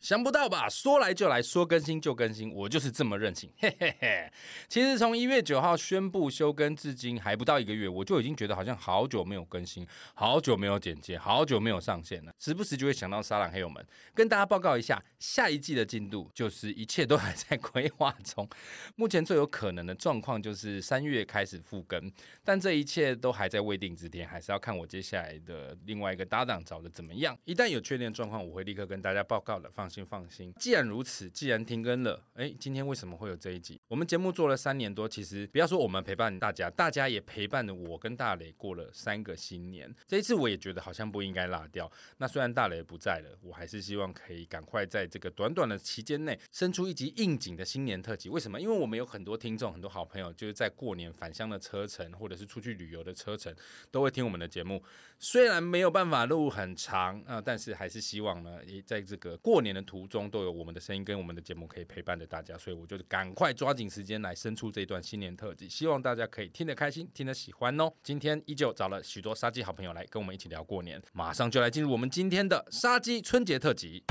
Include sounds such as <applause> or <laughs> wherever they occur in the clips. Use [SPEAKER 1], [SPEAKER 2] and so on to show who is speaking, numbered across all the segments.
[SPEAKER 1] 想不到吧？说来就来，说更新就更新，我就是这么任性， <laughs> 嘿嘿嘿。其实从一月九号宣布休更至今还不到一个月，我就已经觉得好像好久没有更新，好久没有剪接，好久没有上线了，时不时就会想到沙朗黑友们。跟大家报告一下，下一季的进度就是一切都还在规划中，目前最有可能的状况就是三月开始复更，但这一切都还在未定之天，还是要看我接下来的另外一个搭档找的怎么样。一旦有确定的状况，我会立刻跟大家报告的。放心，放心。既然如此，既然停更了，诶，今天为什么会有这一集？我们节目做了三年多，其实不要说我们陪伴大家，大家也陪伴了我跟大磊过了三个新年。这一次我也觉得好像不应该落掉。那虽然大磊不在了，我还是希望可以赶快在这个短短的期间内生出一集应景的新年特辑。为什么？因为我们有很多听众，很多好朋友，就是在过年返乡的车程，或者是出去旅游的车程，都会听我们的节目。虽然没有办法录很长啊、呃但是还是希望呢，也在这个过年的途中都有我们的声音跟我们的节目可以陪伴着大家，所以我就赶快抓紧时间来生出这段新年特辑，希望大家可以听得开心，听得喜欢哦。今天依旧找了许多杀鸡好朋友来跟我们一起聊过年，马上就来进入我们今天的杀鸡春节特辑。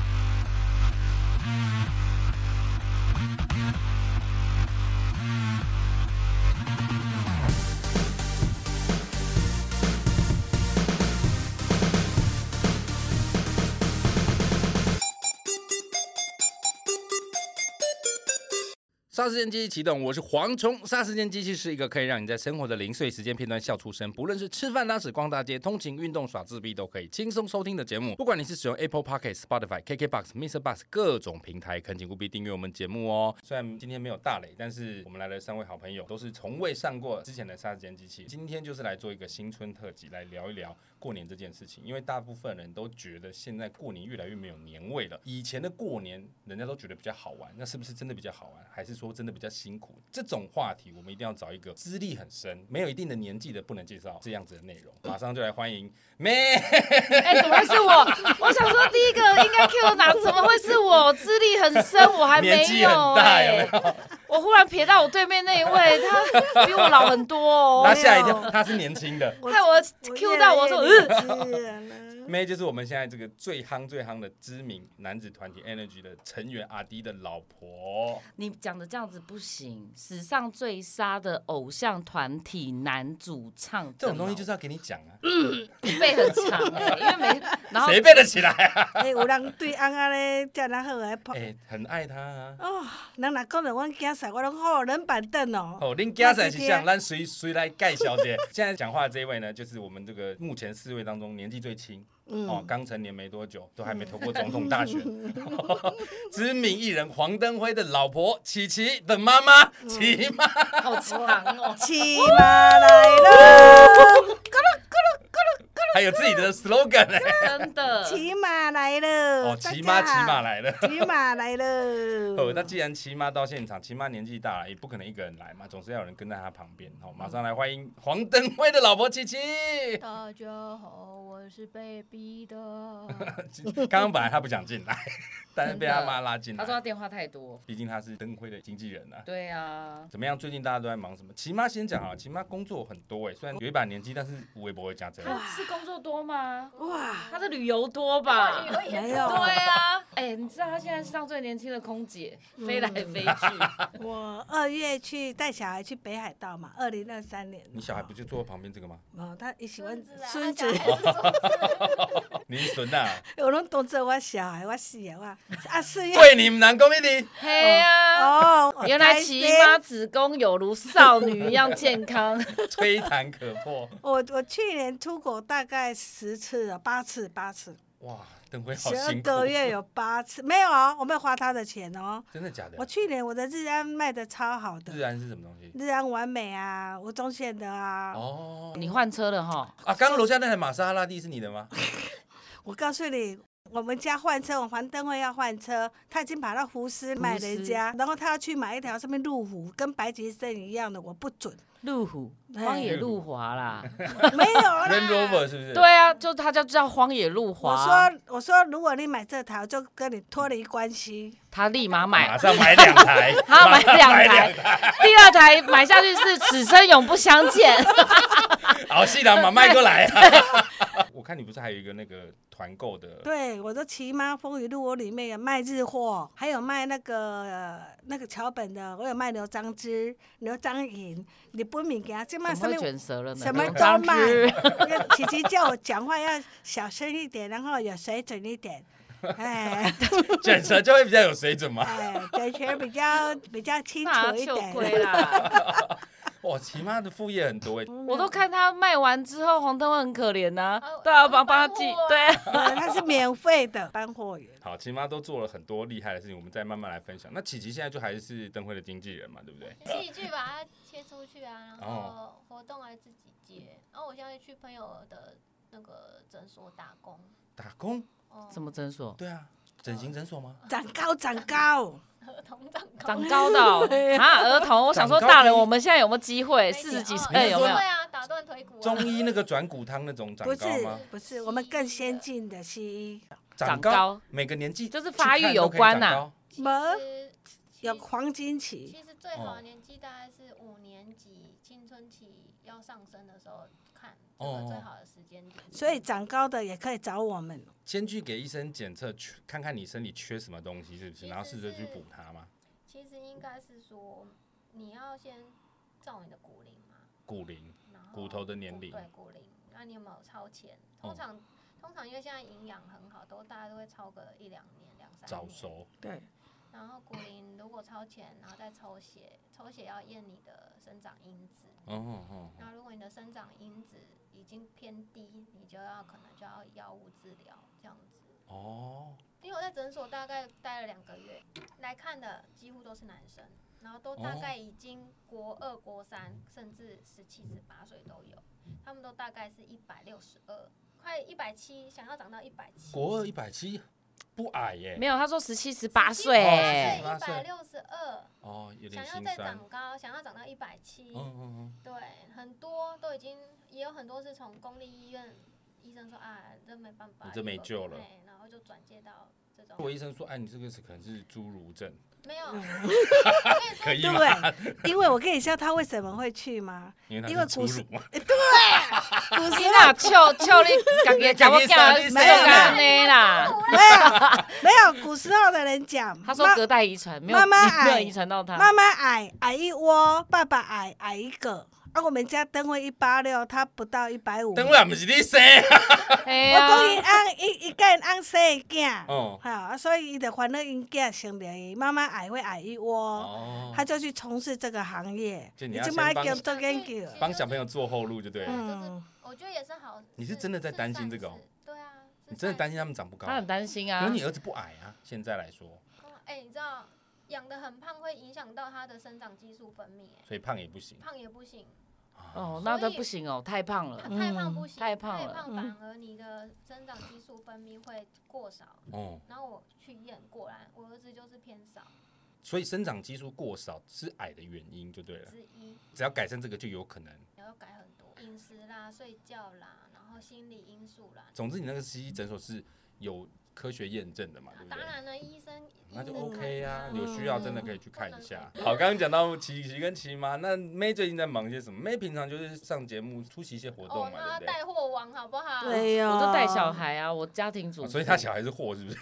[SPEAKER 1] 杀时间机器启动，我是蝗虫。杀时间机器是一个可以让你在生活的零碎时间片段笑出声，不论是吃饭、拉屎、逛大街、通勤、运动、耍自闭，都可以轻松收听的节目。不管你是使用 Apple Pocket、Spotify、KKBox、Mr. Bus 各种平台，恳请务必订阅我们节目哦。虽然今天没有大磊，但是我们来了三位好朋友，都是从未上过之前的杀时间机器。今天就是来做一个新春特辑，来聊一聊过年这件事情，因为大部分人都觉得现在过年越来越没有年味了。以前的过年，人家都觉得比较好玩，那是不是真的比较好玩，还是说真的比较辛苦？这种话题，我们一定要找一个资历很深、没有一定的年纪的，不能介绍这样子的内容。马上就来欢迎妹，
[SPEAKER 2] 哎、怎么会是我？我想说第一个应该 Q 哪？怎么会是我？资历很深，我还没有、哎
[SPEAKER 1] 年纪很大有没 <laughs> 有？
[SPEAKER 2] 我忽然瞥到我对面那一位，他比我老很多哦。
[SPEAKER 1] 他吓一跳，他是年轻的。
[SPEAKER 2] 害我 Q 到我说，嗯，
[SPEAKER 3] 呃嗯，
[SPEAKER 1] 妹就是我们现在这个最夯最夯的知名男子团体 Energy 的成员阿迪的老婆。
[SPEAKER 2] 你讲的这样子不行。史上最杀的偶像团体男主唱，
[SPEAKER 1] 这种东西就是要给你讲啊，
[SPEAKER 2] 背很长、哎因为 <laughs> 每然后
[SPEAKER 1] 谁背得起来啊？
[SPEAKER 3] <laughs> 哎，有人对翁安尼遮尔好诶，
[SPEAKER 1] 哎、很爱他啊。
[SPEAKER 3] 哦，人若讲着阮囝婿，我拢好人板凳 <laughs> 哦。
[SPEAKER 1] 哦，恁家仔是像咱谁谁来盖小姐？ <laughs> 现在讲话的这一位呢，就是我们这个目前四位当中年纪最轻。哦，刚成年没多久，都还没投过总统大选。 <laughs> 知名艺人黄登辉的老婆琪琪的妈妈琪妈，
[SPEAKER 2] 好长 <laughs> 哦。
[SPEAKER 3] 骑马来
[SPEAKER 1] <laughs>
[SPEAKER 3] 了，
[SPEAKER 1] 还有自己的 slogan 呢、
[SPEAKER 2] 真的，
[SPEAKER 3] 骑马来了。
[SPEAKER 1] 哦，琪妈琪马
[SPEAKER 3] 来，
[SPEAKER 1] 来了。 <laughs>
[SPEAKER 3] 骑马来了。
[SPEAKER 1] 哦，那既然琪妈到现场，琪妈年纪大了，也不可能一个人来嘛，总是要有人跟在她旁边。哦好、马上来欢迎黄登辉的老婆琪琪。 <laughs>
[SPEAKER 4] 大家好，我是被
[SPEAKER 1] <laughs>
[SPEAKER 4] 逼的。
[SPEAKER 1] 刚刚本来她不想进来，但是被她妈拉进
[SPEAKER 2] 他说他
[SPEAKER 1] 来，
[SPEAKER 2] 电话太多。
[SPEAKER 1] 毕竟她是登辉的经纪人啊。
[SPEAKER 2] 对啊，
[SPEAKER 1] 怎么样？最近大家都在忙什么？琪妈先讲啊，琪妈工作很多哎、虽然有一把年纪，但是我也不会加这样
[SPEAKER 2] 他。是工作多吗？
[SPEAKER 3] 哇，
[SPEAKER 2] 他是旅游多吧？
[SPEAKER 4] 哎我以前
[SPEAKER 3] 没有
[SPEAKER 2] 对啊，哎、你知道他现在是上最年轻的空姐，飞来飞 <laughs> 去。
[SPEAKER 3] 我二月去带小孩去北海道嘛，二零二三年。
[SPEAKER 1] 你小孩不哦就坐我旁边这个吗？
[SPEAKER 3] 哦，他也喜欢
[SPEAKER 4] 孙子啊，
[SPEAKER 3] 孙子
[SPEAKER 4] 他，讲还是孙子
[SPEAKER 3] 哦
[SPEAKER 1] 你孙啊，
[SPEAKER 3] <laughs> 我拢当做我小孩，我死啊，我啊四月。
[SPEAKER 1] 为你们难攻一 <laughs> 敌。
[SPEAKER 2] 嘿呀、
[SPEAKER 1] 啊
[SPEAKER 3] 哦，我
[SPEAKER 2] 原来
[SPEAKER 3] 开
[SPEAKER 2] 奇
[SPEAKER 3] 心
[SPEAKER 2] 妈子宫有如少女一样健康。
[SPEAKER 1] 吹弹可破。
[SPEAKER 3] 我我去年出国大概十次了，八次八次，
[SPEAKER 1] 哇，邓辉好
[SPEAKER 3] 十二
[SPEAKER 1] 辛苦。
[SPEAKER 3] 个月有八次，没有哦，我没有花他的钱哦。
[SPEAKER 1] 真的假的
[SPEAKER 3] 我？去年我的日安卖的超好
[SPEAKER 1] 自
[SPEAKER 3] 的，
[SPEAKER 1] 然是什么东西？
[SPEAKER 3] 日安完美啊，吴宗宪的啊。
[SPEAKER 1] 哦
[SPEAKER 2] <laughs> 你换车了哈？
[SPEAKER 1] 啊，刚刚楼下那台玛莎拉蒂是你的吗？
[SPEAKER 3] 我告诉你，我们家换车，我黄登辉要换车，他已经把那胡丝卖人家，然后他要去买一条上面路虎，跟白吉森一样的，我不准，
[SPEAKER 2] 路虎，
[SPEAKER 3] 哎
[SPEAKER 2] 荒野路滑啦。
[SPEAKER 3] 没有
[SPEAKER 1] <laughs> Range
[SPEAKER 3] 啦。
[SPEAKER 1] Rover 是不是？
[SPEAKER 2] 对。啊，就他叫叫荒野路滑。
[SPEAKER 3] 我说我说，如果你买这台，我就跟你脱离关系。
[SPEAKER 2] 他立马
[SPEAKER 1] 马
[SPEAKER 2] 买，
[SPEAKER 1] 上买两
[SPEAKER 3] <laughs>
[SPEAKER 1] 台，
[SPEAKER 2] 他买两
[SPEAKER 1] 买
[SPEAKER 2] 台
[SPEAKER 1] 两台，，
[SPEAKER 2] 第二台买下
[SPEAKER 3] <laughs>
[SPEAKER 2] 去是此生永不相见。
[SPEAKER 3] <laughs>
[SPEAKER 1] 好，系统把麦过来啊！我看你不是还有一个那个团购的，
[SPEAKER 3] 对，我的《骑妈风雨录》我里面有卖日货，还有卖那个、呃那个桥本的，我有卖牛樟芝、牛樟饮、日本物件，这嘛
[SPEAKER 2] 怎么会
[SPEAKER 3] 什么
[SPEAKER 2] 卷舌了呢？
[SPEAKER 3] 什么
[SPEAKER 2] 我
[SPEAKER 3] 都
[SPEAKER 2] 刚
[SPEAKER 3] 卖
[SPEAKER 2] 知 <laughs>
[SPEAKER 3] 要琪琪叫我讲话要小声一点，然后有水准一点。哎
[SPEAKER 1] 卷舌就会比较有水准嘛。
[SPEAKER 3] 哎，感觉比较比较清
[SPEAKER 2] 那
[SPEAKER 3] 楚一
[SPEAKER 2] 就
[SPEAKER 3] 点。
[SPEAKER 2] 亏啦！
[SPEAKER 3] <laughs>
[SPEAKER 1] 哇，奇妈的副业很多哎，
[SPEAKER 2] 我都看他卖完之后，红灯会很可怜呐
[SPEAKER 4] 哦，
[SPEAKER 2] 对啊，帮帮他
[SPEAKER 4] 搬
[SPEAKER 2] 寄
[SPEAKER 4] 货啊，
[SPEAKER 2] 对啊，
[SPEAKER 3] 呃它是免费的搬货员，
[SPEAKER 1] 好，奇妈都做了很多厉害的事情，我们再慢慢来分享。那琪琪现在就还是灯辉的经纪人嘛，对不对？
[SPEAKER 4] 戏剧把它切出去啊，然
[SPEAKER 1] 哦
[SPEAKER 4] 后活动还自己接。然后我现在去朋友的那个诊所打工。
[SPEAKER 1] 打工，
[SPEAKER 4] 哦，
[SPEAKER 2] 什么诊所？
[SPEAKER 1] 对啊，整形诊所吗？
[SPEAKER 3] 长高长高，
[SPEAKER 4] 儿童长
[SPEAKER 2] <laughs>
[SPEAKER 4] 高？
[SPEAKER 2] 长高的哦啊，儿童，我想说
[SPEAKER 1] 长高
[SPEAKER 2] 大人，
[SPEAKER 1] 可以
[SPEAKER 2] 我们现在有没有机会？四十几
[SPEAKER 1] 哎
[SPEAKER 2] 岁
[SPEAKER 1] 你是
[SPEAKER 2] 有
[SPEAKER 1] 说
[SPEAKER 2] 没有
[SPEAKER 4] 对？啊，打断腿骨啊。
[SPEAKER 1] 中医那个转骨汤那种长
[SPEAKER 3] 不是
[SPEAKER 1] 高吗？
[SPEAKER 3] 不是，我们更先进的西医，
[SPEAKER 2] 长
[SPEAKER 1] 高，
[SPEAKER 2] 高
[SPEAKER 1] 每个年纪
[SPEAKER 2] 就是
[SPEAKER 1] 去
[SPEAKER 2] 发育
[SPEAKER 1] 看
[SPEAKER 2] 有
[SPEAKER 1] 都可以
[SPEAKER 2] 关啊
[SPEAKER 1] 长
[SPEAKER 2] 呐
[SPEAKER 1] 高
[SPEAKER 4] 其
[SPEAKER 3] 没
[SPEAKER 4] 实
[SPEAKER 3] 有
[SPEAKER 4] 其实
[SPEAKER 3] 黄金期，
[SPEAKER 4] 其实最好
[SPEAKER 1] 哦
[SPEAKER 4] 的年纪大概是五年级青春期要上升的时候看，这个最
[SPEAKER 1] 哦
[SPEAKER 4] 好的时间点。
[SPEAKER 3] 所以长高的也可以找我们。
[SPEAKER 1] 先去给医生检测，去看看你身体缺什么东西是不
[SPEAKER 4] 其
[SPEAKER 1] 是，
[SPEAKER 4] 实
[SPEAKER 1] 然后试着去
[SPEAKER 4] 是
[SPEAKER 1] 补它嘛。
[SPEAKER 4] 其实应该是说，你要先照你的骨龄嘛，
[SPEAKER 1] 骨龄，
[SPEAKER 4] 然后
[SPEAKER 1] 骨头的年龄
[SPEAKER 4] 对骨龄，那你有没有超前？
[SPEAKER 1] 哦
[SPEAKER 4] 通常、通常因为现在营养很好，都大家都会超个一两年、两三
[SPEAKER 1] 早
[SPEAKER 4] 年。
[SPEAKER 1] 熟，
[SPEAKER 3] 对，
[SPEAKER 4] 然后骨龄如果超前，然后再抽血，抽血要验你的生长因子。
[SPEAKER 1] 哦哦哦，
[SPEAKER 4] 那如果你的生长因子已经偏低，你就要可能就要药物治疗这样子。
[SPEAKER 1] 哦，
[SPEAKER 4] 因为我在诊所大概待了两个月，来看的几乎都是男生，然后都大
[SPEAKER 1] 哦
[SPEAKER 4] 概已经国二、国三，甚至十七、十八岁都有，他们都大概是一百六十二，快一百七，想要长到一百七。
[SPEAKER 1] 国二一百七，不矮耶
[SPEAKER 2] 没。有，他说十七十八
[SPEAKER 1] 18
[SPEAKER 2] 岁，
[SPEAKER 1] 18
[SPEAKER 4] 一百
[SPEAKER 1] 岁
[SPEAKER 4] 六十二，
[SPEAKER 1] 哦，有点
[SPEAKER 4] 想要
[SPEAKER 1] 心
[SPEAKER 4] 再
[SPEAKER 1] 酸。
[SPEAKER 4] 长高，想要长到一百七
[SPEAKER 1] 嗯，嗯嗯，
[SPEAKER 4] 对，很多都已经，也有很多是从公立医院医生说啊，这没办法，
[SPEAKER 1] 你这没救了
[SPEAKER 4] 嘿然后就转介到这种，
[SPEAKER 1] 我医生说，哎，你这个是可能是侏儒症，<laughs>
[SPEAKER 4] 没有，
[SPEAKER 1] 可以吗？
[SPEAKER 3] 对，因为我跟你说他为什么会去吗？
[SPEAKER 1] <laughs> 因为
[SPEAKER 3] 因
[SPEAKER 1] 他
[SPEAKER 3] 为
[SPEAKER 1] 是
[SPEAKER 3] 古
[SPEAKER 1] 侏
[SPEAKER 3] 时 <laughs> 哎
[SPEAKER 1] 儒嘛。
[SPEAKER 2] 哎
[SPEAKER 3] 不是
[SPEAKER 2] 你那笑笑你感觉怎
[SPEAKER 1] <laughs>
[SPEAKER 2] 么讲？
[SPEAKER 1] 你
[SPEAKER 2] 没
[SPEAKER 1] 生
[SPEAKER 2] 有
[SPEAKER 3] 你
[SPEAKER 2] 干呢啦。
[SPEAKER 3] 没有没有，古时候的人讲，
[SPEAKER 2] 他说
[SPEAKER 3] 妈
[SPEAKER 2] 隔代遗传，没有
[SPEAKER 3] 妈妈
[SPEAKER 2] 没有
[SPEAKER 3] 矮
[SPEAKER 2] 遗传到他。
[SPEAKER 3] 妈妈矮矮一窝，爸爸矮矮一个。啊，我们家灯会一八六，他不到一百五。
[SPEAKER 1] 等
[SPEAKER 3] 我
[SPEAKER 1] 会不是你生，啊
[SPEAKER 2] 哎
[SPEAKER 3] 讲伊
[SPEAKER 2] 呀，
[SPEAKER 3] 按一一个人按四个囝，
[SPEAKER 1] 哦
[SPEAKER 3] 好啊，所以伊就烦恼因囝生了伊妈妈矮会矮一窝，
[SPEAKER 1] 哦，
[SPEAKER 3] 他就去从事这个行业。
[SPEAKER 1] 就你要
[SPEAKER 3] 这
[SPEAKER 1] 先帮
[SPEAKER 3] 叫做研究，
[SPEAKER 1] 帮小朋友做后路就对了。
[SPEAKER 3] 嗯，
[SPEAKER 4] 我觉得也是好。
[SPEAKER 1] 你是真的在担心这个哦
[SPEAKER 4] 是善事对啊，
[SPEAKER 1] 你真的担
[SPEAKER 4] 心？
[SPEAKER 1] 心他们长不高
[SPEAKER 2] 他？很担心
[SPEAKER 1] 可
[SPEAKER 2] 啊
[SPEAKER 1] 是。你儿子不矮啊，现在来说，
[SPEAKER 4] 哦哎、你知道养的很胖会影响到他的生长激素分泌，哎
[SPEAKER 1] 所以胖也不行。
[SPEAKER 4] 胖也不行，
[SPEAKER 2] 哦，
[SPEAKER 1] 哦，
[SPEAKER 2] 那这不行哦，太胖了。
[SPEAKER 4] 胖太胖不行，
[SPEAKER 2] 嗯太胖了
[SPEAKER 4] 反而你的生长激素分泌会过少。
[SPEAKER 1] 哦，
[SPEAKER 4] 然后我去验，果然我儿子就是偏少
[SPEAKER 1] 所以生长激素过少是矮的原因就对啊了。
[SPEAKER 4] 之一。
[SPEAKER 1] 只要改善这个就有可能。
[SPEAKER 4] 也要改很多，饮食啦、睡觉啦，然后心理因素啦。
[SPEAKER 1] 总之，你那个西医诊所是有科学验证的嘛，对不
[SPEAKER 4] 当
[SPEAKER 1] 对？
[SPEAKER 4] 然了，医生
[SPEAKER 1] 那就
[SPEAKER 4] 医生
[SPEAKER 1] OK
[SPEAKER 4] 看
[SPEAKER 1] 啊，
[SPEAKER 4] 啊
[SPEAKER 1] 有需要真的
[SPEAKER 4] 嗯
[SPEAKER 1] 可以去看一下
[SPEAKER 4] 嗯。
[SPEAKER 1] 好，刚刚讲到琪琪跟琪妈，那 May 最近在忙些什么？May 平常就是上节目、出席一些活
[SPEAKER 4] 哦
[SPEAKER 1] 动，嘛，
[SPEAKER 4] 那要
[SPEAKER 1] 对不对？
[SPEAKER 4] 带货王好不好？
[SPEAKER 3] 对哦呀，
[SPEAKER 2] 我就带小，孩啊，我家庭主
[SPEAKER 1] 哦
[SPEAKER 2] 妇，
[SPEAKER 1] 所以他小孩是货，
[SPEAKER 2] <laughs>
[SPEAKER 1] 是不是？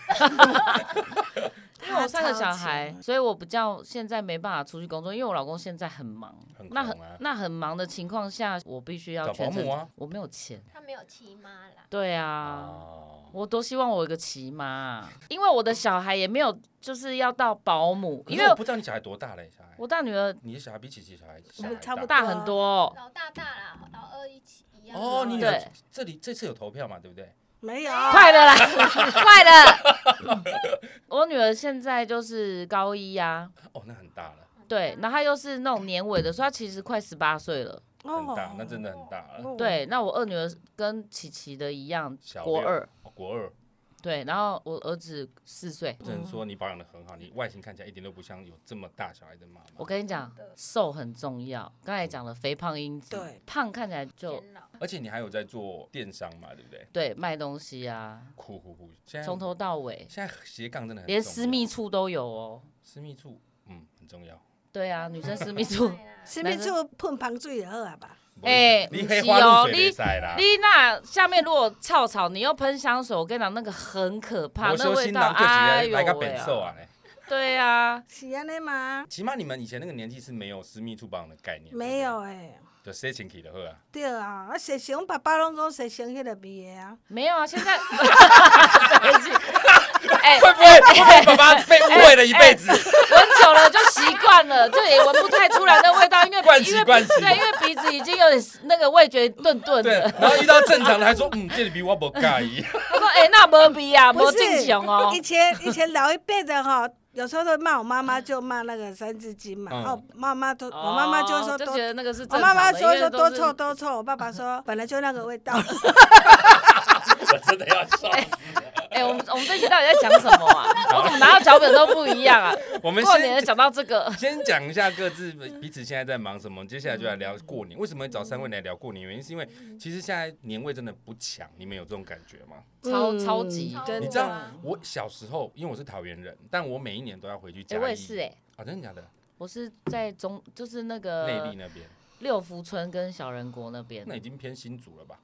[SPEAKER 2] 因为我三个小
[SPEAKER 3] 他超
[SPEAKER 2] 孩，
[SPEAKER 3] 强
[SPEAKER 2] 所以我比较现在没办法出去工作，因为我老公现在很忙，
[SPEAKER 1] 很
[SPEAKER 2] 那
[SPEAKER 1] 忙
[SPEAKER 2] 很
[SPEAKER 1] 啊
[SPEAKER 2] 那很忙的情况下，我必须要
[SPEAKER 1] 找保
[SPEAKER 2] 全
[SPEAKER 1] 姆
[SPEAKER 2] 程，
[SPEAKER 1] 啊。
[SPEAKER 2] 我没有钱，
[SPEAKER 4] 他没有骑妈啦，
[SPEAKER 2] 对啊。
[SPEAKER 1] 哦，
[SPEAKER 2] 我多希望我有一个骑妈啊，因为我的小孩也没有就是要到保姆，
[SPEAKER 1] 可
[SPEAKER 2] 因
[SPEAKER 1] 是
[SPEAKER 2] 为
[SPEAKER 1] 我不知道你小孩多大嘞，小孩。
[SPEAKER 2] 我大女儿
[SPEAKER 1] 你的小孩比琪琪小孩
[SPEAKER 3] 我
[SPEAKER 1] 小
[SPEAKER 3] 们
[SPEAKER 1] 孩
[SPEAKER 3] 差不
[SPEAKER 2] 大很多哦，
[SPEAKER 4] 老大啊大啦，老二一起一样啊。
[SPEAKER 1] 哦，你有
[SPEAKER 2] 对
[SPEAKER 1] 这里这次有投票嘛，对不对？
[SPEAKER 3] 没有，
[SPEAKER 2] 快了啦，快了。
[SPEAKER 1] <laughs>
[SPEAKER 2] 我女儿现在就是高一啊，
[SPEAKER 1] 哦，那很大了，
[SPEAKER 2] 对，然后她又是那种年尾的，所以她其实快十八岁了。
[SPEAKER 1] 很大，那真的很大了。
[SPEAKER 3] 哦
[SPEAKER 2] 对，那我二女儿跟琪琪的一样
[SPEAKER 1] 小，
[SPEAKER 2] 国
[SPEAKER 1] 六
[SPEAKER 2] 二，
[SPEAKER 1] 哦国二，
[SPEAKER 2] 对，然后我儿子四岁。
[SPEAKER 1] 只能说你保养的很好，你外形看起来一点都不像有这么大小孩的妈
[SPEAKER 2] 我
[SPEAKER 1] 妈。
[SPEAKER 2] 跟你讲
[SPEAKER 4] 真的，
[SPEAKER 2] 瘦很重要。刚才讲了肥胖因子，
[SPEAKER 3] 对，
[SPEAKER 2] 胖看起来就
[SPEAKER 4] 显老
[SPEAKER 1] 而且你还有在做电商嘛，对不对？
[SPEAKER 2] 对卖东西啊，
[SPEAKER 1] 酷酷酷！现在
[SPEAKER 2] 从头到尾，
[SPEAKER 1] 现在斜杠真的很
[SPEAKER 2] 连
[SPEAKER 1] 重要
[SPEAKER 2] 私密处都有哦。
[SPEAKER 1] 私密处，嗯，很重要。
[SPEAKER 2] 对啊，女生私密
[SPEAKER 4] <laughs>
[SPEAKER 2] 处，
[SPEAKER 3] 什么做喷香水就好啊吧？
[SPEAKER 2] 哎
[SPEAKER 1] 你
[SPEAKER 2] 不
[SPEAKER 1] 黑
[SPEAKER 2] 是
[SPEAKER 1] 花
[SPEAKER 2] 哦
[SPEAKER 1] 露水
[SPEAKER 2] 你
[SPEAKER 1] 也塞啦。
[SPEAKER 2] 丽娜下面如果臭草，你又喷香水，我跟你讲那个很可怕，
[SPEAKER 1] 我
[SPEAKER 2] 那
[SPEAKER 1] 说
[SPEAKER 2] 味
[SPEAKER 1] 新
[SPEAKER 2] 道，
[SPEAKER 1] 郎就
[SPEAKER 2] 哎
[SPEAKER 1] 直接
[SPEAKER 2] 呦
[SPEAKER 1] 来个
[SPEAKER 2] 喂
[SPEAKER 1] 本寿
[SPEAKER 2] 啊！
[SPEAKER 1] 啊！哎
[SPEAKER 2] 对啊，
[SPEAKER 3] 是安尼吗？
[SPEAKER 1] 起码你们以前那个年纪是没有私密处保养的概念，
[SPEAKER 3] 没有诶、
[SPEAKER 1] 对不对，就洗清气就好啊。
[SPEAKER 3] 对啊，啊，实行，阮爸爸拢讲实行迄个味的啊。
[SPEAKER 2] 没有啊，现
[SPEAKER 1] <laughs>
[SPEAKER 2] 在，哎，
[SPEAKER 1] 会不会会不会爸爸被误会了一辈子？
[SPEAKER 2] 闻久了就习惯了，就也闻不太出来那味道，因为
[SPEAKER 1] 惯
[SPEAKER 2] 鼻
[SPEAKER 1] 习
[SPEAKER 2] 因为
[SPEAKER 1] 惯习
[SPEAKER 2] 对，因为鼻子已经有点那个味觉顿顿
[SPEAKER 1] 对，
[SPEAKER 2] 的。
[SPEAKER 1] 然后遇到正常的还说，嗯，这里比我不介
[SPEAKER 2] <laughs>
[SPEAKER 1] 意。
[SPEAKER 2] 他说：“哎、那没鼻啊，
[SPEAKER 3] 不
[SPEAKER 2] 没
[SPEAKER 3] 是
[SPEAKER 2] 进行哦
[SPEAKER 3] 以。前以 <laughs> 前老一辈的哈、有时候都骂我妈妈，就骂那个三字经嘛。
[SPEAKER 1] 嗯
[SPEAKER 3] 哦，妈妈都，我妈妈就说
[SPEAKER 2] 哦就
[SPEAKER 3] 多，
[SPEAKER 2] 觉得那个是
[SPEAKER 3] 我
[SPEAKER 2] 正
[SPEAKER 3] 妈
[SPEAKER 2] 常
[SPEAKER 3] 妈
[SPEAKER 2] 的，因
[SPEAKER 3] 说
[SPEAKER 2] 为
[SPEAKER 3] 说
[SPEAKER 2] 都
[SPEAKER 3] 多
[SPEAKER 2] 是
[SPEAKER 3] 臭多臭，我爸爸
[SPEAKER 2] <laughs>
[SPEAKER 3] 说本来就那个味道。
[SPEAKER 1] 我真的要笑。
[SPEAKER 2] 哎、我们我们这期到底在讲什么啊？我怎么拿到脚本都不一样啊？
[SPEAKER 1] <laughs> 我们
[SPEAKER 2] 过年
[SPEAKER 1] 先
[SPEAKER 2] 的讲到这个，
[SPEAKER 1] 先讲一下各自彼此现在在忙什么，接下来就来聊过年。为什么找三位来聊过年？原因是因为其实现在年味真的不强，你们有这种感觉吗？
[SPEAKER 2] 超
[SPEAKER 3] <laughs> 嗯
[SPEAKER 2] 超级
[SPEAKER 3] 真
[SPEAKER 1] 你
[SPEAKER 3] 的
[SPEAKER 1] 知道我小时候，因为我是桃园人，但我每一年都要回去
[SPEAKER 2] 哎、
[SPEAKER 1] 嘉义。
[SPEAKER 2] 我也是哎、
[SPEAKER 1] 啊，真的假的？
[SPEAKER 2] 我是在中就是那
[SPEAKER 1] 内地
[SPEAKER 2] 个
[SPEAKER 1] 那边，
[SPEAKER 2] 六福村跟小人国那边
[SPEAKER 1] 那已经偏新竹了吧？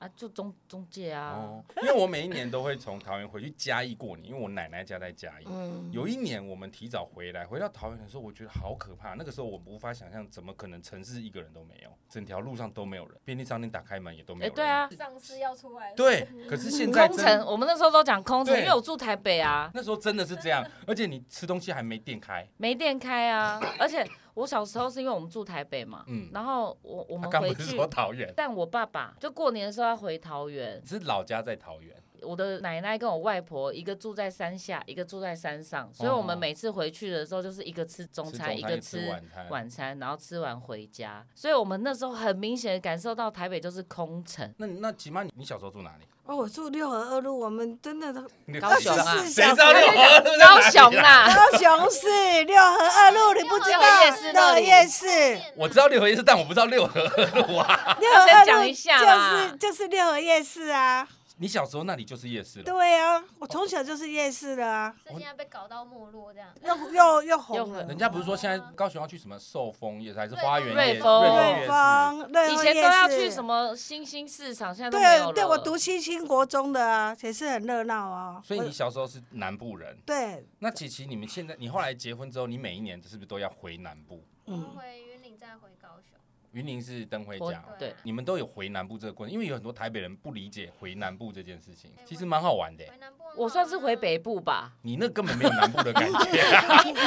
[SPEAKER 2] 啊，就中中介啊。
[SPEAKER 1] 哦，因为我每一年都会从桃园回去嘉义过年，因为我奶奶家在嘉义。
[SPEAKER 3] 嗯，
[SPEAKER 1] 有一年我们提早回来，回到桃园的时候，我觉得好可怕。那个时候我无法想象，怎么可能城市一个人都没有，整条路上都没有人，便利商店打开门也都没
[SPEAKER 2] 哎、
[SPEAKER 1] 有人。
[SPEAKER 2] 对，啊，嗯
[SPEAKER 4] 上司要出来了，
[SPEAKER 1] 对。可是现在
[SPEAKER 2] 空
[SPEAKER 1] 真
[SPEAKER 2] 城，我们那时候都讲空城，
[SPEAKER 1] 对
[SPEAKER 2] 因为我住台北啊，
[SPEAKER 1] 那时候真的是这样，而且你吃东西还没店开，
[SPEAKER 2] 没店开啊。而且我小时候是因为我们住台北嘛，
[SPEAKER 1] 嗯
[SPEAKER 2] 然后我我
[SPEAKER 1] 他
[SPEAKER 2] 们
[SPEAKER 1] 刚
[SPEAKER 2] 回
[SPEAKER 1] 不是
[SPEAKER 2] 去
[SPEAKER 1] 说，桃园，
[SPEAKER 2] 但我爸爸就过年的时候要回桃园，
[SPEAKER 1] 是老家在桃园。
[SPEAKER 2] 我的奶奶跟我外婆一个住在山下，一个住在山上，所以我们每次回去的时候就是一个吃中
[SPEAKER 1] 哦吃
[SPEAKER 2] 餐，
[SPEAKER 1] 中
[SPEAKER 2] 个
[SPEAKER 1] 餐吃晚餐
[SPEAKER 2] 晚餐，然后吃完回家。所以我们那时候很明显地感受到台北就是空
[SPEAKER 1] <laughs>
[SPEAKER 2] 城，
[SPEAKER 1] 那那起码你你小时候住哪里？
[SPEAKER 3] 哦，我住六合二路，我们真的都
[SPEAKER 2] 高雄啊
[SPEAKER 1] <laughs>
[SPEAKER 3] 24
[SPEAKER 1] 谁知
[SPEAKER 3] 小时
[SPEAKER 1] 道六合二路在哪
[SPEAKER 2] 高
[SPEAKER 1] 里啊
[SPEAKER 2] 雄啦，
[SPEAKER 3] 高雄市六合二路，你不知道？
[SPEAKER 2] 六合夜市
[SPEAKER 3] 六
[SPEAKER 2] 那
[SPEAKER 3] 合
[SPEAKER 2] 里
[SPEAKER 3] 夜市，
[SPEAKER 4] 店啊
[SPEAKER 1] 我知道六合夜市，但我不知道六合二路
[SPEAKER 3] <laughs>
[SPEAKER 1] 啊。
[SPEAKER 3] 六合二
[SPEAKER 2] 先讲
[SPEAKER 3] 路
[SPEAKER 2] 一下啦 <laughs>
[SPEAKER 3] 就是就是六合夜市啊。
[SPEAKER 1] 你小时候那里就是夜市了，
[SPEAKER 3] 对啊，我从小就是夜市的啊，
[SPEAKER 4] 是现在被搞到没落这样。
[SPEAKER 3] 又又又
[SPEAKER 2] 又
[SPEAKER 3] 红
[SPEAKER 2] 红
[SPEAKER 3] 了。
[SPEAKER 1] 人家不是说现在高雄要去什么寿丰夜市还是花园夜
[SPEAKER 2] 瑞
[SPEAKER 1] 瑞
[SPEAKER 2] 丰
[SPEAKER 1] 丰
[SPEAKER 3] 瑞
[SPEAKER 1] 夜市？
[SPEAKER 3] 丰，瑞
[SPEAKER 2] 以
[SPEAKER 3] 丰
[SPEAKER 2] 前都
[SPEAKER 3] 啊夜
[SPEAKER 2] 要
[SPEAKER 3] 市
[SPEAKER 2] 去什么新兴市场，现在都没有
[SPEAKER 3] 对
[SPEAKER 2] 了。
[SPEAKER 3] 对，我读七星国中的啊，也是很热闹哦。
[SPEAKER 1] 所以
[SPEAKER 3] 我
[SPEAKER 1] 你小时候是南部人，
[SPEAKER 3] 对，
[SPEAKER 1] 那琪琪，你们现在你后来结婚之后，你每一年是不是都要回南部？
[SPEAKER 4] 我们
[SPEAKER 3] 嗯，
[SPEAKER 4] 回云岭再回高雄，
[SPEAKER 1] 云林是灯辉家，
[SPEAKER 4] 啊
[SPEAKER 2] 对
[SPEAKER 1] 你们都有回南部这个过程，因为有很多台北人不理解回南部这件事情
[SPEAKER 4] 哎，
[SPEAKER 1] 其实蛮好玩的欸。
[SPEAKER 4] 回南部很好玩啊。
[SPEAKER 2] 我算是回
[SPEAKER 4] <laughs>
[SPEAKER 2] 北部吧。
[SPEAKER 1] 你那根本没有南部的感觉，
[SPEAKER 4] 没差，
[SPEAKER 3] 嗯
[SPEAKER 4] 你回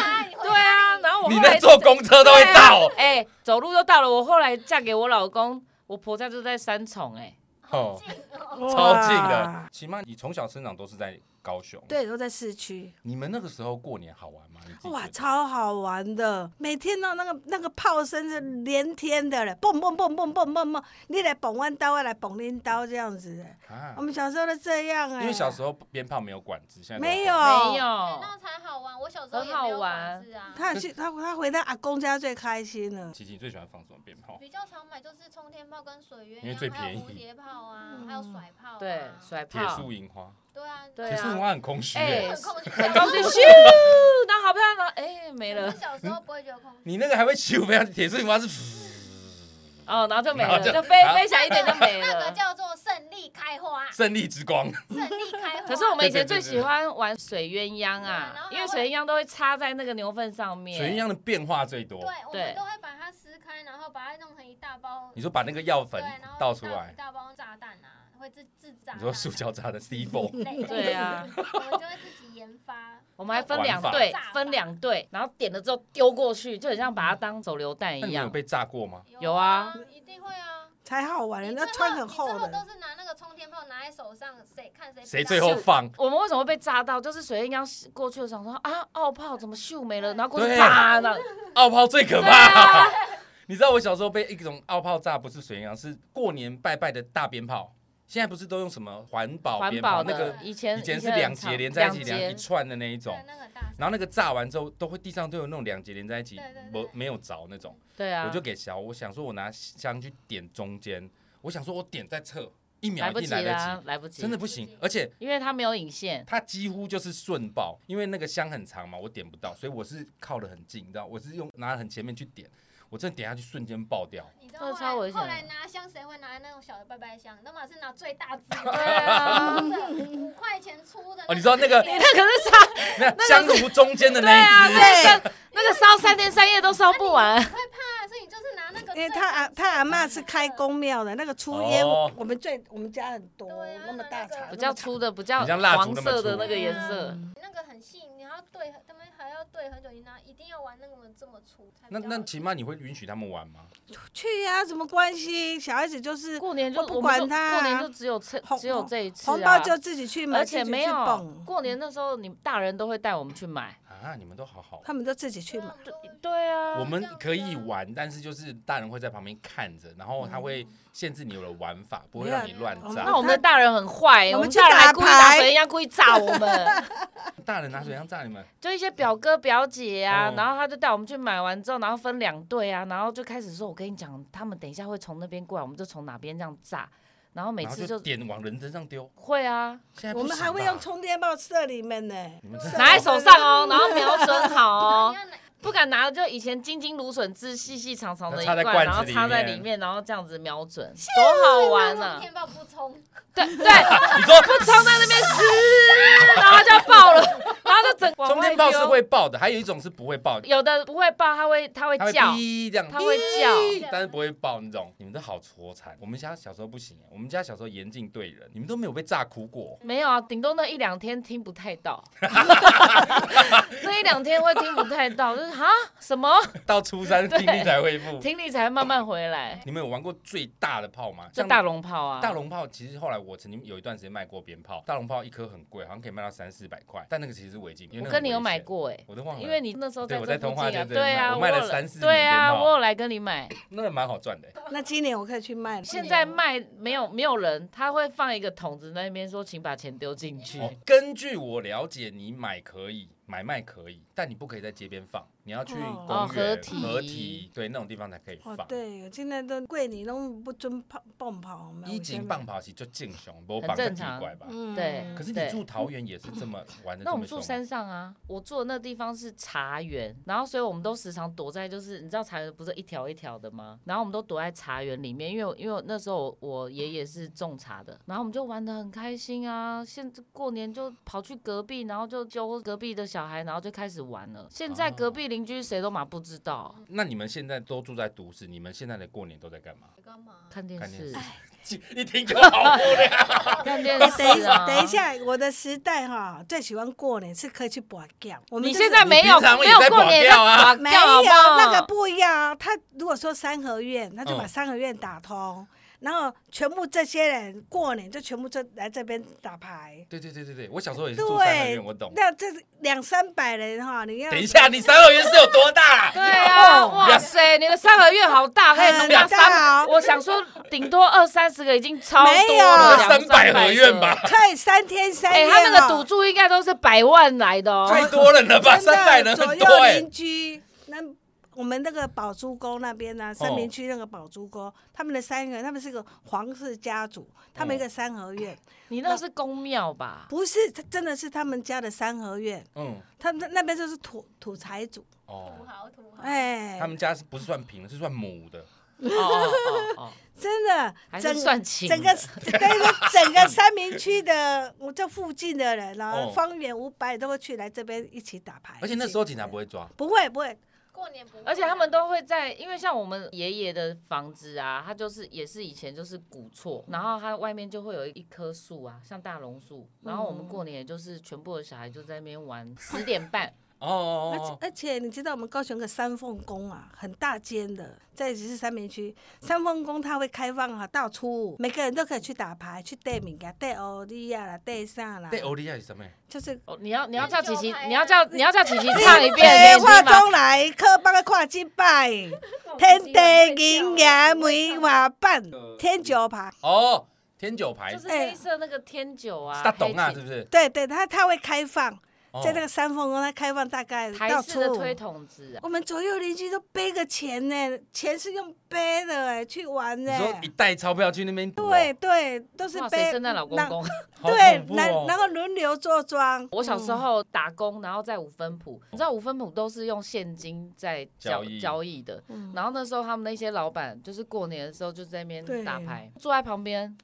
[SPEAKER 2] 对啊，
[SPEAKER 4] 家里
[SPEAKER 2] 然后我
[SPEAKER 1] 你
[SPEAKER 2] 后
[SPEAKER 1] 那
[SPEAKER 2] 来
[SPEAKER 1] 坐公车都会到
[SPEAKER 2] 对啊哎、走路就到了。我后来嫁给我老公，我婆家就在三重、哎。
[SPEAKER 1] 哦，
[SPEAKER 4] 近哦
[SPEAKER 1] 超近的
[SPEAKER 3] 哇。
[SPEAKER 1] 起码你从小生长都是在高雄，
[SPEAKER 3] 对，都在市区，
[SPEAKER 1] 你们那个时候过年好玩吗？你自己觉得
[SPEAKER 3] 哇，超好玩的！每天到那个那个炮声是连天的嘞，蹦蹦蹦蹦蹦蹦蹦，你来蹦弯刀，我来蹦拎刀这样子的。
[SPEAKER 1] 啊
[SPEAKER 3] 我，们小时候都这样哎，
[SPEAKER 1] 因为小时候鞭炮没有管制，现在都管
[SPEAKER 3] 没有
[SPEAKER 2] 没
[SPEAKER 4] 哎
[SPEAKER 2] 有，
[SPEAKER 4] 那才好玩。我小时候也没有管制啊。
[SPEAKER 3] 他去他他回他阿公家最开心了
[SPEAKER 1] 制。。琪琪最喜欢放什么鞭炮？
[SPEAKER 4] 比较常买就是冲天炮跟水鸳
[SPEAKER 1] 因为
[SPEAKER 4] 鸯，
[SPEAKER 1] 最
[SPEAKER 4] 还
[SPEAKER 1] 便宜
[SPEAKER 4] 有蝴蝶炮啊，还有甩炮啊。
[SPEAKER 2] 嗯对，甩
[SPEAKER 1] 铁
[SPEAKER 2] 炮
[SPEAKER 1] 树，银花，
[SPEAKER 4] 对啊，
[SPEAKER 2] 对
[SPEAKER 1] 铁树银
[SPEAKER 2] 啊，
[SPEAKER 1] 花很空虚
[SPEAKER 2] 哎
[SPEAKER 1] 欸，
[SPEAKER 4] 很空虚，
[SPEAKER 2] 很高兴咻，然后好漂亮，然后哎没
[SPEAKER 4] 可
[SPEAKER 1] <laughs>
[SPEAKER 2] 了
[SPEAKER 4] 是，小时候不会觉得空虚，
[SPEAKER 1] 你那个还会起舞，非常铁树银花是
[SPEAKER 2] 哦，然后就没
[SPEAKER 1] 然
[SPEAKER 2] 了，
[SPEAKER 1] 后就
[SPEAKER 2] 就飞
[SPEAKER 1] 然后
[SPEAKER 2] 飞起来一点就没
[SPEAKER 4] 那个
[SPEAKER 1] <laughs>
[SPEAKER 2] 了。
[SPEAKER 4] 叫做胜利开花，
[SPEAKER 1] 胜利之光。
[SPEAKER 4] 胜利
[SPEAKER 2] <laughs>
[SPEAKER 4] 开花。
[SPEAKER 2] 可是我们以
[SPEAKER 1] 对对对对
[SPEAKER 2] 前最喜欢玩水鸳鸯
[SPEAKER 4] 对然后
[SPEAKER 2] 啊
[SPEAKER 4] 还，会
[SPEAKER 2] 因为水鸳鸯都会插在那个牛粪上面。
[SPEAKER 1] 水鸳鸯的变化最多。
[SPEAKER 4] 对，我
[SPEAKER 2] 对
[SPEAKER 4] 们都会把它撕开，然后把它弄成一大包。
[SPEAKER 1] 你说把那个药
[SPEAKER 4] 对，
[SPEAKER 1] 粉
[SPEAKER 4] 然后
[SPEAKER 1] 倒
[SPEAKER 4] 一
[SPEAKER 1] 出
[SPEAKER 4] 大
[SPEAKER 1] 来
[SPEAKER 4] 一，大包炸弹啊，会自自炸弹。
[SPEAKER 1] 你说塑胶炸的 C four，
[SPEAKER 4] 类似
[SPEAKER 2] 对啊，
[SPEAKER 4] 我们就会自己研发。
[SPEAKER 2] 我们还分两
[SPEAKER 1] 玩法
[SPEAKER 2] 队
[SPEAKER 4] 炸，法
[SPEAKER 2] 分两队，然后点了之后丢过去，就很像把它当手榴弹
[SPEAKER 1] 那
[SPEAKER 2] 一
[SPEAKER 1] 你们
[SPEAKER 2] 样
[SPEAKER 1] 有。被炸过吗？
[SPEAKER 2] 有啊，
[SPEAKER 4] 一定会啊。
[SPEAKER 3] 才好玩，
[SPEAKER 4] 你
[SPEAKER 3] 哎那
[SPEAKER 4] 最
[SPEAKER 3] 穿
[SPEAKER 4] 后
[SPEAKER 3] 很厚
[SPEAKER 4] 你最
[SPEAKER 3] 的
[SPEAKER 4] 后。都是拿那个冲天炮拿在手上，谁看谁
[SPEAKER 1] 谁
[SPEAKER 4] 比较
[SPEAKER 1] 最后放？
[SPEAKER 2] 我们为什么会被炸到？就是水鸳鸯过去的时候想说啊，奥炮怎么秀没了，然后过去
[SPEAKER 1] 对
[SPEAKER 2] 啪，然后
[SPEAKER 1] 奥炮最可怕。 <laughs> 你知道我小时候被一种奥炮炸，不是水银枪，是过年拜拜的大鞭炮。现在不是都用什么环保
[SPEAKER 2] 环
[SPEAKER 1] 鞭炮？
[SPEAKER 2] 保
[SPEAKER 1] 那
[SPEAKER 4] 鞭炮
[SPEAKER 1] 个
[SPEAKER 2] 的，以前
[SPEAKER 1] 以前是
[SPEAKER 2] 很
[SPEAKER 1] 两
[SPEAKER 2] 常
[SPEAKER 1] 节连在一起，
[SPEAKER 2] 两
[SPEAKER 1] 两一
[SPEAKER 2] 节
[SPEAKER 1] 串的那一种
[SPEAKER 4] 对。那个大声。
[SPEAKER 1] 然后那个炸完之后，都会地上都有那种两节连在一起
[SPEAKER 4] 对对，对
[SPEAKER 1] 没没有着那种。
[SPEAKER 2] 对啊，
[SPEAKER 1] 我就给小，我想说我拿香去点中间，我想说我点在侧，一秒
[SPEAKER 2] 来
[SPEAKER 1] 一
[SPEAKER 2] 不
[SPEAKER 1] 定
[SPEAKER 2] 及
[SPEAKER 1] 来得
[SPEAKER 2] 啦，来不
[SPEAKER 1] 及，
[SPEAKER 2] 及，
[SPEAKER 1] 真的不行。而且
[SPEAKER 2] 因为它没有
[SPEAKER 1] <laughs>
[SPEAKER 2] 引线，
[SPEAKER 1] 它几乎就是顺爆，因为那个香很长嘛，我点不到，所以我是靠得很近，你知道，我是用拿得很前面去点，我真的点下去瞬间爆掉。
[SPEAKER 4] 你知道
[SPEAKER 2] 这超
[SPEAKER 4] 后
[SPEAKER 2] 危
[SPEAKER 4] 来
[SPEAKER 2] 险的
[SPEAKER 4] 后来拿香谁会拿那种小的拜拜香？那么是拿最大只
[SPEAKER 2] 对
[SPEAKER 1] <laughs>
[SPEAKER 4] 的，
[SPEAKER 2] 啊，
[SPEAKER 4] 五块钱出的。
[SPEAKER 1] 哦你知道
[SPEAKER 4] <laughs>
[SPEAKER 1] 那个
[SPEAKER 4] 你
[SPEAKER 2] 那 <laughs> 可是烧，
[SPEAKER 1] 那香炉中间的
[SPEAKER 2] 对啊，
[SPEAKER 1] 那一只，
[SPEAKER 2] 那个那个烧三天三夜都烧不完，
[SPEAKER 4] 会怕，所以你就是拿那个
[SPEAKER 3] 因
[SPEAKER 4] 最
[SPEAKER 3] 为
[SPEAKER 4] 大只的。
[SPEAKER 3] 他阿他阿妈是开公庙的，那个粗烟
[SPEAKER 1] 哦，
[SPEAKER 3] 我们最我们家很多
[SPEAKER 4] 对啊
[SPEAKER 3] 那么大
[SPEAKER 4] 那个
[SPEAKER 3] 茶，
[SPEAKER 2] 不叫粗的，不叫
[SPEAKER 1] 很像蜡烛
[SPEAKER 2] 黄
[SPEAKER 1] 那么
[SPEAKER 2] 色的
[SPEAKER 1] 粗
[SPEAKER 2] 那个颜色，
[SPEAKER 4] 那个很细，你还要对，他们还要对很久，你拿一定要玩那么这么粗才比
[SPEAKER 1] 那
[SPEAKER 4] 较
[SPEAKER 1] 那起码你会允许他们玩吗？
[SPEAKER 3] 去呀、啊，什么关系？小孩子就是
[SPEAKER 2] 过年就
[SPEAKER 3] 我不
[SPEAKER 2] 我们
[SPEAKER 3] 管
[SPEAKER 2] 就
[SPEAKER 3] 它啊
[SPEAKER 2] 过年就只有这
[SPEAKER 3] 红
[SPEAKER 2] 只有这一次
[SPEAKER 3] 红包
[SPEAKER 2] 啊，
[SPEAKER 3] 就自己去买，
[SPEAKER 2] 而且
[SPEAKER 3] 自己
[SPEAKER 2] 没
[SPEAKER 3] 去
[SPEAKER 2] 有
[SPEAKER 3] 蹦，
[SPEAKER 2] 过年那时候你大人都会带我们去买，
[SPEAKER 1] 啊，你们都好好
[SPEAKER 3] 他。们都自己去
[SPEAKER 4] 对
[SPEAKER 3] 买。
[SPEAKER 4] 我们都
[SPEAKER 2] 对啊，
[SPEAKER 1] 我们可以玩，但是就是大人会在旁边看着，然后他
[SPEAKER 2] 嗯
[SPEAKER 1] 会限制你的玩法，不会让你乱
[SPEAKER 3] 没有
[SPEAKER 2] 啊哦那我
[SPEAKER 1] 炸。
[SPEAKER 2] 们的大人很坏、
[SPEAKER 3] 我们
[SPEAKER 2] 我们
[SPEAKER 3] 去
[SPEAKER 2] 大人
[SPEAKER 3] 打
[SPEAKER 2] 还故意打
[SPEAKER 3] 牌
[SPEAKER 2] 水人家故意炸我们，
[SPEAKER 1] 大人拿水枪炸你们，
[SPEAKER 2] <laughs> 就一些表哥表姐啊，
[SPEAKER 1] 哦
[SPEAKER 2] 然后他就带我们去买完之后，然后分两队啊，然后就开始说，我跟你讲，他们等一下会从那边过来，我们就从哪边这样炸，然后每
[SPEAKER 1] 然后
[SPEAKER 2] 次
[SPEAKER 1] 就
[SPEAKER 2] 就
[SPEAKER 1] 点往人身上丢。
[SPEAKER 2] 会啊，
[SPEAKER 1] 现在不
[SPEAKER 3] 我们
[SPEAKER 1] 行
[SPEAKER 3] 还会用
[SPEAKER 1] 吧
[SPEAKER 3] 充电宝射你们呢、
[SPEAKER 1] 你们这
[SPEAKER 3] 对
[SPEAKER 2] <laughs> 拿在手上哦，然后瞄准好
[SPEAKER 4] 然后 <laughs>
[SPEAKER 2] 哦
[SPEAKER 4] 你，要拿
[SPEAKER 2] 不敢拿就以前金金芦笋汁细细长长的一
[SPEAKER 1] 插在
[SPEAKER 2] 罐，
[SPEAKER 1] 罐
[SPEAKER 2] 然后
[SPEAKER 1] 子里
[SPEAKER 2] 插在
[SPEAKER 1] 面
[SPEAKER 2] 里面，然后这样子瞄准，多好玩
[SPEAKER 4] 充
[SPEAKER 2] 啊！
[SPEAKER 4] 电宝不充，
[SPEAKER 2] 对对，你说不冲在那边撕，然后它就要爆了，然后就整往
[SPEAKER 1] 充
[SPEAKER 2] 外
[SPEAKER 1] 电炮是
[SPEAKER 2] 丢
[SPEAKER 1] 会爆的，还有一种是不会爆的，
[SPEAKER 2] 有的不会爆，它会它会
[SPEAKER 1] 它会
[SPEAKER 2] 叫，
[SPEAKER 1] 哔这样，
[SPEAKER 2] 它会叫
[SPEAKER 1] 哔但是不会爆那种。你们都好挫残，我们家小时候不行，啊我们家小时候严禁对人，你们都没有被炸哭过。
[SPEAKER 2] 没有啊，顶多那一两天听不太到，
[SPEAKER 1] <laughs>
[SPEAKER 2] <laughs> 那一两天会听不太到，就是哈
[SPEAKER 1] <laughs>
[SPEAKER 2] 什么
[SPEAKER 1] 到初三听
[SPEAKER 2] 对
[SPEAKER 1] 力才恢复。
[SPEAKER 2] 听力才慢慢回来，
[SPEAKER 1] 你们有玩过最大的炮吗？
[SPEAKER 2] 就
[SPEAKER 1] 像
[SPEAKER 2] 大龙炮啊，
[SPEAKER 1] 大龙炮其实后来我曾经有一段时间卖过鞭炮，大龙炮一颗很贵，好像可以卖到三四百块，但那个其实是违禁。因为那个
[SPEAKER 2] 我跟你有
[SPEAKER 1] 很危
[SPEAKER 2] 买
[SPEAKER 1] 险，
[SPEAKER 2] 过哎、
[SPEAKER 1] 我都忘了，
[SPEAKER 2] 因为你那时候
[SPEAKER 1] 对
[SPEAKER 2] 在
[SPEAKER 1] 我
[SPEAKER 2] 这
[SPEAKER 1] 在通
[SPEAKER 2] 附
[SPEAKER 1] 化
[SPEAKER 2] 近啊，
[SPEAKER 1] 街这里
[SPEAKER 2] 对啊，
[SPEAKER 1] 卖我卖了
[SPEAKER 2] 有
[SPEAKER 1] 三四
[SPEAKER 2] 对
[SPEAKER 1] 年
[SPEAKER 2] 啊，
[SPEAKER 1] 鞭炮
[SPEAKER 2] 我有来跟你买。
[SPEAKER 1] 那个蛮好赚的。
[SPEAKER 3] 那今年我可以去卖了。
[SPEAKER 2] 现在卖没有没有人，他会放一个桶子那边说，请把钱丢进去。
[SPEAKER 1] 哦根据我了解，你买可以，买卖可以，但你不可以在街边放，你要去
[SPEAKER 3] 哦
[SPEAKER 1] 公园、
[SPEAKER 2] 哦合体
[SPEAKER 1] 合体对那种地方才可以放
[SPEAKER 3] 哦。，对，现在都过年拢不准跑蹦跑，没有
[SPEAKER 1] 一斤
[SPEAKER 3] 现在
[SPEAKER 1] 棒跑其就敬雄，不
[SPEAKER 2] 很
[SPEAKER 1] 棒就
[SPEAKER 2] 正
[SPEAKER 1] 奇
[SPEAKER 2] 常
[SPEAKER 1] 怪吧？
[SPEAKER 3] 嗯
[SPEAKER 2] 对
[SPEAKER 1] 可是你
[SPEAKER 2] 对嗯
[SPEAKER 1] 住桃园也是这么玩的，
[SPEAKER 2] 那我们住山上啊，我住的那地方是茶园，然后所以我们都时常躲在，就是你知道茶园不是一条一条的吗？然后我们都躲在茶园里面，因为我因为我那时候我我爷爷是种茶的，然后我们就玩的很开心啊。现在过年就跑去隔壁，然后就揪隔壁的小孩，然后就开始玩了。现在
[SPEAKER 1] 哦
[SPEAKER 2] 隔壁邻居谁都嘛不知道，啊
[SPEAKER 1] 那你们现在都住在都市，你们现在的过年都在
[SPEAKER 2] <laughs>
[SPEAKER 1] 干嘛？
[SPEAKER 4] 干
[SPEAKER 3] 嗯
[SPEAKER 4] 嘛？
[SPEAKER 2] 看电
[SPEAKER 1] 看电
[SPEAKER 2] 视
[SPEAKER 1] 视，一听就好 <laughs> 无聊。
[SPEAKER 2] 看电
[SPEAKER 3] 哎等一
[SPEAKER 2] 视啊。
[SPEAKER 3] 下，等一，下，我的时代哈，最喜欢过年是可以去拔掉。我们
[SPEAKER 2] 你
[SPEAKER 3] 就是
[SPEAKER 2] 现在没有
[SPEAKER 1] 你平常
[SPEAKER 2] 没
[SPEAKER 1] 也
[SPEAKER 2] 有
[SPEAKER 1] 在
[SPEAKER 2] 过
[SPEAKER 1] 跑
[SPEAKER 2] 年
[SPEAKER 1] 调啊
[SPEAKER 2] 在跑
[SPEAKER 3] 没有
[SPEAKER 2] 调好不好
[SPEAKER 3] 那个不一样啊。他如果说三合院，他就把
[SPEAKER 1] 嗯
[SPEAKER 3] 三合院打通，然后全部这些人过年就全部就来这边打牌。
[SPEAKER 1] 对对对对对，我小时候也是住三合
[SPEAKER 3] 对
[SPEAKER 1] 院，我懂，。
[SPEAKER 3] 那这是两三百人哈，你要
[SPEAKER 1] 等一下，你三合院是有多大
[SPEAKER 2] 对
[SPEAKER 1] 啦？
[SPEAKER 2] 啊，
[SPEAKER 3] 哦
[SPEAKER 2] 哇塞，你的三合院好大，可以容纳
[SPEAKER 3] 很大
[SPEAKER 2] 三
[SPEAKER 3] 哦，
[SPEAKER 2] 我想说顶多二三十个已经超
[SPEAKER 3] 没
[SPEAKER 2] 多
[SPEAKER 3] 有
[SPEAKER 2] 了，
[SPEAKER 1] 那
[SPEAKER 2] 两
[SPEAKER 1] 三百合院吧。
[SPEAKER 3] 可以三天三
[SPEAKER 2] 哎，
[SPEAKER 3] 夜、哦
[SPEAKER 2] 他那个赌注应该都是百万来的哦。
[SPEAKER 1] 太多人了吧，
[SPEAKER 3] 真的
[SPEAKER 1] 三百人
[SPEAKER 3] 左
[SPEAKER 1] 很
[SPEAKER 3] 右
[SPEAKER 1] 多哎、
[SPEAKER 3] 邻居那。我们那个宝珠沟那边
[SPEAKER 1] 哦
[SPEAKER 3] 呢、啊，三明区那个宝珠沟，他们的三个人，他们是个皇室家族，他
[SPEAKER 1] 哦
[SPEAKER 3] 们一个三合院，
[SPEAKER 2] 你那是公庙
[SPEAKER 3] <laughs>
[SPEAKER 2] 吧？
[SPEAKER 3] 不是，他真的是他们家的三合院，
[SPEAKER 1] 嗯，
[SPEAKER 3] 他们那边就是土土财主，
[SPEAKER 4] <laughs> 土
[SPEAKER 1] 哦，
[SPEAKER 4] 豪土豪，
[SPEAKER 3] 哎、
[SPEAKER 1] 他们家是不是算平的，是算母的？
[SPEAKER 2] 哦哦哦哦，
[SPEAKER 3] 真的
[SPEAKER 2] 还是
[SPEAKER 3] 整
[SPEAKER 2] 算亲的
[SPEAKER 3] 整个对对，整个三明区的我这附近的人，然后
[SPEAKER 1] 哦
[SPEAKER 3] 方圆五百都会去来这边一起打牌，
[SPEAKER 1] 而且那时候警察不
[SPEAKER 3] 会，
[SPEAKER 1] 会抓，
[SPEAKER 3] 不会不会，
[SPEAKER 4] 过年不会啊，
[SPEAKER 2] 而且他们都会在，因为像我们爷爷的房子啊，他就是也是以前就是古厝，然后它外面就会有一棵树啊，像大榕树，然后我们过年也就是全部的小孩就在那边玩，十点半。
[SPEAKER 1] 哦哦
[SPEAKER 3] 而
[SPEAKER 1] 哦
[SPEAKER 3] 且
[SPEAKER 1] 哦，
[SPEAKER 3] 而且你知道我们高雄有个三凤宫啊，很大间的，在也是三明区。三凤宫它会开放啊，到初五每个人都可以去打牌、去带名啊、带欧利亚啦、带啥啦，
[SPEAKER 1] 对，哦欧利亚是什么？
[SPEAKER 3] 就是
[SPEAKER 2] 哦，你要你要叫琪琪
[SPEAKER 4] 那就，
[SPEAKER 2] 你要叫你要叫琪琪唱一遍给你
[SPEAKER 3] 话
[SPEAKER 2] 听
[SPEAKER 3] <laughs>
[SPEAKER 2] 吗？
[SPEAKER 3] 中来，科帮个跨几拜，天地银牙梅花瓣，天九牌。
[SPEAKER 1] 哦，天九牌
[SPEAKER 2] 就是黑色那个天酒啊，
[SPEAKER 1] 是大董啊，
[SPEAKER 2] 黑
[SPEAKER 1] 是
[SPEAKER 2] 琴
[SPEAKER 1] 不是？
[SPEAKER 3] 对对，它它会开放。
[SPEAKER 1] 哦
[SPEAKER 3] 在那个三凤宫，它开放大概
[SPEAKER 2] 台
[SPEAKER 3] 到
[SPEAKER 2] 式
[SPEAKER 3] 初
[SPEAKER 2] 的
[SPEAKER 3] 五。
[SPEAKER 2] 推筒子、啊，
[SPEAKER 3] 我们左右邻居都背个钱呢，钱是用背的哎，去玩
[SPEAKER 1] 你
[SPEAKER 3] 呢。
[SPEAKER 1] 说一袋钞票去那边赌哦，
[SPEAKER 3] 对对，都是
[SPEAKER 2] 哇塞，
[SPEAKER 3] 背。
[SPEAKER 2] 圣诞老公
[SPEAKER 3] 那
[SPEAKER 2] 公。
[SPEAKER 1] 好
[SPEAKER 3] 对
[SPEAKER 1] 恐，怖
[SPEAKER 3] 然
[SPEAKER 1] 哦
[SPEAKER 3] 然后轮流坐庄。
[SPEAKER 2] 我小时
[SPEAKER 3] 嗯
[SPEAKER 2] 候打工，然后在五分埔，你知道五分埔都是用现金在
[SPEAKER 1] 交
[SPEAKER 2] 交
[SPEAKER 1] 易
[SPEAKER 2] 交易的。
[SPEAKER 3] 嗯
[SPEAKER 2] 然后那时候他们那些老板，就是过年的时候就在那边
[SPEAKER 3] 对
[SPEAKER 2] 打牌，坐在旁边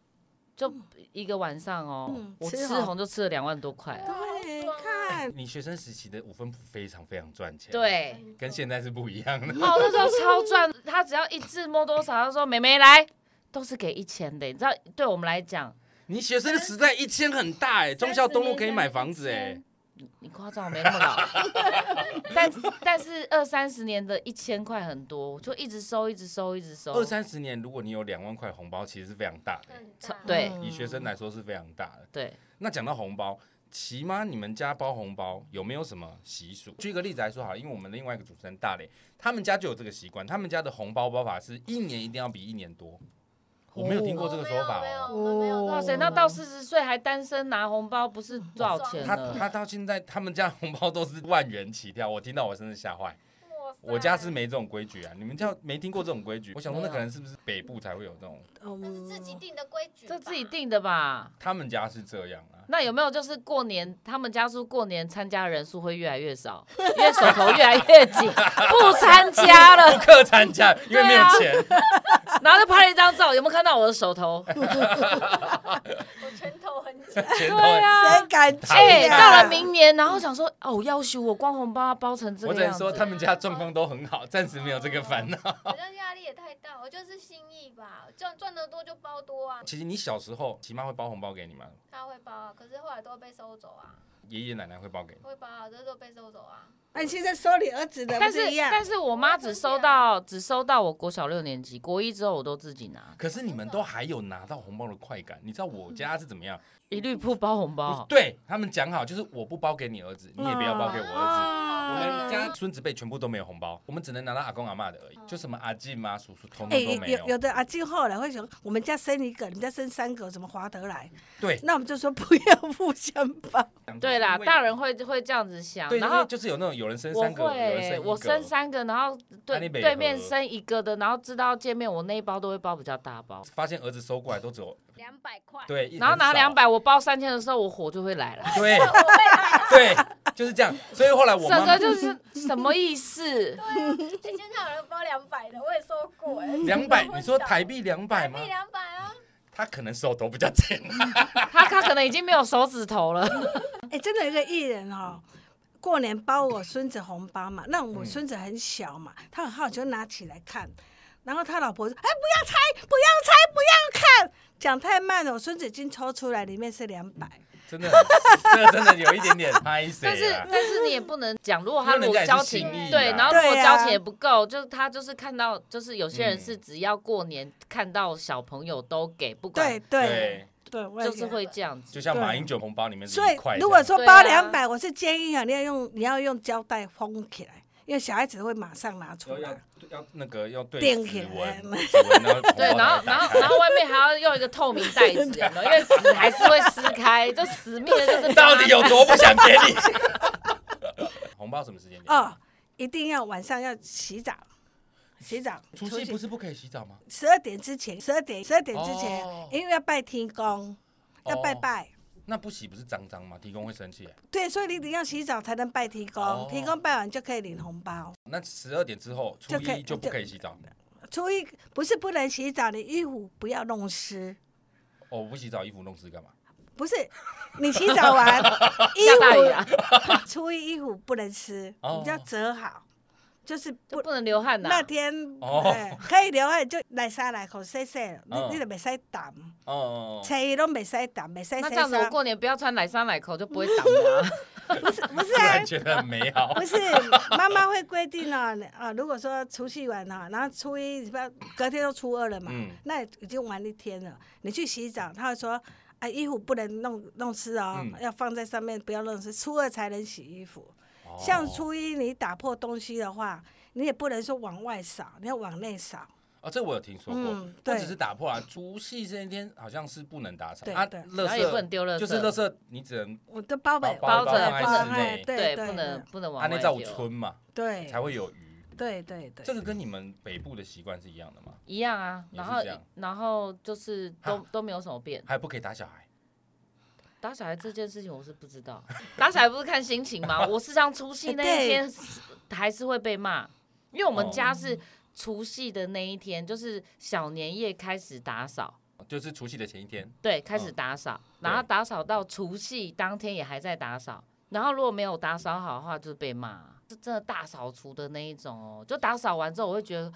[SPEAKER 2] 就一个晚上哦，
[SPEAKER 3] 嗯
[SPEAKER 2] 我
[SPEAKER 3] 吃
[SPEAKER 2] 吃
[SPEAKER 3] 好
[SPEAKER 2] 红就吃了两万多块，
[SPEAKER 3] 对
[SPEAKER 4] 好爽，啊
[SPEAKER 3] 看
[SPEAKER 1] 哎你学生时期的五分埔非常非常赚钱，，
[SPEAKER 2] 对。
[SPEAKER 1] 跟现在是不一样的。 <laughs>
[SPEAKER 2] 哦，那时候超赚，他只要一字摸多少，他说妹妹来，都是给一千的，你知道，对我们来讲，
[SPEAKER 1] 你学生时代一千很大哎，忠孝东路可以买房子哎，
[SPEAKER 2] 你夸张，我没那么
[SPEAKER 3] <laughs>
[SPEAKER 2] 老，但但是二三十年的一千块很多，我就一直收，一直收，一直收，
[SPEAKER 1] 二三十年如果你有两万块红包，其实是非常大的欸，
[SPEAKER 4] 很大
[SPEAKER 2] 对
[SPEAKER 1] 以学生来说是非常大的。
[SPEAKER 2] 对，
[SPEAKER 1] 那讲到红包，齐妈，你们家包红包有没有什么习俗？举一个例子来说好了，因为我们另外一个主持人大磊，他们家就有这个习惯，他们家的红包包法是一年一定要比一年多。我没有听过这个说法
[SPEAKER 4] 没有，
[SPEAKER 1] 哦。
[SPEAKER 4] 没有我们没有这种
[SPEAKER 2] 哇塞，那到四十岁还单身拿红包，不是多少钱
[SPEAKER 1] 他
[SPEAKER 2] 呢？
[SPEAKER 1] 他到现在，他们家红包都是万元起跳，我听到我真是吓坏。
[SPEAKER 4] 哇塞
[SPEAKER 1] 我家是没这种规矩啊，你们家没听过这种规矩？我想说，
[SPEAKER 2] 没
[SPEAKER 1] 那
[SPEAKER 2] 有
[SPEAKER 1] 可能是不是北部才会有这种？
[SPEAKER 4] 那是
[SPEAKER 3] 嗯
[SPEAKER 4] 自
[SPEAKER 3] 哦
[SPEAKER 4] 己定的规矩吧，
[SPEAKER 2] 这自己定的吧？
[SPEAKER 1] 他们家是这样啊。
[SPEAKER 2] 那有没有就是过年，他们家族过年参加人数会越来越少，因为手头越来越紧，不参加
[SPEAKER 1] 不
[SPEAKER 2] 了，
[SPEAKER 1] 客参加，因为没有钱。
[SPEAKER 2] 啊然后就拍了一张照，有没有看到我的手头？
[SPEAKER 4] 我拳头很紧，
[SPEAKER 1] <laughs> 钱都
[SPEAKER 2] 对
[SPEAKER 1] 很
[SPEAKER 2] 啊
[SPEAKER 3] 谁，敢去
[SPEAKER 2] 哎、
[SPEAKER 3] 呀
[SPEAKER 2] 到了明年，然后想说，哦，要求我光红包要包成这
[SPEAKER 1] 我
[SPEAKER 2] 个
[SPEAKER 1] 只能
[SPEAKER 2] 样子，
[SPEAKER 1] 说，他们家状况都很好，暂时没有这个
[SPEAKER 2] <laughs>
[SPEAKER 1] 烦恼。
[SPEAKER 4] 好像压力也太大，我就是心意吧，赚赚得多就包多啊，
[SPEAKER 1] 其实你小时候，齐妈会包红包给你吗？
[SPEAKER 4] 他会包啊，可是后来都被收走啊，
[SPEAKER 1] 爷爷奶奶会包给你。
[SPEAKER 4] 会包啊，这都被收走啊，
[SPEAKER 3] 那你现在收你儿子的，
[SPEAKER 2] 但
[SPEAKER 3] 不是
[SPEAKER 2] 是
[SPEAKER 3] 一样？
[SPEAKER 2] 但是我妈只收到只收到我国小六年级，国一之后我都自己拿，
[SPEAKER 1] 可是你们都还有拿到红包的快感，你知道我家是怎么样？
[SPEAKER 2] 一律不包红
[SPEAKER 1] 不是
[SPEAKER 2] 包。
[SPEAKER 1] 对他们讲好，就是我不包给你儿子，
[SPEAKER 3] 嗯哎
[SPEAKER 1] 你也不要包给我儿子。我
[SPEAKER 2] 嗯
[SPEAKER 3] 啊
[SPEAKER 1] 们家孙子辈全部都没有红包，我们只能拿到阿公阿妈的而已，
[SPEAKER 2] 嗯
[SPEAKER 1] 就什么阿舅啊、叔叔，通
[SPEAKER 3] 哎、
[SPEAKER 1] 通都没
[SPEAKER 3] 有有
[SPEAKER 1] 有。
[SPEAKER 3] 的阿静后来会想，我们家生一个，你们家生三个，怎么划得来？
[SPEAKER 1] 对，
[SPEAKER 3] 那我们就说不要互相帮。
[SPEAKER 2] 对啦，
[SPEAKER 1] 因为
[SPEAKER 2] 大人会会这样子想，
[SPEAKER 1] 对，
[SPEAKER 2] 然
[SPEAKER 1] 因为
[SPEAKER 2] 后
[SPEAKER 1] 就是有那种有人生
[SPEAKER 2] 我
[SPEAKER 1] 三个，有人
[SPEAKER 2] 会
[SPEAKER 1] 生一
[SPEAKER 2] 我生
[SPEAKER 1] 个。
[SPEAKER 2] 三个，然后
[SPEAKER 1] 啊
[SPEAKER 2] 对
[SPEAKER 1] 你北
[SPEAKER 2] 对面
[SPEAKER 1] 河
[SPEAKER 2] 生一个的，然后知道见面我那一包都会包比较大包，
[SPEAKER 1] 发现儿子收过来都只有
[SPEAKER 4] 两百块，
[SPEAKER 1] 对，一
[SPEAKER 2] 然后拿
[SPEAKER 1] 很少
[SPEAKER 2] 两百，我包三千的时候 <laughs> 我火就会来了，
[SPEAKER 1] 对对，就是这样。所以后 <laughs> 来我妈
[SPEAKER 2] 整
[SPEAKER 1] 妈
[SPEAKER 2] 个就是什么意思？
[SPEAKER 4] 哎，现在有人包两百的，我也收过哎，
[SPEAKER 1] <laughs> 两百，你说台币两百
[SPEAKER 4] 台
[SPEAKER 1] 吗
[SPEAKER 4] 币？ <laughs> 两百啊，
[SPEAKER 1] 他可能手头比较紧。啊
[SPEAKER 2] 他他可能已经没有手指头了。
[SPEAKER 3] 哎、真的有一个艺人哦，过年包我孙子红包嘛，那我孙子很小嘛，
[SPEAKER 1] 嗯
[SPEAKER 3] 他很好奇，就拿起来看。然后他老婆说：“哎，不要拆，不要拆，不要看，讲太慢了。我孙子已经抽出来，里面是两百。
[SPEAKER 1] 真的很，这个真的有一点
[SPEAKER 2] <laughs>
[SPEAKER 1] 点拍
[SPEAKER 2] 但是
[SPEAKER 1] 谁啊？
[SPEAKER 2] 但是你也不能讲，如果他
[SPEAKER 1] 因为
[SPEAKER 2] 如
[SPEAKER 1] 人
[SPEAKER 2] 果
[SPEAKER 1] 家也是心
[SPEAKER 2] 交情
[SPEAKER 1] 意
[SPEAKER 2] 对，
[SPEAKER 1] 啦
[SPEAKER 2] 然后如果
[SPEAKER 3] 对
[SPEAKER 2] 交
[SPEAKER 3] 啊
[SPEAKER 2] 情也不够，就是他就是看到，就是有些人
[SPEAKER 1] 嗯
[SPEAKER 2] 是只要过年看到小朋友都给，不
[SPEAKER 3] 对
[SPEAKER 2] 管
[SPEAKER 3] 对，对，我也
[SPEAKER 2] 就是会这样子。
[SPEAKER 1] 就像马英九红包里面的
[SPEAKER 3] 所以
[SPEAKER 1] 一块这样。
[SPEAKER 3] 如果说
[SPEAKER 2] 对
[SPEAKER 3] 包
[SPEAKER 2] 啊
[SPEAKER 3] 两百、我是建议啊，你要用你要用胶带封起来，因为小孩子会马上拿出
[SPEAKER 1] 要
[SPEAKER 3] 来
[SPEAKER 1] 要。要那个要对
[SPEAKER 3] 电
[SPEAKER 1] 指
[SPEAKER 3] 起
[SPEAKER 1] 纹，
[SPEAKER 3] 来
[SPEAKER 1] 指纹然后红
[SPEAKER 2] <laughs> 对，
[SPEAKER 1] 包
[SPEAKER 2] 然后
[SPEAKER 1] 才打
[SPEAKER 2] 然后
[SPEAKER 1] 开
[SPEAKER 2] 然后外面还要用一个透明袋子，有没有？因
[SPEAKER 1] <laughs>
[SPEAKER 2] 为纸还是会撕开，就死命的就是
[SPEAKER 1] 到底有多不想给你？
[SPEAKER 2] <laughs>
[SPEAKER 1] 红包什么时间点？
[SPEAKER 3] 哦，一定要晚上要洗澡，洗澡。
[SPEAKER 1] 除夕不是不可以洗澡吗？
[SPEAKER 3] 十二点之前，十二点十二点之前，
[SPEAKER 1] 哦
[SPEAKER 3] 因为要拜天公，要拜
[SPEAKER 1] 哦
[SPEAKER 3] 拜。
[SPEAKER 1] 那不洗不是脏脏吗？提公会生气耶。啊
[SPEAKER 3] 对，所以你一定要洗澡才能拜天公，
[SPEAKER 1] 哦
[SPEAKER 3] 天公拜完就可以领红包。
[SPEAKER 1] 那十二点之后，初
[SPEAKER 3] 就可
[SPEAKER 1] 一
[SPEAKER 3] 以
[SPEAKER 1] 就不可以洗澡。
[SPEAKER 3] 初一不是不能洗澡，你衣服不要弄湿。
[SPEAKER 1] 哦，我不洗澡，衣服弄湿干嘛？
[SPEAKER 3] 不是，你洗
[SPEAKER 1] <laughs>
[SPEAKER 3] 澡完衣
[SPEAKER 2] 下大雨啊，
[SPEAKER 3] 服，初一衣服不能湿，
[SPEAKER 1] 哦
[SPEAKER 3] 你就要折好，就是
[SPEAKER 2] 就
[SPEAKER 3] 不
[SPEAKER 2] <laughs> 不能流汗呐
[SPEAKER 3] 那。天
[SPEAKER 1] 哦
[SPEAKER 3] 哎可以流汗就来沙来口洗洗，你
[SPEAKER 1] 嗯
[SPEAKER 3] 你就袂使澹，
[SPEAKER 1] 哦，
[SPEAKER 3] 初一拢袂使澹，袂使
[SPEAKER 2] 那
[SPEAKER 3] 洗
[SPEAKER 2] 这样子，我
[SPEAKER 3] 衫。
[SPEAKER 2] 过年不要穿奶衫奶口就不会挡
[SPEAKER 1] <laughs>
[SPEAKER 2] 了啊。
[SPEAKER 3] 不是
[SPEAKER 1] 突
[SPEAKER 3] 啊
[SPEAKER 1] 然，觉得很美好。
[SPEAKER 3] 不是，妈妈会规定哦，啊，如果说除夕晚哈，啊然后初一不要隔天就初二了嘛，
[SPEAKER 1] 嗯
[SPEAKER 3] 那已经玩一天了，你去洗澡，他会说。啊，衣服不能弄弄湿哦，
[SPEAKER 1] 嗯
[SPEAKER 3] 要放在上面，不要弄湿。初二才能洗衣服，
[SPEAKER 1] 哦
[SPEAKER 2] 嗯
[SPEAKER 3] <laughs> 像初一你打破东西的话，你也不能说往外扫，你要往内扫。
[SPEAKER 1] 哦，这我有听说过。
[SPEAKER 3] 嗯，
[SPEAKER 1] 我
[SPEAKER 3] 对
[SPEAKER 1] 只，是打破了除夕这一天好像是不能打扫
[SPEAKER 3] 对
[SPEAKER 1] 啊，
[SPEAKER 3] 对
[SPEAKER 1] 垃
[SPEAKER 2] 然后也不能
[SPEAKER 1] 圾
[SPEAKER 2] 丢垃圾，
[SPEAKER 1] 就是垃圾，你只能
[SPEAKER 3] 我都包北
[SPEAKER 1] 包
[SPEAKER 2] 包着
[SPEAKER 3] 北
[SPEAKER 2] 不能
[SPEAKER 3] 哎对
[SPEAKER 2] 对，
[SPEAKER 3] 对，
[SPEAKER 2] 不能不能往
[SPEAKER 1] 按啊
[SPEAKER 2] 外
[SPEAKER 1] 那照
[SPEAKER 2] 丢。
[SPEAKER 1] 村嘛
[SPEAKER 3] 对
[SPEAKER 1] 才会有鱼。
[SPEAKER 3] 对对对
[SPEAKER 1] 这，个跟你们北部的习惯是一样的吗？
[SPEAKER 2] 一样啊，
[SPEAKER 1] 也是
[SPEAKER 2] 然后
[SPEAKER 1] 这样啊
[SPEAKER 2] 然后就是都都没有什么变。
[SPEAKER 1] 还不可以打小孩，
[SPEAKER 2] 打小孩这件事情我是不知
[SPEAKER 1] <laughs>
[SPEAKER 2] 道，打小孩不是看心情吗？我时常除夕那
[SPEAKER 1] <laughs>
[SPEAKER 2] 一天还是会被骂，因为我们家
[SPEAKER 1] 哦
[SPEAKER 2] 是除夕的那一天，就是小年夜开始打扫，
[SPEAKER 1] 就是除夕的前一天，
[SPEAKER 2] 对，开
[SPEAKER 1] 嗯
[SPEAKER 2] 始打扫，然后打扫到除夕当天也还在打扫，然后如果没有打扫好的话，就是被骂，是真的大扫除的那一种哦。就打扫完之后，我会觉得，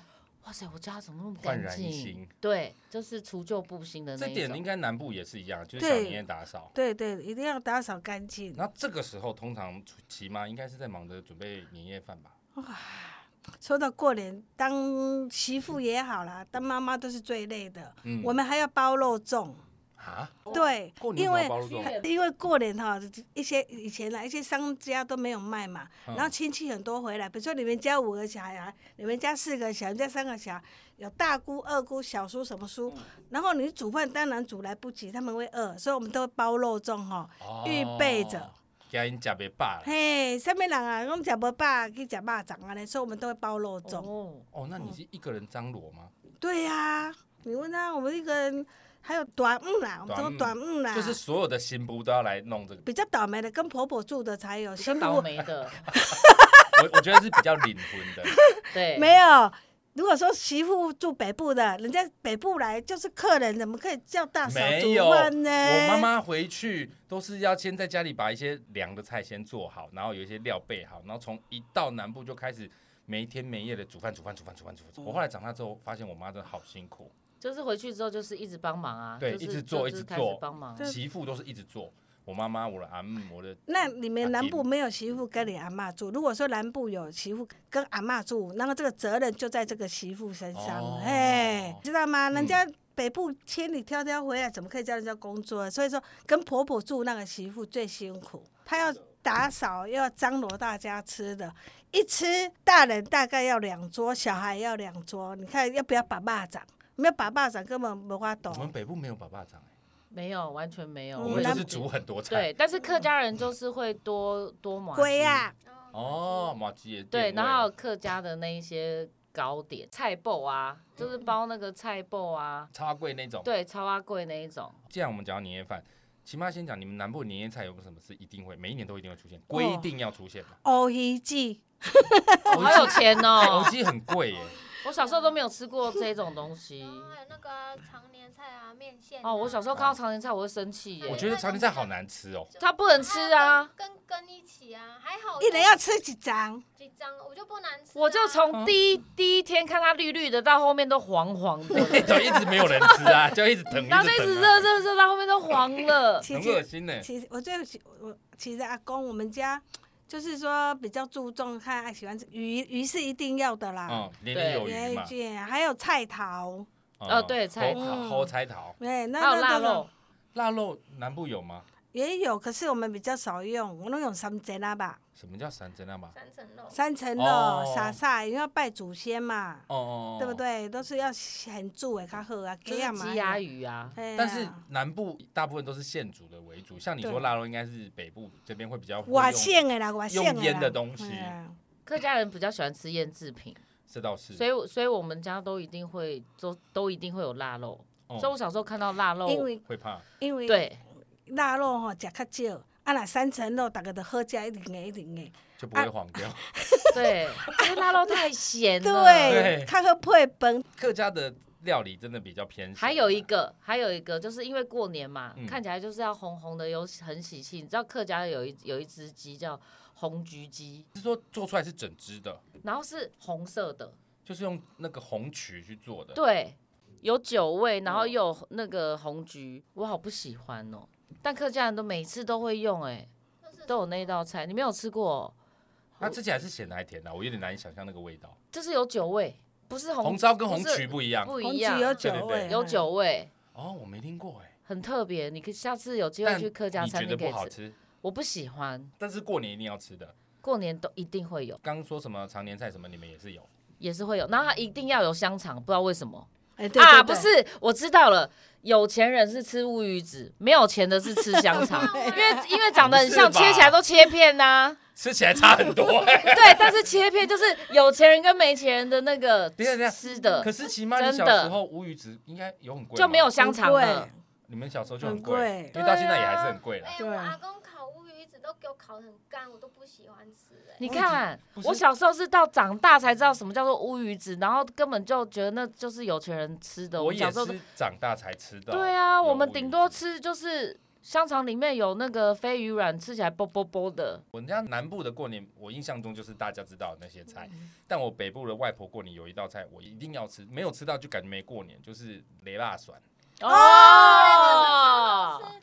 [SPEAKER 2] 哇塞，我家怎么那么
[SPEAKER 1] 焕
[SPEAKER 2] 干
[SPEAKER 1] 然一
[SPEAKER 2] 净
[SPEAKER 1] 新？
[SPEAKER 2] 对，就是除旧布新的那
[SPEAKER 1] 这
[SPEAKER 2] 一
[SPEAKER 1] 点应
[SPEAKER 2] 种。哦
[SPEAKER 1] 该南部也是一样，就是小
[SPEAKER 3] 对
[SPEAKER 1] 年夜打扫。
[SPEAKER 3] 对对，一定要打扫干净。
[SPEAKER 1] 那这个时候通常除骑妈应该是在忙着准备年夜饭吧？
[SPEAKER 3] 说到过年，当媳妇也好啦，当妈妈都是最累的。
[SPEAKER 1] 嗯
[SPEAKER 3] 我们还要包肉粽，
[SPEAKER 1] 啊，
[SPEAKER 3] 对
[SPEAKER 1] 过，年怎
[SPEAKER 3] 因
[SPEAKER 1] 么
[SPEAKER 3] 为
[SPEAKER 1] 包肉粽？
[SPEAKER 3] 因为过年哈，一些以前啦，一些商家都没有卖嘛，
[SPEAKER 1] 嗯
[SPEAKER 3] 然后亲戚很多回来，比如说你们家五个小孩，啊你们家四个小孩，你们家三个小孩，有大姑、二姑、小叔什么叔，
[SPEAKER 1] 嗯
[SPEAKER 3] 然后你煮饭当然煮来不及，他们会饿，所以我们都会包肉粽哈，
[SPEAKER 1] 哦
[SPEAKER 3] 预备着，
[SPEAKER 1] 给因吃袂饱啦。
[SPEAKER 3] 嘿，上面人啊，我们吃不饱去吃肉粽啊嘞，所以我们都会包肉粽。
[SPEAKER 2] 哦，
[SPEAKER 1] 哦，那你是一个人张罗吗？
[SPEAKER 3] 对呀、你问他，我们一个人还有短嗯啦，我们都
[SPEAKER 1] 短
[SPEAKER 3] 短嗯啦，，
[SPEAKER 1] 就是所有的新妇都要来弄这个
[SPEAKER 3] 比较倒霉的，跟婆婆住的才有，
[SPEAKER 2] 比较
[SPEAKER 3] 新
[SPEAKER 2] 倒
[SPEAKER 3] 妇
[SPEAKER 2] 霉
[SPEAKER 1] <laughs>
[SPEAKER 2] 的，
[SPEAKER 1] 我我觉得是比较领魂
[SPEAKER 3] <laughs>
[SPEAKER 1] 的。
[SPEAKER 2] 对，
[SPEAKER 3] 没有。如果说媳妇住北部的，人家北部来就是客人，怎么可以叫大嫂
[SPEAKER 1] 没
[SPEAKER 3] 煮
[SPEAKER 1] 有，
[SPEAKER 3] 饭呢？
[SPEAKER 1] 我妈妈回去都是要先在家里把一些凉的菜先做好，然后有一些料备好，然后从一到南部就开始没天没夜的煮饭、煮饭、煮饭、煮饭、煮饭。我后来长大之后发现，我妈真的好辛苦，
[SPEAKER 2] 就是回去之后就是一直帮忙啊，
[SPEAKER 1] 对
[SPEAKER 2] 就是
[SPEAKER 1] 一直做
[SPEAKER 2] 就是
[SPEAKER 1] 一直
[SPEAKER 2] 开始
[SPEAKER 1] 做
[SPEAKER 2] 帮忙。啊
[SPEAKER 3] 对
[SPEAKER 1] 媳妇都是一直做。我妈妈、我的阿姆、我的
[SPEAKER 3] 那你
[SPEAKER 1] 啊
[SPEAKER 3] 们南部没有媳妇跟你阿嬷住，如果说南部有媳妇跟阿嬷住，那么这个责任就在这个媳妇身
[SPEAKER 1] 哦
[SPEAKER 3] 上，哎、知道吗？
[SPEAKER 1] 嗯
[SPEAKER 3] 人家北部千里迢迢回来，怎么可以叫人家工作？所以说，跟婆婆住那个媳妇最辛苦，她要打扫，又要张罗大家吃的，一吃大人大概要两桌，小孩要两桌，你看要不要把蚂蚱？没有把蚂蚱根本没法懂
[SPEAKER 1] 我。们北部没有爸爸长、欸，
[SPEAKER 2] 没有，完全没有。
[SPEAKER 3] 嗯
[SPEAKER 1] 我们就
[SPEAKER 3] 哦南
[SPEAKER 1] 是
[SPEAKER 3] 部
[SPEAKER 1] 煮很多菜。
[SPEAKER 2] 对，但是客家人就是会多多麻
[SPEAKER 3] 龟
[SPEAKER 2] 呀，
[SPEAKER 3] 啊，
[SPEAKER 4] 然后
[SPEAKER 1] 哦，马吉也
[SPEAKER 2] 对，
[SPEAKER 1] 变味
[SPEAKER 2] 然后客家的那一些糕点、菜爆啊，就是
[SPEAKER 1] 嗯
[SPEAKER 2] 包那个菜爆啊，
[SPEAKER 1] 超贵那种。
[SPEAKER 2] 对，超阿贵那一种。
[SPEAKER 1] 既然我们讲到年夜饭，起码先讲你们南部年夜菜有没有什么是一定会每一年都一定会出现，规定要出现的。
[SPEAKER 3] 欧一季，
[SPEAKER 2] 我好有钱哦
[SPEAKER 1] 手！机很贵耶、
[SPEAKER 2] 我小时候都没有吃过这种东西
[SPEAKER 4] 然。后还有那个啊常年菜啊，面线啊
[SPEAKER 2] 哦，我小时候看到常年菜我会生气耶
[SPEAKER 1] 我。觉得长年菜好难吃哦、
[SPEAKER 2] 它不能吃啊，
[SPEAKER 4] 跟跟一起啊，还好
[SPEAKER 3] 一人要吃几张？
[SPEAKER 4] 几张，我就不难吃啊。
[SPEAKER 2] 我就
[SPEAKER 1] 嗯
[SPEAKER 2] 从第一第一天看它绿绿的，到后面都黄黄的，
[SPEAKER 1] 就一直没有人吃啊，就一直等，一直
[SPEAKER 2] 然后就一直
[SPEAKER 1] 等、啊
[SPEAKER 2] 热，热热到后面都黄了。
[SPEAKER 3] 其
[SPEAKER 1] 很
[SPEAKER 3] 实
[SPEAKER 1] 恶心呢、
[SPEAKER 3] 其实我最喜我其实阿公我们家就是说比较注重看喜欢吃鱼，鱼是一定要的啦。
[SPEAKER 1] 嗯，年年有余嘛。
[SPEAKER 3] 见还有菜桃，
[SPEAKER 1] 嗯
[SPEAKER 2] 哦对菜
[SPEAKER 1] 猴
[SPEAKER 3] 桃
[SPEAKER 1] 猴菜桃，
[SPEAKER 3] 哎， <laughs> 那
[SPEAKER 2] 还有
[SPEAKER 3] 那
[SPEAKER 2] 腊
[SPEAKER 3] 这种
[SPEAKER 2] 肉，
[SPEAKER 1] 腊肉南部有吗？
[SPEAKER 3] 也有，可是我们比较少用，我们用三层啦吧，
[SPEAKER 1] 什么叫山珍腊吧？
[SPEAKER 4] 三层肉，
[SPEAKER 3] 三层
[SPEAKER 1] 哦
[SPEAKER 3] 肉撒撒，因为要拜祖先嘛，
[SPEAKER 1] 哦哦，哦
[SPEAKER 3] 对不？对？都是要很煮的较好啊，
[SPEAKER 2] 就
[SPEAKER 3] 鸡
[SPEAKER 2] 是
[SPEAKER 3] 啊
[SPEAKER 2] 鸡
[SPEAKER 3] 嘛。
[SPEAKER 2] 鸭鱼啊，
[SPEAKER 3] 哎呀
[SPEAKER 1] 但是南部大部分都是现煮的为主，像你说
[SPEAKER 3] 对
[SPEAKER 1] 腊肉应该是北部这边会比较会
[SPEAKER 3] 外
[SPEAKER 1] 用
[SPEAKER 3] 县的啦，外县的啦
[SPEAKER 1] 用腌的东西
[SPEAKER 3] 哎呀
[SPEAKER 2] 客家人比较喜欢吃腌制品，
[SPEAKER 1] 这倒是，
[SPEAKER 2] 所以我所以我们家都一定会都都一定会有腊肉，
[SPEAKER 1] 哦
[SPEAKER 2] 所以我小时候看到腊肉，
[SPEAKER 3] 因为
[SPEAKER 1] 会怕
[SPEAKER 3] 因为
[SPEAKER 2] 对
[SPEAKER 3] 腊肉吼食较少，啊若三层肉，大家都好食一定的一定的。
[SPEAKER 1] 就不会黄掉。
[SPEAKER 2] 对，因为腊肉太咸了。
[SPEAKER 1] 对
[SPEAKER 3] 对，他喝配本，
[SPEAKER 1] 客家的料理真的比较偏咸，啊
[SPEAKER 2] 还有一个，还有一个，就是因为过年嘛，
[SPEAKER 1] 嗯
[SPEAKER 2] 看起来就是要红红的，有很喜气。你知道客家有一有一只鸡叫红菊鸡，
[SPEAKER 1] 是说做出来是整只的，
[SPEAKER 2] 然后是红色的，
[SPEAKER 1] 就是用那个红曲去做的。
[SPEAKER 2] 对，有酒味，然后又有那个红菊，我好不喜欢哦。但客家人都每次都会用、哎，
[SPEAKER 4] 就是，
[SPEAKER 2] 都有那道菜，你没有吃过哦、
[SPEAKER 1] 那吃起来是咸的还是甜的啊？我有点难以想象那个味道。
[SPEAKER 2] 就是有酒味，不是红
[SPEAKER 1] 红烧跟红
[SPEAKER 2] 不是
[SPEAKER 1] 曲不一样
[SPEAKER 2] 不
[SPEAKER 3] 红
[SPEAKER 2] 一
[SPEAKER 3] 曲
[SPEAKER 2] 样，
[SPEAKER 3] 有
[SPEAKER 1] 对
[SPEAKER 3] 酒
[SPEAKER 1] 对
[SPEAKER 3] 味，哎
[SPEAKER 2] 有酒味，
[SPEAKER 1] 哦，我没听过哎。
[SPEAKER 2] 很特别。你可以下次有机会
[SPEAKER 1] 但
[SPEAKER 2] 去客家
[SPEAKER 1] 你觉
[SPEAKER 2] 餐
[SPEAKER 1] 得
[SPEAKER 2] 厅可
[SPEAKER 1] 不
[SPEAKER 2] 以
[SPEAKER 1] 好
[SPEAKER 2] 吃，
[SPEAKER 1] 吃，
[SPEAKER 2] 我不喜欢，
[SPEAKER 1] 但是过年一定要吃的。
[SPEAKER 2] 过年都一定会有，
[SPEAKER 1] 刚刚说什么常年菜什么，你们也是有
[SPEAKER 2] 也是会有，然后他一定要有香肠，不知道为什么
[SPEAKER 3] 哎，对
[SPEAKER 2] 啊？
[SPEAKER 3] 对
[SPEAKER 2] 不
[SPEAKER 3] 对，
[SPEAKER 2] 是，我知道了，有钱人是吃乌鱼子，没有钱的是吃香
[SPEAKER 3] <laughs>
[SPEAKER 2] 肠
[SPEAKER 4] 因
[SPEAKER 2] 因
[SPEAKER 4] <laughs>
[SPEAKER 2] 为因为长得很像，
[SPEAKER 1] <laughs> 不是吧
[SPEAKER 2] 切起来都切片呐、
[SPEAKER 1] 吃起来差很多、欸。
[SPEAKER 2] <laughs> 对，但是切片就是有钱人跟没钱人的那个
[SPEAKER 1] 等一下等一下
[SPEAKER 2] 吃的
[SPEAKER 1] 啊可是起码你小
[SPEAKER 2] 真的
[SPEAKER 1] 时候无鱼子应该有很贵，
[SPEAKER 2] 就没有，香肠了
[SPEAKER 3] 很贵。
[SPEAKER 1] 你们小时候就
[SPEAKER 3] 很
[SPEAKER 1] 贵
[SPEAKER 3] 贵，
[SPEAKER 1] 因为到现在也还是很贵啦。
[SPEAKER 4] 哎、我阿公烤乌鱼子都给我烤得很干，我都不喜欢吃、哎，
[SPEAKER 2] 你看
[SPEAKER 1] 不，是
[SPEAKER 2] 我小时候是到长大才知道什么叫做乌鱼子，然后根本就觉得那就是有钱人吃啊的。我
[SPEAKER 1] 我
[SPEAKER 2] 们小
[SPEAKER 1] 也
[SPEAKER 2] 时候都
[SPEAKER 1] 是长大才吃到。
[SPEAKER 2] 对啊，
[SPEAKER 1] 有
[SPEAKER 2] 我们
[SPEAKER 1] 乌鱼
[SPEAKER 2] 顶
[SPEAKER 1] 子
[SPEAKER 2] 多吃就是香肠里面有那个鲱鱼卵，吃起来啵啵啵的。
[SPEAKER 1] 我家南部的过年，我印象中就是大家知道的那些菜，
[SPEAKER 2] 嗯
[SPEAKER 1] 但我北部的外婆过年有一道菜我一定要吃，没有吃到就感觉没过年，就是雷辣蒜。
[SPEAKER 2] 哦，
[SPEAKER 4] 吃的。嗯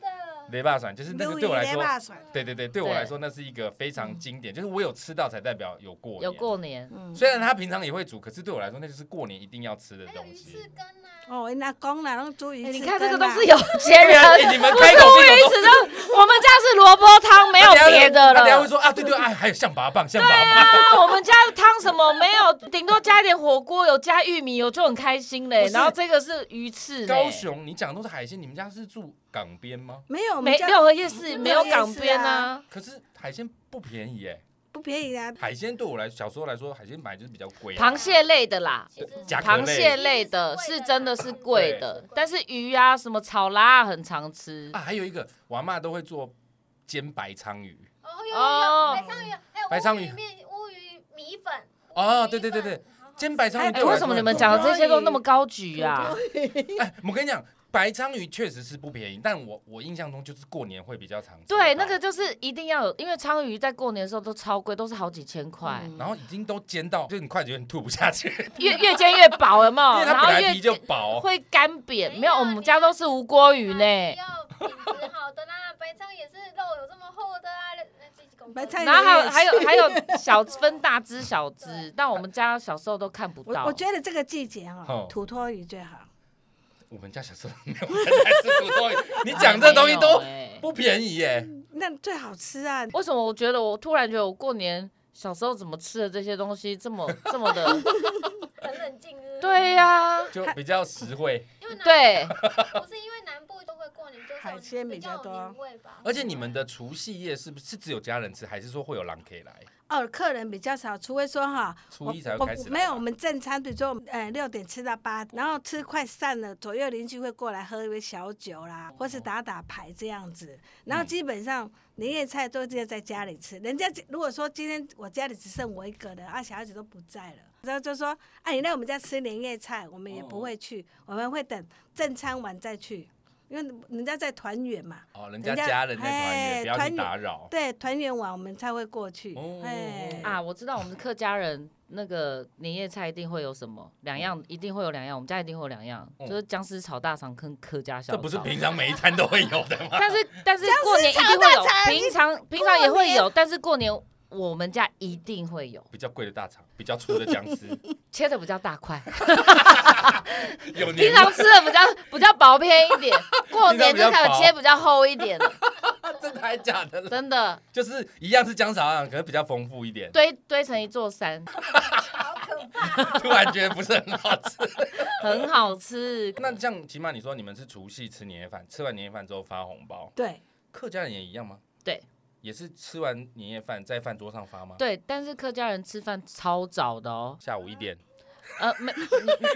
[SPEAKER 1] 雷霸蒜就是那个
[SPEAKER 3] 榴
[SPEAKER 1] 对我来
[SPEAKER 3] 莲
[SPEAKER 1] 说，
[SPEAKER 3] 辣蒜
[SPEAKER 1] 对对对，对我
[SPEAKER 2] 对
[SPEAKER 1] 来说那是一个非常经典，就是我有吃到才代表有过年。
[SPEAKER 2] 嗯有过年，
[SPEAKER 3] 嗯，
[SPEAKER 1] 虽然他平常也会煮，可是对我来说那就是过年一定要吃的
[SPEAKER 4] 还有
[SPEAKER 1] 东
[SPEAKER 4] 鱼
[SPEAKER 1] 西。
[SPEAKER 4] 翅羹啊，
[SPEAKER 3] 哦，人家讲啦，拢煮鱼
[SPEAKER 2] 哎你
[SPEAKER 3] 翅羹
[SPEAKER 2] 看这个
[SPEAKER 3] 啦
[SPEAKER 2] 都是有钱
[SPEAKER 1] 对
[SPEAKER 2] 人。
[SPEAKER 1] 啊，哎你们
[SPEAKER 2] 不
[SPEAKER 1] 开
[SPEAKER 2] 是
[SPEAKER 1] 口
[SPEAKER 2] 乌
[SPEAKER 1] 闭
[SPEAKER 2] 鱼
[SPEAKER 1] 口
[SPEAKER 2] 子
[SPEAKER 1] 都。
[SPEAKER 2] 就我们家是萝卜汤，没有别的
[SPEAKER 1] 他等一下会
[SPEAKER 2] 了。
[SPEAKER 1] 说啊，对对哎，还有象拔蚌，象拔蚌，
[SPEAKER 2] 啊，我们家汤什么没有，顶多加一点火锅，有加玉米，我就很开心嘞
[SPEAKER 1] 不。是
[SPEAKER 2] 然后这个是鱼翅嘞，
[SPEAKER 1] 高雄，你讲的都是海鲜，你们家是住港边吗？
[SPEAKER 3] <laughs> 没有，我们
[SPEAKER 2] 没
[SPEAKER 3] 家
[SPEAKER 2] 六合夜市没有
[SPEAKER 3] 六合夜市
[SPEAKER 2] 港边啊，
[SPEAKER 1] 可是海鲜不便宜哎，
[SPEAKER 3] 不便宜啊，
[SPEAKER 1] 海鲜对我来小时候来说，海鲜买就是比较贵啊。
[SPEAKER 2] 螃蟹类的啦。
[SPEAKER 4] 其实
[SPEAKER 1] 甲壳
[SPEAKER 2] 螃蟹类的
[SPEAKER 4] 其
[SPEAKER 2] 是
[SPEAKER 4] 实是贵的啦
[SPEAKER 2] 真的是贵的
[SPEAKER 4] 对，
[SPEAKER 2] 但是鱼啊什么草啦啊很常吃
[SPEAKER 1] 啊，。还有一个我阿妈都会做煎白鲳鱼。
[SPEAKER 4] 哦，有
[SPEAKER 2] 哦
[SPEAKER 4] 有白鲳鱼，还有
[SPEAKER 1] 白鲳鱼
[SPEAKER 4] 乌鱼面乌鱼米粉。
[SPEAKER 1] 哦
[SPEAKER 4] 乌鱼米粉
[SPEAKER 1] 对对对对，
[SPEAKER 4] 好好吃
[SPEAKER 1] 煎白鲳鱼
[SPEAKER 2] 哎，
[SPEAKER 1] 对我来说很贵、
[SPEAKER 2] 为什么你们讲的这些都那么高举啊？
[SPEAKER 1] 哎，我跟你讲，白鲳鱼确实是不便宜，但我我印象中就是过年会比较常吃到。
[SPEAKER 2] 对，那个就是一定要有，因为鲳鱼在过年的时候都超贵，都是好几千块，
[SPEAKER 1] 然后已经都煎到，就是你快觉得你吐不下去， <laughs> 因
[SPEAKER 2] 越越煎越薄，有没有？
[SPEAKER 1] 为
[SPEAKER 2] 哦然
[SPEAKER 1] 它
[SPEAKER 2] 后
[SPEAKER 1] 本来
[SPEAKER 2] 越
[SPEAKER 1] 皮就薄。
[SPEAKER 2] 会干瘪，
[SPEAKER 4] 没
[SPEAKER 2] 没有，
[SPEAKER 4] 有
[SPEAKER 2] 我们
[SPEAKER 4] 你
[SPEAKER 2] 家都是无锅鱼呢。
[SPEAKER 4] 要品质好的啦，白鲳也是肉有这么厚的啊，那这几公
[SPEAKER 3] 白
[SPEAKER 4] 分
[SPEAKER 3] 鲳
[SPEAKER 2] 然后还有还
[SPEAKER 3] 太
[SPEAKER 2] 有还有小分大只小只，但我们家小时候都看不
[SPEAKER 3] 我
[SPEAKER 2] 到
[SPEAKER 3] 我。觉得这个季节
[SPEAKER 1] 哦
[SPEAKER 3] 哦，土托鱼最好。
[SPEAKER 1] 我们家小时候没有在吃土豆鱼，
[SPEAKER 2] <laughs>
[SPEAKER 1] 你讲这东西都
[SPEAKER 2] 没有欸
[SPEAKER 1] 不便宜耶。
[SPEAKER 3] 那最好吃啊！
[SPEAKER 2] 为什么？我觉得我突然觉得我过年小时候怎么吃的这些东西这 <laughs> 么这么的？
[SPEAKER 4] 很冷静是不是
[SPEAKER 2] 对呀、
[SPEAKER 1] 就比较实惠，
[SPEAKER 4] 因为南
[SPEAKER 2] 对，
[SPEAKER 4] 不是因为南部都会过年，就是有
[SPEAKER 3] 海鲜比
[SPEAKER 4] 比较
[SPEAKER 3] 较
[SPEAKER 4] 有
[SPEAKER 3] 多
[SPEAKER 4] 年味吧。
[SPEAKER 1] 而且你们的除夕夜是不是是只有家人吃，还是说会有狼可以来？
[SPEAKER 3] 哦，客人比较少，除非说哈，
[SPEAKER 1] 初
[SPEAKER 3] 我
[SPEAKER 1] 一才会
[SPEAKER 3] 我
[SPEAKER 1] 开始来吧
[SPEAKER 3] 哦没有，我们正餐，比如说我们呃六点吃到八，然后吃快散了，左右邻居会过来喝一杯小酒啦，或是打打牌这样子。然后
[SPEAKER 1] 嗯
[SPEAKER 3] 基本上年夜菜都是在家里吃。人家如果说今天我家里只剩我一个人，啊，小孩子都不在了，然后就说，哎、你来我们家吃年夜菜，我们也不
[SPEAKER 1] 哦
[SPEAKER 3] 会去，我们会等正餐完再去，因为人家在团圆嘛。
[SPEAKER 1] 哦，人家
[SPEAKER 3] 人家
[SPEAKER 1] 家人在团圆，
[SPEAKER 3] 哎
[SPEAKER 1] 不要
[SPEAKER 3] 团
[SPEAKER 1] 去
[SPEAKER 3] 圆
[SPEAKER 1] 打扰。
[SPEAKER 3] 对，团圆晚我们才会过去
[SPEAKER 1] 哦。
[SPEAKER 3] 哎、
[SPEAKER 2] 啊，我知道我们客家人那个年夜菜一定会有什么两样，一定会有两样，我们家一定会有两样，
[SPEAKER 1] 嗯
[SPEAKER 2] 就是姜丝炒大肠跟客家小
[SPEAKER 1] 这
[SPEAKER 2] 炒。
[SPEAKER 1] 不是平常每一餐都会有的吗？
[SPEAKER 2] 但
[SPEAKER 3] <laughs>
[SPEAKER 2] 是但是过年一定会有
[SPEAKER 3] 姜丝炒大，肠
[SPEAKER 2] 平常平常也
[SPEAKER 3] 过
[SPEAKER 2] 会
[SPEAKER 3] 年
[SPEAKER 2] 有，但是过年我们家一定会有，
[SPEAKER 1] <laughs> 比较贵的大肠，比较粗的姜丝，
[SPEAKER 2] 切的比较大块。
[SPEAKER 1] <laughs> 有年
[SPEAKER 2] 平
[SPEAKER 1] 味
[SPEAKER 2] 常吃的比较比较薄片一
[SPEAKER 1] <laughs>
[SPEAKER 2] 点，过年就开
[SPEAKER 1] 平常比较薄
[SPEAKER 2] 始切比较厚一点了，
[SPEAKER 1] <laughs> 真的还假的啦？
[SPEAKER 2] 真的
[SPEAKER 1] 就是一样是姜茶，可能比较丰富一点。
[SPEAKER 2] 堆堆成一座山，
[SPEAKER 4] 好可怕，
[SPEAKER 1] 突然觉得不是很好吃。 <laughs>
[SPEAKER 2] 很好吃。
[SPEAKER 1] 那像起码你说你们是除夕吃年夜饭，吃完年夜饭之后发红包，
[SPEAKER 3] 对，
[SPEAKER 1] 客家人也一样吗？
[SPEAKER 2] 对，
[SPEAKER 1] 也是吃完年夜饭在饭桌上发吗？，
[SPEAKER 2] 对，但是客家人吃饭超早的哦，
[SPEAKER 1] 下午一点。
[SPEAKER 2] 呃，
[SPEAKER 1] <laughs>
[SPEAKER 2] 没，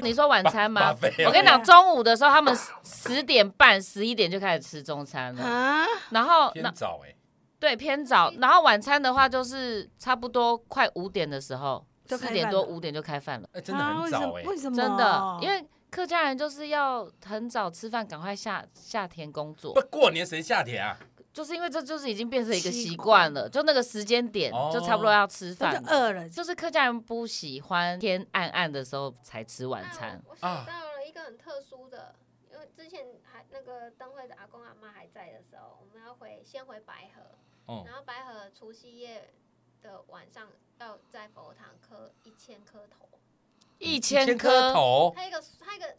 [SPEAKER 2] 你你说晚餐吗？
[SPEAKER 1] 巴菲啊
[SPEAKER 2] 我跟你讲，中午的时候他们十点半、十一点就开始吃中餐了，
[SPEAKER 3] 啊。
[SPEAKER 2] 然后
[SPEAKER 1] 偏
[SPEAKER 2] 那
[SPEAKER 1] 早哎、
[SPEAKER 2] 对偏早，然后晚餐的话就是差不多快五点的时候，
[SPEAKER 3] 就
[SPEAKER 2] 四
[SPEAKER 3] 开
[SPEAKER 2] 点
[SPEAKER 3] 饭
[SPEAKER 2] 多
[SPEAKER 3] 了
[SPEAKER 2] 五点就开饭了，
[SPEAKER 1] 哎、真的很早哎、
[SPEAKER 3] 啊为什么？为什
[SPEAKER 2] 真
[SPEAKER 3] 么
[SPEAKER 2] 的，因为客家人就是要很早吃饭，赶快下下田工作。
[SPEAKER 1] 不过年谁下田啊？
[SPEAKER 2] 就是因为这就是已经变成一个习惯了，就那个时间点
[SPEAKER 1] 哦
[SPEAKER 2] 就差不多要吃
[SPEAKER 3] 他
[SPEAKER 2] 饭了。
[SPEAKER 3] 就饿了，
[SPEAKER 2] 就是客家人不喜欢天暗暗的时候才吃晚餐
[SPEAKER 4] 啊，我想到了一个很特殊的，因为之前还那个灯会的阿公阿妈还在的时候，我们要回先回白河，
[SPEAKER 1] 哦，
[SPEAKER 4] 然后白河除夕夜的晚上要在佛堂磕一千颗头，
[SPEAKER 2] 一千
[SPEAKER 1] 千颗
[SPEAKER 2] 颗。
[SPEAKER 1] 头。
[SPEAKER 4] 它一个它一个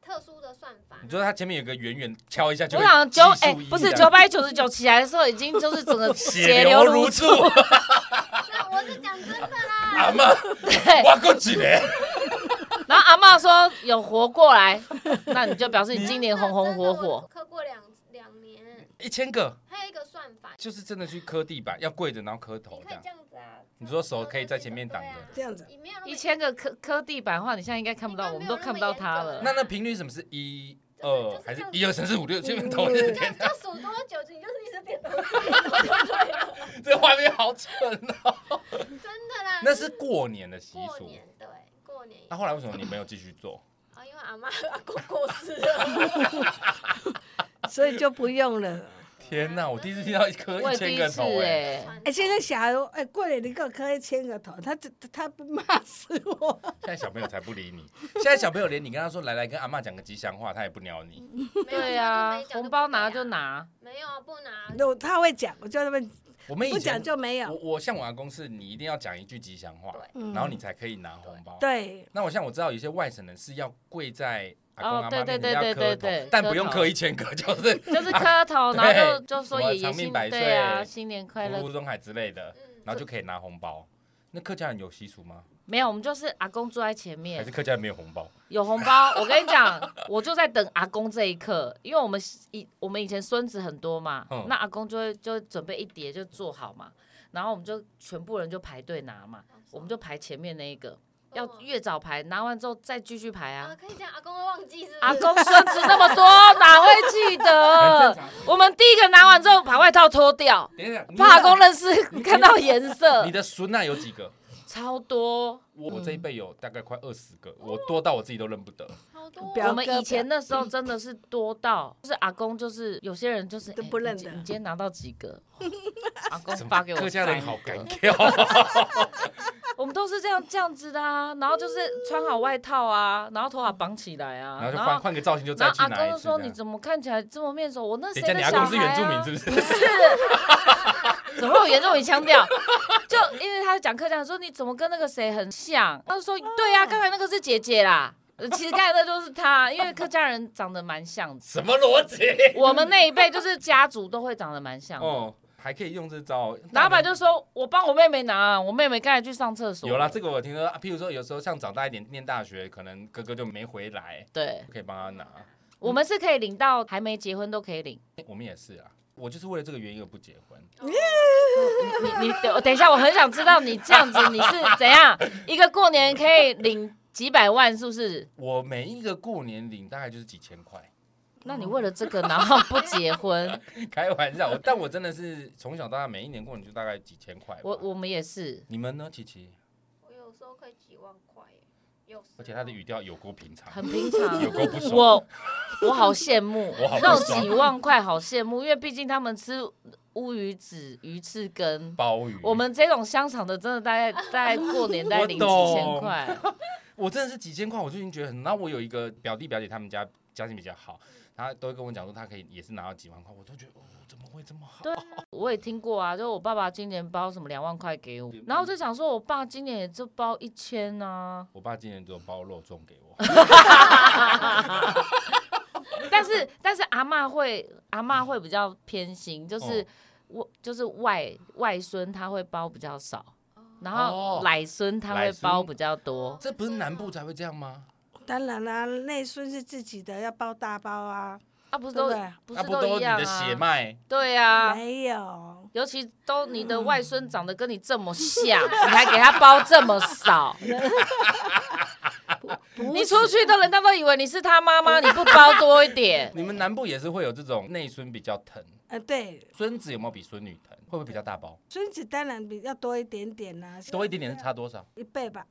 [SPEAKER 4] 特殊的算法。
[SPEAKER 1] 哦你说它前面有个圆圆，敲一下就
[SPEAKER 2] 我
[SPEAKER 1] 会
[SPEAKER 2] 想九
[SPEAKER 1] 计
[SPEAKER 2] 哎、
[SPEAKER 1] 数一
[SPEAKER 2] 不是
[SPEAKER 1] 这
[SPEAKER 2] 九
[SPEAKER 1] 样
[SPEAKER 2] 百九十九起来的时候，已经就是整个
[SPEAKER 1] 血流如
[SPEAKER 2] 如
[SPEAKER 1] 注。
[SPEAKER 4] 那我只是讲真的啦，
[SPEAKER 1] <laughs> 阿妈，
[SPEAKER 2] <laughs> 对，
[SPEAKER 1] 我够几年？
[SPEAKER 2] 然后阿嬷说有活过来，那你就表示你今年红红火火。
[SPEAKER 4] 磕过两两年，
[SPEAKER 1] 一千个，
[SPEAKER 4] 还有一个算法，
[SPEAKER 1] 就是真的去磕地板，要跪着然后磕头
[SPEAKER 4] 你可
[SPEAKER 1] 这
[SPEAKER 4] 以
[SPEAKER 1] 样
[SPEAKER 4] 这。样子啊。
[SPEAKER 1] 你说手可以在前面挡着
[SPEAKER 4] 对啊
[SPEAKER 3] 这样子
[SPEAKER 4] 你没有那么
[SPEAKER 2] 一千个磕磕地板的话，你现在应该看不到，我们都看不到他了。
[SPEAKER 1] 那那频率什么是一
[SPEAKER 4] 就是
[SPEAKER 1] 二
[SPEAKER 4] 就是
[SPEAKER 1] 还是
[SPEAKER 4] 这样
[SPEAKER 1] 一二三四五六七八
[SPEAKER 3] 嗯
[SPEAKER 1] 九十？
[SPEAKER 4] 这样子要数多久，你就是一直
[SPEAKER 2] <laughs>
[SPEAKER 4] 点头，
[SPEAKER 1] 这画面好蠢
[SPEAKER 4] <laughs>
[SPEAKER 1] 哦！
[SPEAKER 4] 真的啦。
[SPEAKER 1] 那是过年的习
[SPEAKER 4] 过
[SPEAKER 1] 俗。
[SPEAKER 4] 年对，过年。
[SPEAKER 1] 那后来为什么你没有继续
[SPEAKER 4] <laughs>
[SPEAKER 1] 做？
[SPEAKER 4] 啊，因为阿妈阿公过世了。
[SPEAKER 1] 啊
[SPEAKER 3] 所以就不用了。
[SPEAKER 1] <laughs> 天哪，我第一次听
[SPEAKER 4] <laughs>
[SPEAKER 1] 到一颗
[SPEAKER 2] 我
[SPEAKER 1] 一
[SPEAKER 2] 也第
[SPEAKER 1] 千
[SPEAKER 2] 一
[SPEAKER 1] 个
[SPEAKER 2] 次
[SPEAKER 1] 头哎、
[SPEAKER 2] 哎、
[SPEAKER 4] 传统
[SPEAKER 3] 哎、现在小孩，哎、过年你给我磕一千个头，他他他不骂死
[SPEAKER 1] <laughs>
[SPEAKER 3] 我。
[SPEAKER 1] 现在小朋友才不理你，现在小朋友连你跟他说来来跟阿妈讲个吉祥话，他也不鸟你。
[SPEAKER 2] 对啊，红包拿就。拿，
[SPEAKER 4] 没有啊，不拿。
[SPEAKER 3] 我他会讲，我就那么
[SPEAKER 1] 我们以
[SPEAKER 3] 不讲
[SPEAKER 1] 前
[SPEAKER 3] 就没
[SPEAKER 1] 我
[SPEAKER 3] 有。
[SPEAKER 1] 我像我阿公是，你一定要讲一句吉祥话，
[SPEAKER 4] 对，
[SPEAKER 3] 嗯
[SPEAKER 1] 哦然后你才可以拿红包。
[SPEAKER 3] 对，
[SPEAKER 1] 那我像我知道有些外省人是要跪在阿公
[SPEAKER 2] 哦
[SPEAKER 1] 阿妈
[SPEAKER 2] 对
[SPEAKER 1] 面前
[SPEAKER 2] 对
[SPEAKER 1] 要
[SPEAKER 2] 对
[SPEAKER 1] 磕
[SPEAKER 2] 对
[SPEAKER 1] 头
[SPEAKER 2] 对对，
[SPEAKER 1] 但不用
[SPEAKER 2] 磕头
[SPEAKER 1] 磕一千个， <laughs> 就是
[SPEAKER 2] 就是
[SPEAKER 1] <laughs>
[SPEAKER 2] 磕头，然后就就说
[SPEAKER 1] 什么
[SPEAKER 2] 爷爷
[SPEAKER 1] 长命
[SPEAKER 2] 新
[SPEAKER 1] 百岁
[SPEAKER 2] 对啊，新年 <laughs> 快
[SPEAKER 1] 福
[SPEAKER 2] 乐
[SPEAKER 1] 如。东海之类
[SPEAKER 2] <laughs>
[SPEAKER 1] 的，
[SPEAKER 4] 嗯，
[SPEAKER 1] 然后就可以拿红包。那客家人有习俗吗？
[SPEAKER 2] 没有，我们就是阿公坐在前
[SPEAKER 1] 还
[SPEAKER 2] 面
[SPEAKER 1] 是，客家人没有红包？
[SPEAKER 2] 有红包。我跟
[SPEAKER 1] <laughs>
[SPEAKER 2] 你讲，我就在等阿公这一刻，因为我们以我们以前孙子很多嘛，
[SPEAKER 1] 嗯
[SPEAKER 2] 那阿公就会就会准备一叠就做好嘛，然后我们就全部人就排队拿嘛，我们就排前面那一个，
[SPEAKER 3] 嗯
[SPEAKER 2] 要越早排，拿完之后再继续排
[SPEAKER 4] 啊，
[SPEAKER 2] 啊。
[SPEAKER 4] 可以这样，阿公会忘记
[SPEAKER 3] 啊
[SPEAKER 4] 是不是？
[SPEAKER 2] 阿公孙子那么多，哪会记
[SPEAKER 1] 哎
[SPEAKER 2] 得？我们第一个拿完之后，把外套脱掉，
[SPEAKER 1] 等一下，你
[SPEAKER 2] 怕阿公认识，看到颜色
[SPEAKER 1] 你，的孙啊有几个？
[SPEAKER 2] 超多。
[SPEAKER 1] 我我这一
[SPEAKER 2] 嗯
[SPEAKER 1] 辈有大概快二十个，我多到我自己都认不得。
[SPEAKER 4] 好多
[SPEAKER 3] 表
[SPEAKER 2] 我
[SPEAKER 4] 哦。
[SPEAKER 2] 们以前那时候真的是多到，就是阿公就是有些人就是
[SPEAKER 3] 都
[SPEAKER 2] 哎
[SPEAKER 3] 不认
[SPEAKER 2] 你今
[SPEAKER 3] 得
[SPEAKER 2] 你今天拿到几
[SPEAKER 3] <laughs>
[SPEAKER 2] 个？阿公发给我
[SPEAKER 1] 客家人
[SPEAKER 2] 三
[SPEAKER 1] 好
[SPEAKER 2] 个 <laughs>
[SPEAKER 1] 敢跳，
[SPEAKER 2] 我们都是这样这样子的啊，然后就是穿好外套啊，然后头发绑起来啊，
[SPEAKER 1] 然后就
[SPEAKER 2] 然
[SPEAKER 1] 换
[SPEAKER 2] 后
[SPEAKER 1] 换个造型就再
[SPEAKER 2] 然后
[SPEAKER 1] 去
[SPEAKER 2] 阿
[SPEAKER 1] 拿
[SPEAKER 2] 公
[SPEAKER 1] 一
[SPEAKER 2] 就
[SPEAKER 1] 次
[SPEAKER 2] 说
[SPEAKER 1] 这
[SPEAKER 2] 你
[SPEAKER 1] 样。
[SPEAKER 2] 怎么看起来这么面熟？我那
[SPEAKER 1] 等
[SPEAKER 2] 谁
[SPEAKER 1] 一下，
[SPEAKER 2] 的
[SPEAKER 1] 你阿
[SPEAKER 2] 小
[SPEAKER 1] 公是
[SPEAKER 2] 孩
[SPEAKER 1] 原住民
[SPEAKER 2] 啊？
[SPEAKER 1] 是
[SPEAKER 2] <laughs>
[SPEAKER 1] 不是？
[SPEAKER 2] 怎么会有原住民腔调？就因为他讲客家人说你怎么跟那个谁很像，他就说对
[SPEAKER 1] 哦
[SPEAKER 2] 呀、刚才那个是姐姐啦，呃其实刚才那就是他，因为客家人长得蛮像的。
[SPEAKER 1] 什么逻辑？
[SPEAKER 2] 我们那一辈就是家族都会长得蛮像的。
[SPEAKER 1] 哦，还可以用这招。
[SPEAKER 2] 老板就说：“我帮我妹妹拿，我妹妹刚才去上厕所。”
[SPEAKER 1] 有啦，这个我听说，啊譬如说有时候像长大一点念大学，可能哥哥就没回来，
[SPEAKER 2] 对，
[SPEAKER 1] 可以帮他拿。
[SPEAKER 2] 我们是可以领到还没结婚都可以领。
[SPEAKER 1] 我们也是啊，我就是为了这个原因而不结婚。
[SPEAKER 2] 你你等等一下，我很想知道你这样子你是怎样一个过年可以领几百万，是不是？
[SPEAKER 1] 我每一个过年领大概就是几千块， <laughs>
[SPEAKER 2] 那你为了这个然后不结婚，
[SPEAKER 1] 开玩笑，我但我真的是从小到大每一年过年就大概几千块吧。
[SPEAKER 2] 我我们也是。
[SPEAKER 1] 你们呢，琪琪？
[SPEAKER 4] 我有时候可以几万块耶，有时候。
[SPEAKER 1] 而且他的语调有够平常，
[SPEAKER 2] 很平常，
[SPEAKER 1] 啊有够不爽
[SPEAKER 2] 我我好羡慕，
[SPEAKER 1] 我好不
[SPEAKER 2] 那种
[SPEAKER 1] 爽
[SPEAKER 2] 几万块好羡慕，因为毕竟他们吃乌鱼子、鱼翅根，
[SPEAKER 1] 鲍鱼。
[SPEAKER 2] 我们这种香肠的真的大概大概过年大概领
[SPEAKER 1] 我
[SPEAKER 2] 几
[SPEAKER 1] 懂
[SPEAKER 2] 千块，
[SPEAKER 1] 我真的是几千块，我就已经觉得很。那我有一个表弟表姐，他们家家境比较好，他都会跟我讲说他可以也是拿到几万块，我都觉得哦，怎么会这么好？
[SPEAKER 2] 对啊，我也听过啊，就我爸爸今年包什么两万块给
[SPEAKER 1] 嗯
[SPEAKER 2] 我，然后我就想说我爸今年也就包一
[SPEAKER 1] <laughs>
[SPEAKER 2] 千啊，
[SPEAKER 1] 我爸今年只有包肉粽给我，
[SPEAKER 2] 但是但是阿嬷会阿嬷会比较偏心，就是
[SPEAKER 1] 哦
[SPEAKER 2] 我就是外外孙他会包比较少。然
[SPEAKER 1] 哦
[SPEAKER 2] 后奶孙他
[SPEAKER 1] 奶
[SPEAKER 2] 会
[SPEAKER 1] 孙
[SPEAKER 2] 包比较多，
[SPEAKER 1] 这不是南部才会这样吗？
[SPEAKER 3] 当然啦、内孙是自己的，要包大包啊。
[SPEAKER 2] 啊，不是都
[SPEAKER 3] 对
[SPEAKER 2] 不
[SPEAKER 3] 不对
[SPEAKER 1] 那
[SPEAKER 2] 是
[SPEAKER 1] 不都
[SPEAKER 2] 一
[SPEAKER 1] 你
[SPEAKER 2] 样
[SPEAKER 1] 的血
[SPEAKER 2] 啊？
[SPEAKER 1] 脉？，
[SPEAKER 2] 对啊，
[SPEAKER 3] 没有，
[SPEAKER 2] 尤其都你的外孙长得跟你这么
[SPEAKER 3] 嗯
[SPEAKER 2] 像，你还给他包这么少，
[SPEAKER 3] <laughs> 不
[SPEAKER 2] 你
[SPEAKER 3] 是
[SPEAKER 2] 出去都人家都以为你是他妈妈，你不包多一点
[SPEAKER 1] <laughs> 你们南部也是会有这种内孙比较疼，
[SPEAKER 3] 呃，对，
[SPEAKER 1] 孙子有没有比孙女疼？会不会比较大包？
[SPEAKER 3] 孙子当然比较多一点点啦、
[SPEAKER 1] 多一点点是差多少？
[SPEAKER 3] 一倍吧。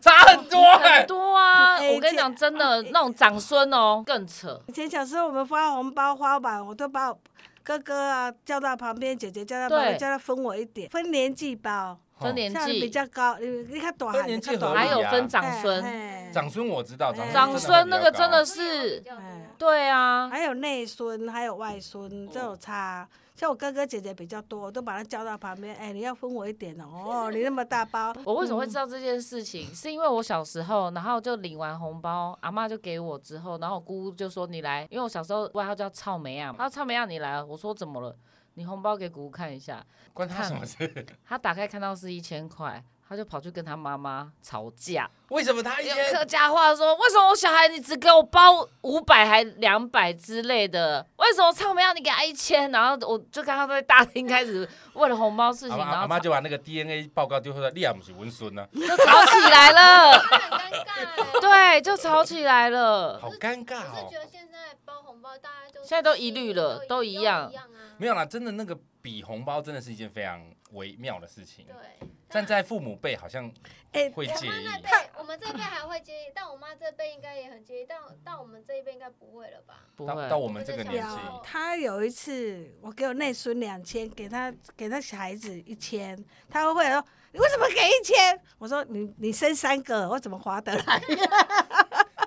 [SPEAKER 1] 差很多哎、
[SPEAKER 2] 很多啊！
[SPEAKER 3] 哎
[SPEAKER 2] 我跟你讲，真的那种长孙哦更扯，
[SPEAKER 3] 以前小时候我们发红包花吧，我都把我哥哥啊叫到旁边，姐姐叫到旁边，
[SPEAKER 2] 对
[SPEAKER 3] 叫他分我一点，分年纪包，
[SPEAKER 2] 分年
[SPEAKER 3] 像你比
[SPEAKER 2] 纪，
[SPEAKER 3] 较高，你呃你看短
[SPEAKER 1] 分
[SPEAKER 3] 还
[SPEAKER 1] 年
[SPEAKER 3] 你
[SPEAKER 1] 纪
[SPEAKER 3] 看短
[SPEAKER 1] 哦合
[SPEAKER 2] 还
[SPEAKER 1] 理
[SPEAKER 2] 有
[SPEAKER 1] 啊
[SPEAKER 2] 分长孙，
[SPEAKER 3] 哎
[SPEAKER 1] 长孙我知道，长
[SPEAKER 3] 长
[SPEAKER 2] 孙那个真的
[SPEAKER 1] 是
[SPEAKER 2] 是
[SPEAKER 4] 比较
[SPEAKER 3] 哎
[SPEAKER 4] 多。
[SPEAKER 2] 对啊，
[SPEAKER 3] 还有内孙，还有外孙，这有
[SPEAKER 1] 哦
[SPEAKER 3] 差。像我哥哥姐姐比较多，我都把他叫到旁边，哎，你要分我一点哦，
[SPEAKER 2] <laughs>
[SPEAKER 3] 哦，你那么大包，
[SPEAKER 2] 我为什
[SPEAKER 1] 嗯
[SPEAKER 2] 么会知道这件事情？是因为我小时候，然后就领完红包，阿妈就给我之后，然后我姑姑就说你来，因为我小时候外号叫草莓啊，她说草莓啊你来了，我说怎么了？你红包给姑姑看一下。
[SPEAKER 1] 关他什么事？
[SPEAKER 2] 他打开看到是一千块，他就跑去跟他妈妈吵架，
[SPEAKER 1] 为什么他一
[SPEAKER 2] <laughs> 用
[SPEAKER 1] 天
[SPEAKER 2] 客家话说：“为什么我小孩你只给我包五百还两百之类的？为什么唱不要你给他一千？”然后我就看他在大厅开始为了红包事
[SPEAKER 1] 阿
[SPEAKER 2] 情，
[SPEAKER 1] 妈
[SPEAKER 2] 然
[SPEAKER 1] 阿
[SPEAKER 2] 后
[SPEAKER 1] 妈
[SPEAKER 2] 吵
[SPEAKER 1] 就把那个 DNA 报告丢出来，你也不是文孙呐，
[SPEAKER 2] 就吵起来了。 <laughs>
[SPEAKER 4] 很
[SPEAKER 1] <laughs>
[SPEAKER 4] 尴尬。，欸
[SPEAKER 1] 哦
[SPEAKER 2] 对，就吵起来了。
[SPEAKER 1] 好尴尬
[SPEAKER 4] 我是
[SPEAKER 1] 哦
[SPEAKER 4] 觉。得现在包红包大家就
[SPEAKER 2] 现在都一律了
[SPEAKER 4] 都
[SPEAKER 2] 都
[SPEAKER 4] 一
[SPEAKER 2] 一样
[SPEAKER 4] 都一样啊。
[SPEAKER 1] 没有啦，真的那个比红包真的是一件非常微妙的事情。
[SPEAKER 4] 对，
[SPEAKER 1] 站在父母辈好像
[SPEAKER 3] 哎
[SPEAKER 1] 会
[SPEAKER 4] 我
[SPEAKER 1] 介
[SPEAKER 4] 妈
[SPEAKER 1] 意，
[SPEAKER 4] 那辈，我们这辈还会介意，但我妈这辈应该也很介意，但但我们这一辈应该不会了吧？
[SPEAKER 2] 不
[SPEAKER 1] 到到
[SPEAKER 2] 会，
[SPEAKER 1] 我们这个年纪，
[SPEAKER 3] 有，他有一次，我给我内孙两千，给他给他小孩子一千，他会说你为什么给一千？我说你你生三个，我怎么划得来？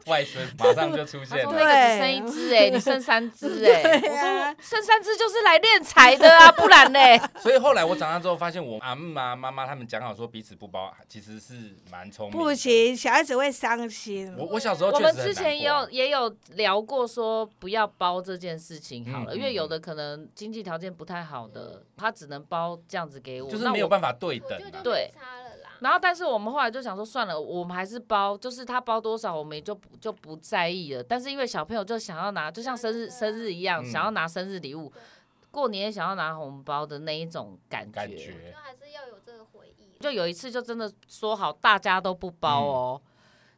[SPEAKER 1] 外孙马上就出
[SPEAKER 2] 他
[SPEAKER 1] 现
[SPEAKER 3] <laughs>
[SPEAKER 2] 说
[SPEAKER 1] 了。
[SPEAKER 2] 那个只剩一只哎、你剩三 <laughs> 只哎、
[SPEAKER 3] 对啊
[SPEAKER 2] 我说剩三只就是来练财的啊，不然呢？ <laughs>
[SPEAKER 1] 所以后来我长大之后发现，我阿姆啊、妈妈他们讲好说彼此不包，其实是蛮聪明。
[SPEAKER 3] 不，行，小孩子会伤心。
[SPEAKER 1] 我我小时候
[SPEAKER 2] 我
[SPEAKER 1] 确
[SPEAKER 2] 们
[SPEAKER 1] 实很
[SPEAKER 2] 之前也
[SPEAKER 1] 难过啊
[SPEAKER 2] 有也有聊过说不要包这件事情好了，
[SPEAKER 1] 嗯
[SPEAKER 2] 因为有的可能经济条件不太好的，他只能包这样子给我，
[SPEAKER 1] 就是
[SPEAKER 2] 那
[SPEAKER 1] 没有
[SPEAKER 2] 我
[SPEAKER 1] 办法对
[SPEAKER 4] 我
[SPEAKER 1] 等
[SPEAKER 4] 觉
[SPEAKER 1] 啊
[SPEAKER 4] 得。就
[SPEAKER 2] 对
[SPEAKER 4] 没差了啦。
[SPEAKER 2] 然后，但是我们后来就想说，算了，我们还是包，就是他包多少，我们也就不就不在意了。但是因为小朋友就想要拿，就像生日
[SPEAKER 4] 对啊
[SPEAKER 2] 生日一样，
[SPEAKER 1] 嗯
[SPEAKER 2] 想要拿生日礼物，过年也想要拿红包的那一种感觉。
[SPEAKER 1] 感
[SPEAKER 4] 就
[SPEAKER 1] 觉
[SPEAKER 4] 还是要有这个回忆。
[SPEAKER 2] 就有一次就真的说好大家都不包哦。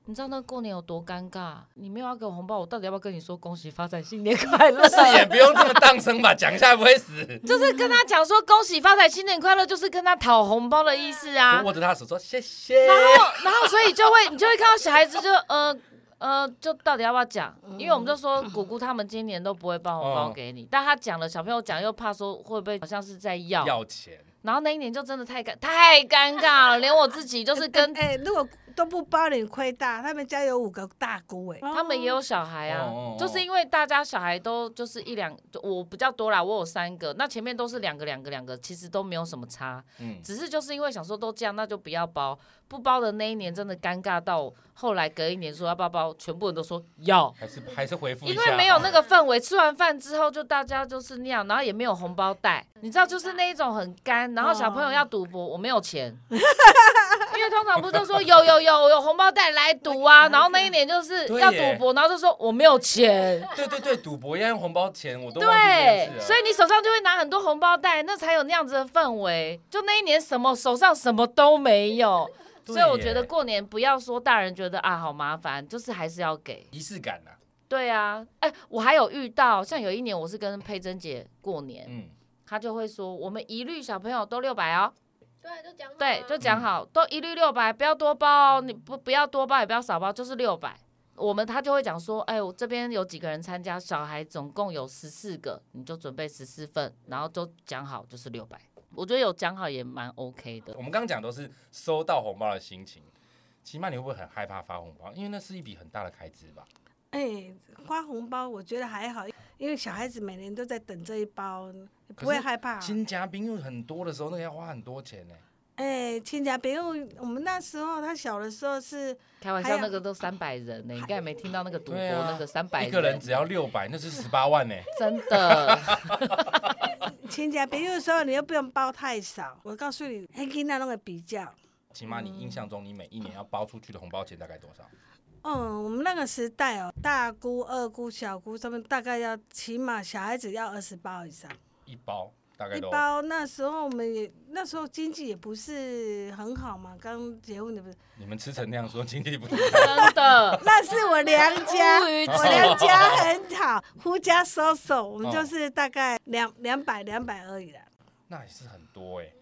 [SPEAKER 2] 你知道那过年有多尴尬？你没有要给我红包，我到底要不要跟你说恭喜发财、新年快 <laughs> 乐？
[SPEAKER 1] 是也不用这么当声吧，讲一下不会死。
[SPEAKER 2] 就是跟他讲说恭喜发财、新年快乐，就是跟他讨红包的意思 <laughs> <laughs> 啊。
[SPEAKER 1] 就握着他的手说谢谢。
[SPEAKER 2] 然后，然后，所以就会你就会看到小孩子就呃呃，就到底要不要讲？因为我们就说姑姑他们今年都不会包红包给你，但他讲了，小朋友讲又怕说会不会好像是在要，
[SPEAKER 1] 要钱，
[SPEAKER 2] 然后那一年就真的太尴太尴尬了，连我自己就是跟
[SPEAKER 3] 哎、如果都不包你亏大，他们家有五个大姑哎、
[SPEAKER 2] 他们也有小孩啊
[SPEAKER 1] 哦哦哦，
[SPEAKER 2] 就是因为大家小孩都就是一两，我比较多啦，我有三个，那前面都是两个两个两个，其实都没有什么差。
[SPEAKER 1] 嗯，
[SPEAKER 2] 只是就是因为想说都这样，那就不要包。不包的那一年真的尴尬到，后来隔一年说要不要包，全部人都说要，
[SPEAKER 1] 还是还是回复一
[SPEAKER 2] 因
[SPEAKER 1] 下，
[SPEAKER 2] 为没有那个氛围。吃完饭之后就大家就是那样，然后也没有红包袋，你知道就是那一种很干。然后小朋友要赌博，我没
[SPEAKER 1] <laughs>
[SPEAKER 2] 有钱，因为通常不是都说有有有我有红包袋来
[SPEAKER 1] <laughs>
[SPEAKER 2] 赌啊，然后那一年就是
[SPEAKER 1] 对耶
[SPEAKER 2] 要赌博，然后就说我没有
[SPEAKER 1] <laughs>
[SPEAKER 2] 钱。
[SPEAKER 1] 对对对，赌博要用红包钱，我都忘记这件事
[SPEAKER 2] 对，
[SPEAKER 1] 了啊
[SPEAKER 2] 所以你手上就会拿很多红包袋，那才有那样子的氛围。就那一年什么手上什么都没有，
[SPEAKER 1] 对
[SPEAKER 2] 所以我觉得
[SPEAKER 1] 耶
[SPEAKER 2] 过年不要说大人觉得啊好麻烦，就是还是要给。
[SPEAKER 1] 仪式感呐，
[SPEAKER 2] 对啊，哎、我还有遇到，像有一年我是跟佩珍姐过年，
[SPEAKER 1] 嗯，
[SPEAKER 2] 她就会说我们一律小朋友都六百哦，
[SPEAKER 4] 对，就讲好啊
[SPEAKER 2] 对，就
[SPEAKER 1] 嗯
[SPEAKER 2] 讲好，都一律六百，不要多包哦，你不不要多包也不要少包，就是六百。我们他就会讲说，哎，我这边有几个人参加，小孩总共有十四个，你就准备十四份，然后就讲好就是六百。我觉得有讲好也蛮 OK 的
[SPEAKER 1] 我，们刚刚讲都是收到红包的心情。起码你会不会很害怕发红包？因为那是一笔很大的开支吧。
[SPEAKER 3] 哎、花红包我觉得还好，因为小孩子每年都在等这一包，不会害怕。
[SPEAKER 1] 新嘉宾又很多的时候，那个要花很多钱呢、
[SPEAKER 3] 哎，亲家，别用我们那时候他小的时候是，
[SPEAKER 2] 开玩
[SPEAKER 3] 还
[SPEAKER 2] 笑
[SPEAKER 3] 有
[SPEAKER 2] 那个都三百人呢、你刚才没听到那个赌博
[SPEAKER 1] 对啊
[SPEAKER 2] 那个三百
[SPEAKER 1] 一个人只要六百，那是十八万呢、
[SPEAKER 2] 真的，
[SPEAKER 3] 亲家，别用的时候你又不用包太少。我告诉你，黑金那种的比较，
[SPEAKER 1] 起码你印象中，你每一年要包出去的红包钱大概多少？
[SPEAKER 3] 嗯，我们那个时代哦，大姑、二姑、小姑他们大概要起码小孩子要二十包以上。
[SPEAKER 1] 一包大概
[SPEAKER 3] 一
[SPEAKER 1] 都
[SPEAKER 3] 包那时候我们也那时候经济也不是很好嘛，刚结婚的不是，
[SPEAKER 1] 你们吃成那样说，经济不是
[SPEAKER 2] 真
[SPEAKER 3] <laughs>
[SPEAKER 2] 的，
[SPEAKER 3] 那是我娘家，
[SPEAKER 2] 乌鱼子
[SPEAKER 3] 我
[SPEAKER 1] <laughs>
[SPEAKER 3] 娘家很好，夫家收手，我们
[SPEAKER 1] 哦
[SPEAKER 3] 就是大概两两百两百而已啦。
[SPEAKER 1] 那也是很多哎、
[SPEAKER 4] 嗯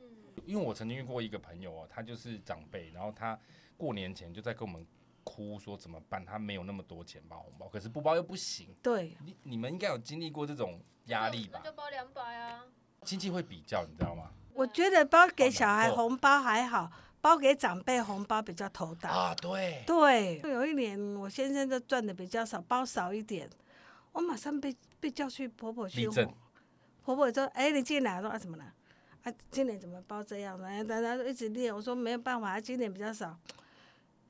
[SPEAKER 1] 因为我曾经遇过一个朋友哦，他就是长辈，然后他过年前就在跟我们哭说怎么办，他没有那么多钱包红包，可是不包又不行。
[SPEAKER 3] 对，
[SPEAKER 1] 你你们应该有经历过这种压力
[SPEAKER 4] 那
[SPEAKER 1] 吧
[SPEAKER 4] 就？包两百啊。
[SPEAKER 1] 经济会比较，你知道吗？
[SPEAKER 3] 我觉得包给
[SPEAKER 1] 好难
[SPEAKER 3] 小孩
[SPEAKER 1] 过
[SPEAKER 3] 红包还好，包给长辈红包比较头大。
[SPEAKER 1] 啊，对，
[SPEAKER 3] 对，有一年我先生就赚的比较少，包少一点，我马上被被叫去婆婆去
[SPEAKER 1] 立正
[SPEAKER 3] 哄。婆婆说：“哎、你进来。”我说：“啊，怎么了？啊，今年怎么包这样呢？”哎然后然后一直念，我说：“没有办法，今年比较少，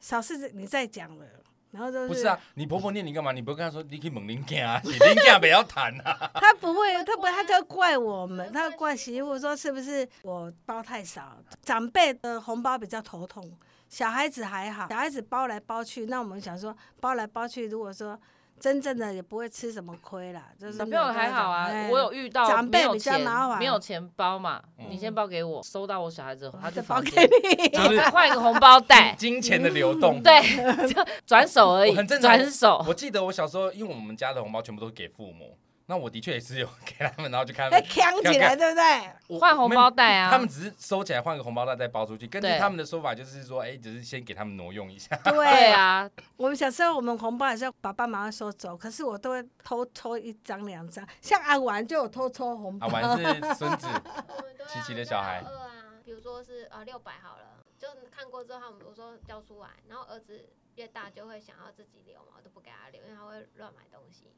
[SPEAKER 3] 少是你在讲了。”然后就是
[SPEAKER 1] 不是啊，你婆婆念你干嘛？你不要跟她说你去猛林干
[SPEAKER 2] <laughs>
[SPEAKER 1] 啊，你林干不要谈啊。
[SPEAKER 3] 他不会，他不会，他就怪我们，
[SPEAKER 4] 没关系
[SPEAKER 3] 他怪媳妇说是不是我包太少，长辈的红包比较头痛，小孩子还好，小孩子包来包去，那我们想说包来包去，如果说真正的也不会吃什么亏啦，就是
[SPEAKER 2] 小朋友还好啊，我有遇到
[SPEAKER 3] 哎长辈
[SPEAKER 2] 没有
[SPEAKER 3] 比较
[SPEAKER 2] 钱
[SPEAKER 3] 麻烦
[SPEAKER 2] 没有钱包嘛，
[SPEAKER 1] 嗯
[SPEAKER 2] 你先包给我，收到我小孩子，他
[SPEAKER 3] 就
[SPEAKER 2] 就
[SPEAKER 3] 包给
[SPEAKER 2] 你，
[SPEAKER 3] 你，
[SPEAKER 1] 就是，
[SPEAKER 2] 再 <laughs> 换一个红包袋
[SPEAKER 3] <laughs>
[SPEAKER 1] 金钱的流动。
[SPEAKER 2] 啊 <laughs> 对，就转手而已
[SPEAKER 1] 我很，正常
[SPEAKER 2] 转手。
[SPEAKER 1] 我记得我小时候，因为我们家的红包全部都是给父母，那我的确也是有给他们，然后就看他
[SPEAKER 3] 哎，
[SPEAKER 1] 们
[SPEAKER 3] 扛起
[SPEAKER 2] <laughs>
[SPEAKER 3] 来，对不对？
[SPEAKER 1] 我
[SPEAKER 2] 换红包袋啊
[SPEAKER 1] 他们只是收起来换个红包袋再包出去。根据
[SPEAKER 2] 对
[SPEAKER 1] 他们的说法，就是说，哎，只是先给他们挪用一
[SPEAKER 2] <laughs>
[SPEAKER 1] 下。
[SPEAKER 2] 对
[SPEAKER 3] <laughs> 对，
[SPEAKER 2] 啊，
[SPEAKER 3] 我们小时候我们红包也是要爸爸妈妈收走，可是我都会偷抽一张两张，像阿玩就有偷抽红包
[SPEAKER 1] 啊，，玩是孙
[SPEAKER 2] <laughs>
[SPEAKER 1] 子，
[SPEAKER 4] 我们都
[SPEAKER 1] 琪琪的小孩
[SPEAKER 4] 二啊，比如说是呃六百好了，就看过之后，我们我说交出来，然后儿子越大就会想要自己留嘛，我都不给他留，因为他会乱买东西。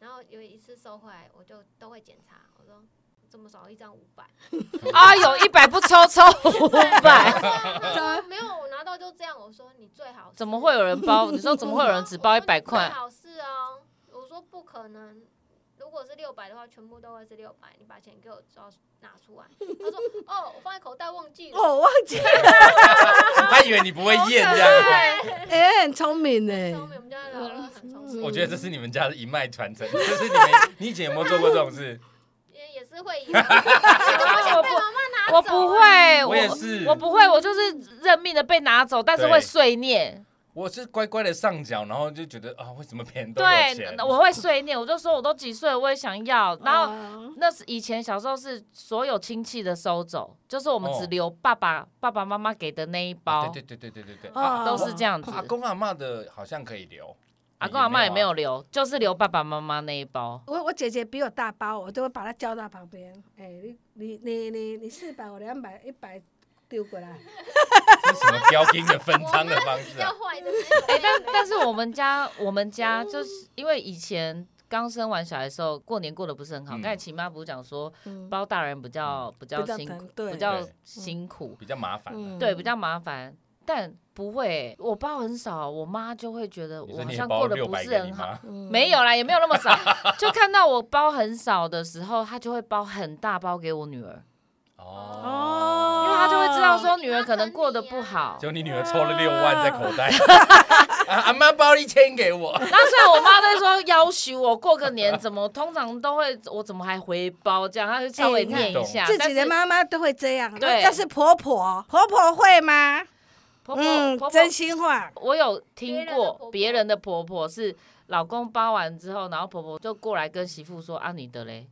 [SPEAKER 4] 然后有一次收回来，我就都会检查，我说这么少一张五百，
[SPEAKER 2] 啊，有一百不抽抽五百， <laughs>
[SPEAKER 4] <laughs> 他说没有，我拿到就这样。我说你最好是
[SPEAKER 2] 怎么会有人包？你说怎么会有人只包一百
[SPEAKER 4] 我说你
[SPEAKER 2] 块
[SPEAKER 4] 最？好是哦，我说不可能。如果是六百的话，全部都会是六百。你把钱给我，要拿出来。他说：“哦，我放在口袋忘记了。”
[SPEAKER 3] 哦，忘
[SPEAKER 2] <laughs>
[SPEAKER 3] 记了，
[SPEAKER 1] 他以为你不会验这样。
[SPEAKER 3] 哎，很聪明
[SPEAKER 4] 所以
[SPEAKER 3] 呢。
[SPEAKER 4] 我们我们家的老二很聪明，
[SPEAKER 1] 我觉得这是你们家的一脉传承，就是你们，你以前有没有做过这种事？
[SPEAKER 4] 也也是
[SPEAKER 1] <laughs>
[SPEAKER 4] 会赢， <laughs> 我不想被妈妈拿走。啊
[SPEAKER 2] 我不，会，
[SPEAKER 1] 我也是，
[SPEAKER 2] 我不会，我就是认命的被拿走，但是会碎念。
[SPEAKER 1] 我是乖乖的上缴，然后就觉得啊，为什么别人都有
[SPEAKER 2] 对
[SPEAKER 1] 钱？，
[SPEAKER 2] 我会碎念，我就说我都几岁了，我也想要。然后
[SPEAKER 3] 后
[SPEAKER 2] 那是以前小时候是所有亲戚的收走，就是我们
[SPEAKER 1] 哦啊
[SPEAKER 2] 只留爸爸爸爸妈妈给的那一包，
[SPEAKER 1] 对对对对对对对，啊
[SPEAKER 3] 哦
[SPEAKER 2] 啊都是这样子。
[SPEAKER 1] 阿公阿嬷的好像可以留，
[SPEAKER 2] 阿公阿妈也没
[SPEAKER 1] 啊
[SPEAKER 2] 有。留，就是留爸爸妈妈那一包。
[SPEAKER 3] 我我姐姐比我大包，我都会把她叫到旁边。哎、你你你你你四百，我两百，一百丢过来。
[SPEAKER 1] 这是什么标金的分
[SPEAKER 4] 我
[SPEAKER 1] 赃的
[SPEAKER 4] 妈
[SPEAKER 1] 方
[SPEAKER 4] 是比
[SPEAKER 1] 式啊
[SPEAKER 4] 较？坏的。
[SPEAKER 2] 哎、但但是我们家我们家就是因为以前刚生完小孩的时候，过年过得不是很好。
[SPEAKER 1] 嗯
[SPEAKER 2] 刚、才琪妈不是讲说
[SPEAKER 3] 嗯，
[SPEAKER 2] 包大人比较、比较
[SPEAKER 3] 比较
[SPEAKER 2] 辛苦
[SPEAKER 3] 疼，对
[SPEAKER 2] 比较
[SPEAKER 1] 对
[SPEAKER 2] 辛苦，
[SPEAKER 1] 比较麻烦啊。
[SPEAKER 3] 嗯
[SPEAKER 2] 对，比较麻烦。但不会欸、我包很少，我妈就会觉得
[SPEAKER 1] 你
[SPEAKER 2] 我
[SPEAKER 1] 说
[SPEAKER 2] 好
[SPEAKER 1] 你也
[SPEAKER 2] 像
[SPEAKER 1] 包
[SPEAKER 2] 过得
[SPEAKER 1] 六
[SPEAKER 2] 不
[SPEAKER 1] 百
[SPEAKER 2] 是
[SPEAKER 1] 给你
[SPEAKER 2] 很好。
[SPEAKER 1] 妈，
[SPEAKER 3] 嗯
[SPEAKER 2] 没有啦，也没有那么少， <laughs> 就看到我包很少的时候，她就会包很大包给我女儿，哦因为
[SPEAKER 3] 哦
[SPEAKER 2] 她就会知道说女儿可能过得不好。
[SPEAKER 1] 就你女儿抽了六万在口
[SPEAKER 2] <laughs>
[SPEAKER 1] 袋，啊阿妈包一千给我，
[SPEAKER 2] 那虽然我妈都说要求我过个年，怎么通常都会我怎么还回包这样，她就稍微念一下。
[SPEAKER 3] 哎自
[SPEAKER 2] 但
[SPEAKER 3] 己
[SPEAKER 2] 是
[SPEAKER 3] 的妈妈都会这样。
[SPEAKER 2] 对
[SPEAKER 3] 要是婆婆，婆婆会吗？
[SPEAKER 2] 婆婆
[SPEAKER 3] 嗯，
[SPEAKER 2] 婆婆，
[SPEAKER 3] 真心话。
[SPEAKER 2] 我有听
[SPEAKER 4] 别人的婆
[SPEAKER 2] 过
[SPEAKER 4] 婆
[SPEAKER 2] 别人的婆婆是老公包完之后，然后婆婆就过来跟媳妇说啊你的嘞。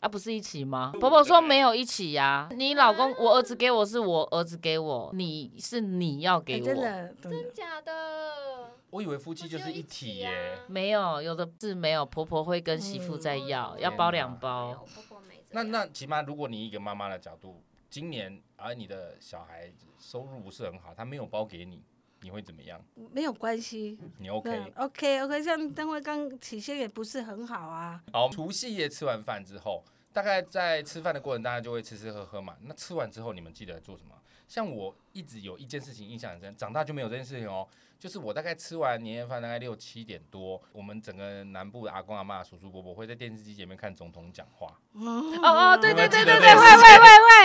[SPEAKER 2] 啊，不是一起吗？婆婆说没有一起呀、你老公，我儿子给我是我儿子给我，你是你要
[SPEAKER 3] 哎
[SPEAKER 2] 给
[SPEAKER 3] 真
[SPEAKER 2] 我，
[SPEAKER 3] 的，真的
[SPEAKER 4] 真假的？
[SPEAKER 2] 啊
[SPEAKER 1] 我以为夫妻就是一体耶。
[SPEAKER 2] 没有，有的是没有，婆婆会跟媳妇再要，
[SPEAKER 4] 嗯
[SPEAKER 2] 要包两
[SPEAKER 4] 没
[SPEAKER 2] 包
[SPEAKER 4] 有，。婆婆没这
[SPEAKER 1] 那
[SPEAKER 4] 样。
[SPEAKER 1] 那起码，如果你一个妈妈的角度，今年啊你的小孩收入不是很好，他没有包给你，你会怎么样？
[SPEAKER 3] 没有关系。
[SPEAKER 1] 你 OK？
[SPEAKER 3] OK OK，像单位刚起先也不是很好啊。
[SPEAKER 1] 好，除夕夜吃完饭之后，大概在吃饭的过程，大家就会吃吃喝喝嘛。那吃完之后，你们记得做什么？像我一直有一件事情印象很深，长大就没有这件事情哦。就是我大概吃完年夜饭，大概六七点多，我们整个南部的阿公阿妈、叔叔伯伯会在电视机前面看总统讲话。
[SPEAKER 2] 哦哦，
[SPEAKER 3] 嗯
[SPEAKER 2] 对对对对
[SPEAKER 1] 你们记得
[SPEAKER 2] 对，
[SPEAKER 1] 这
[SPEAKER 2] 会
[SPEAKER 1] 件事
[SPEAKER 2] 会会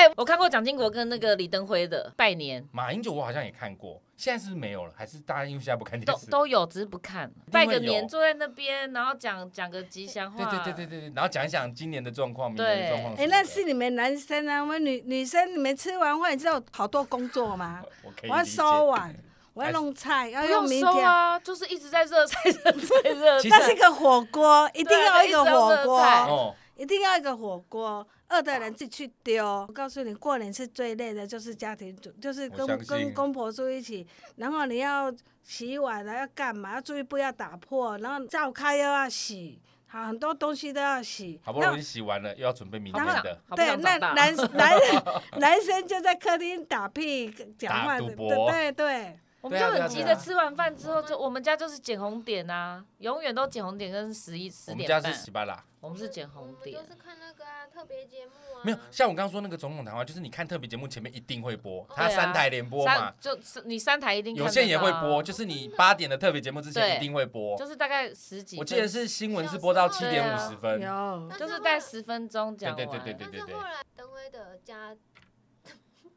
[SPEAKER 2] 会，我看过蒋经国跟那个李登辉的拜年，
[SPEAKER 1] 马英九我好像也看过，现在是不是没有了，还是大家因为现在不看
[SPEAKER 2] 都
[SPEAKER 1] 电视？
[SPEAKER 2] 都有，只是不看。拜个年，坐在那边，然后讲讲个吉祥
[SPEAKER 1] 对
[SPEAKER 2] 话。
[SPEAKER 1] 对对对
[SPEAKER 2] 对。
[SPEAKER 1] 对对，然后讲一讲今年的状况，明年的状况什么
[SPEAKER 3] 哎、
[SPEAKER 1] 的。
[SPEAKER 3] 那是你们男生啊，我们女女生，你们吃完饭，你知道好多工作吗？
[SPEAKER 1] 我可以
[SPEAKER 3] 我要
[SPEAKER 1] 理解哎
[SPEAKER 3] 收啊碗，我要弄菜，要
[SPEAKER 2] 不
[SPEAKER 3] 用
[SPEAKER 2] 用
[SPEAKER 3] 明
[SPEAKER 2] 哎收
[SPEAKER 3] 天。
[SPEAKER 2] 啊，就是一直在热菜热菜
[SPEAKER 1] <laughs>
[SPEAKER 2] 热
[SPEAKER 1] 其
[SPEAKER 2] 菜。
[SPEAKER 1] 实
[SPEAKER 3] 那是个火锅，一定要一个火
[SPEAKER 2] 对一直要热
[SPEAKER 3] 锅，
[SPEAKER 2] 菜
[SPEAKER 1] 哦，
[SPEAKER 3] 一定要一个火锅。饿的人自己去丢。我告诉你，过年是最累的，就是家庭主，就是
[SPEAKER 1] 我相
[SPEAKER 3] 跟
[SPEAKER 1] 信
[SPEAKER 3] 跟公婆住一起，然后你要洗碗啊，要干嘛？要注意不要打破，然后灶开又要洗，好很多东西都要洗。
[SPEAKER 1] 好不容易洗完了，又要准备明
[SPEAKER 2] 好不
[SPEAKER 1] 年
[SPEAKER 2] 想
[SPEAKER 1] 的，
[SPEAKER 2] 好不
[SPEAKER 3] 对，
[SPEAKER 2] 想长
[SPEAKER 3] 那
[SPEAKER 2] 大。 <laughs>
[SPEAKER 3] 男男男生就在客厅打屁讲
[SPEAKER 1] 打
[SPEAKER 3] 话
[SPEAKER 1] 赌
[SPEAKER 3] 的，
[SPEAKER 1] 博
[SPEAKER 3] 对对对，
[SPEAKER 2] 我
[SPEAKER 1] 对
[SPEAKER 2] 们
[SPEAKER 1] 啊
[SPEAKER 2] 就
[SPEAKER 1] 对啊
[SPEAKER 2] 很急
[SPEAKER 1] 对啊
[SPEAKER 2] 着吃完饭之后，就我们家就是捡红点啊，永远都捡红点跟十一十
[SPEAKER 1] 我们
[SPEAKER 2] 点
[SPEAKER 1] 家
[SPEAKER 2] 半
[SPEAKER 1] 是，喜巴拉，
[SPEAKER 2] 我们是捡红
[SPEAKER 4] 我
[SPEAKER 2] 点
[SPEAKER 4] 们就，是看那个啊特别节目
[SPEAKER 2] 嗯
[SPEAKER 4] 啊，
[SPEAKER 1] 没有像我刚刚说那个总统谈话，就是你看特别节目前面一定会播，它
[SPEAKER 2] 对啊
[SPEAKER 1] 三台连播嘛
[SPEAKER 2] 三，就是你三台一定
[SPEAKER 1] 有
[SPEAKER 2] 看
[SPEAKER 1] 线
[SPEAKER 2] 得
[SPEAKER 1] 也会
[SPEAKER 2] 到啊
[SPEAKER 1] 播，，就是你八点的特别节目之前
[SPEAKER 2] 对
[SPEAKER 1] 一定会播。
[SPEAKER 2] 就是大概十几分，
[SPEAKER 1] 我记得是新闻是播到七
[SPEAKER 2] 对
[SPEAKER 1] 点
[SPEAKER 2] 啊
[SPEAKER 1] 五十分，
[SPEAKER 3] 有
[SPEAKER 4] 但
[SPEAKER 2] 就是
[SPEAKER 4] 后
[SPEAKER 2] 在
[SPEAKER 4] 来
[SPEAKER 2] 十分钟讲
[SPEAKER 1] 对对
[SPEAKER 2] 完，
[SPEAKER 1] 对对
[SPEAKER 4] 但是后来登辉的家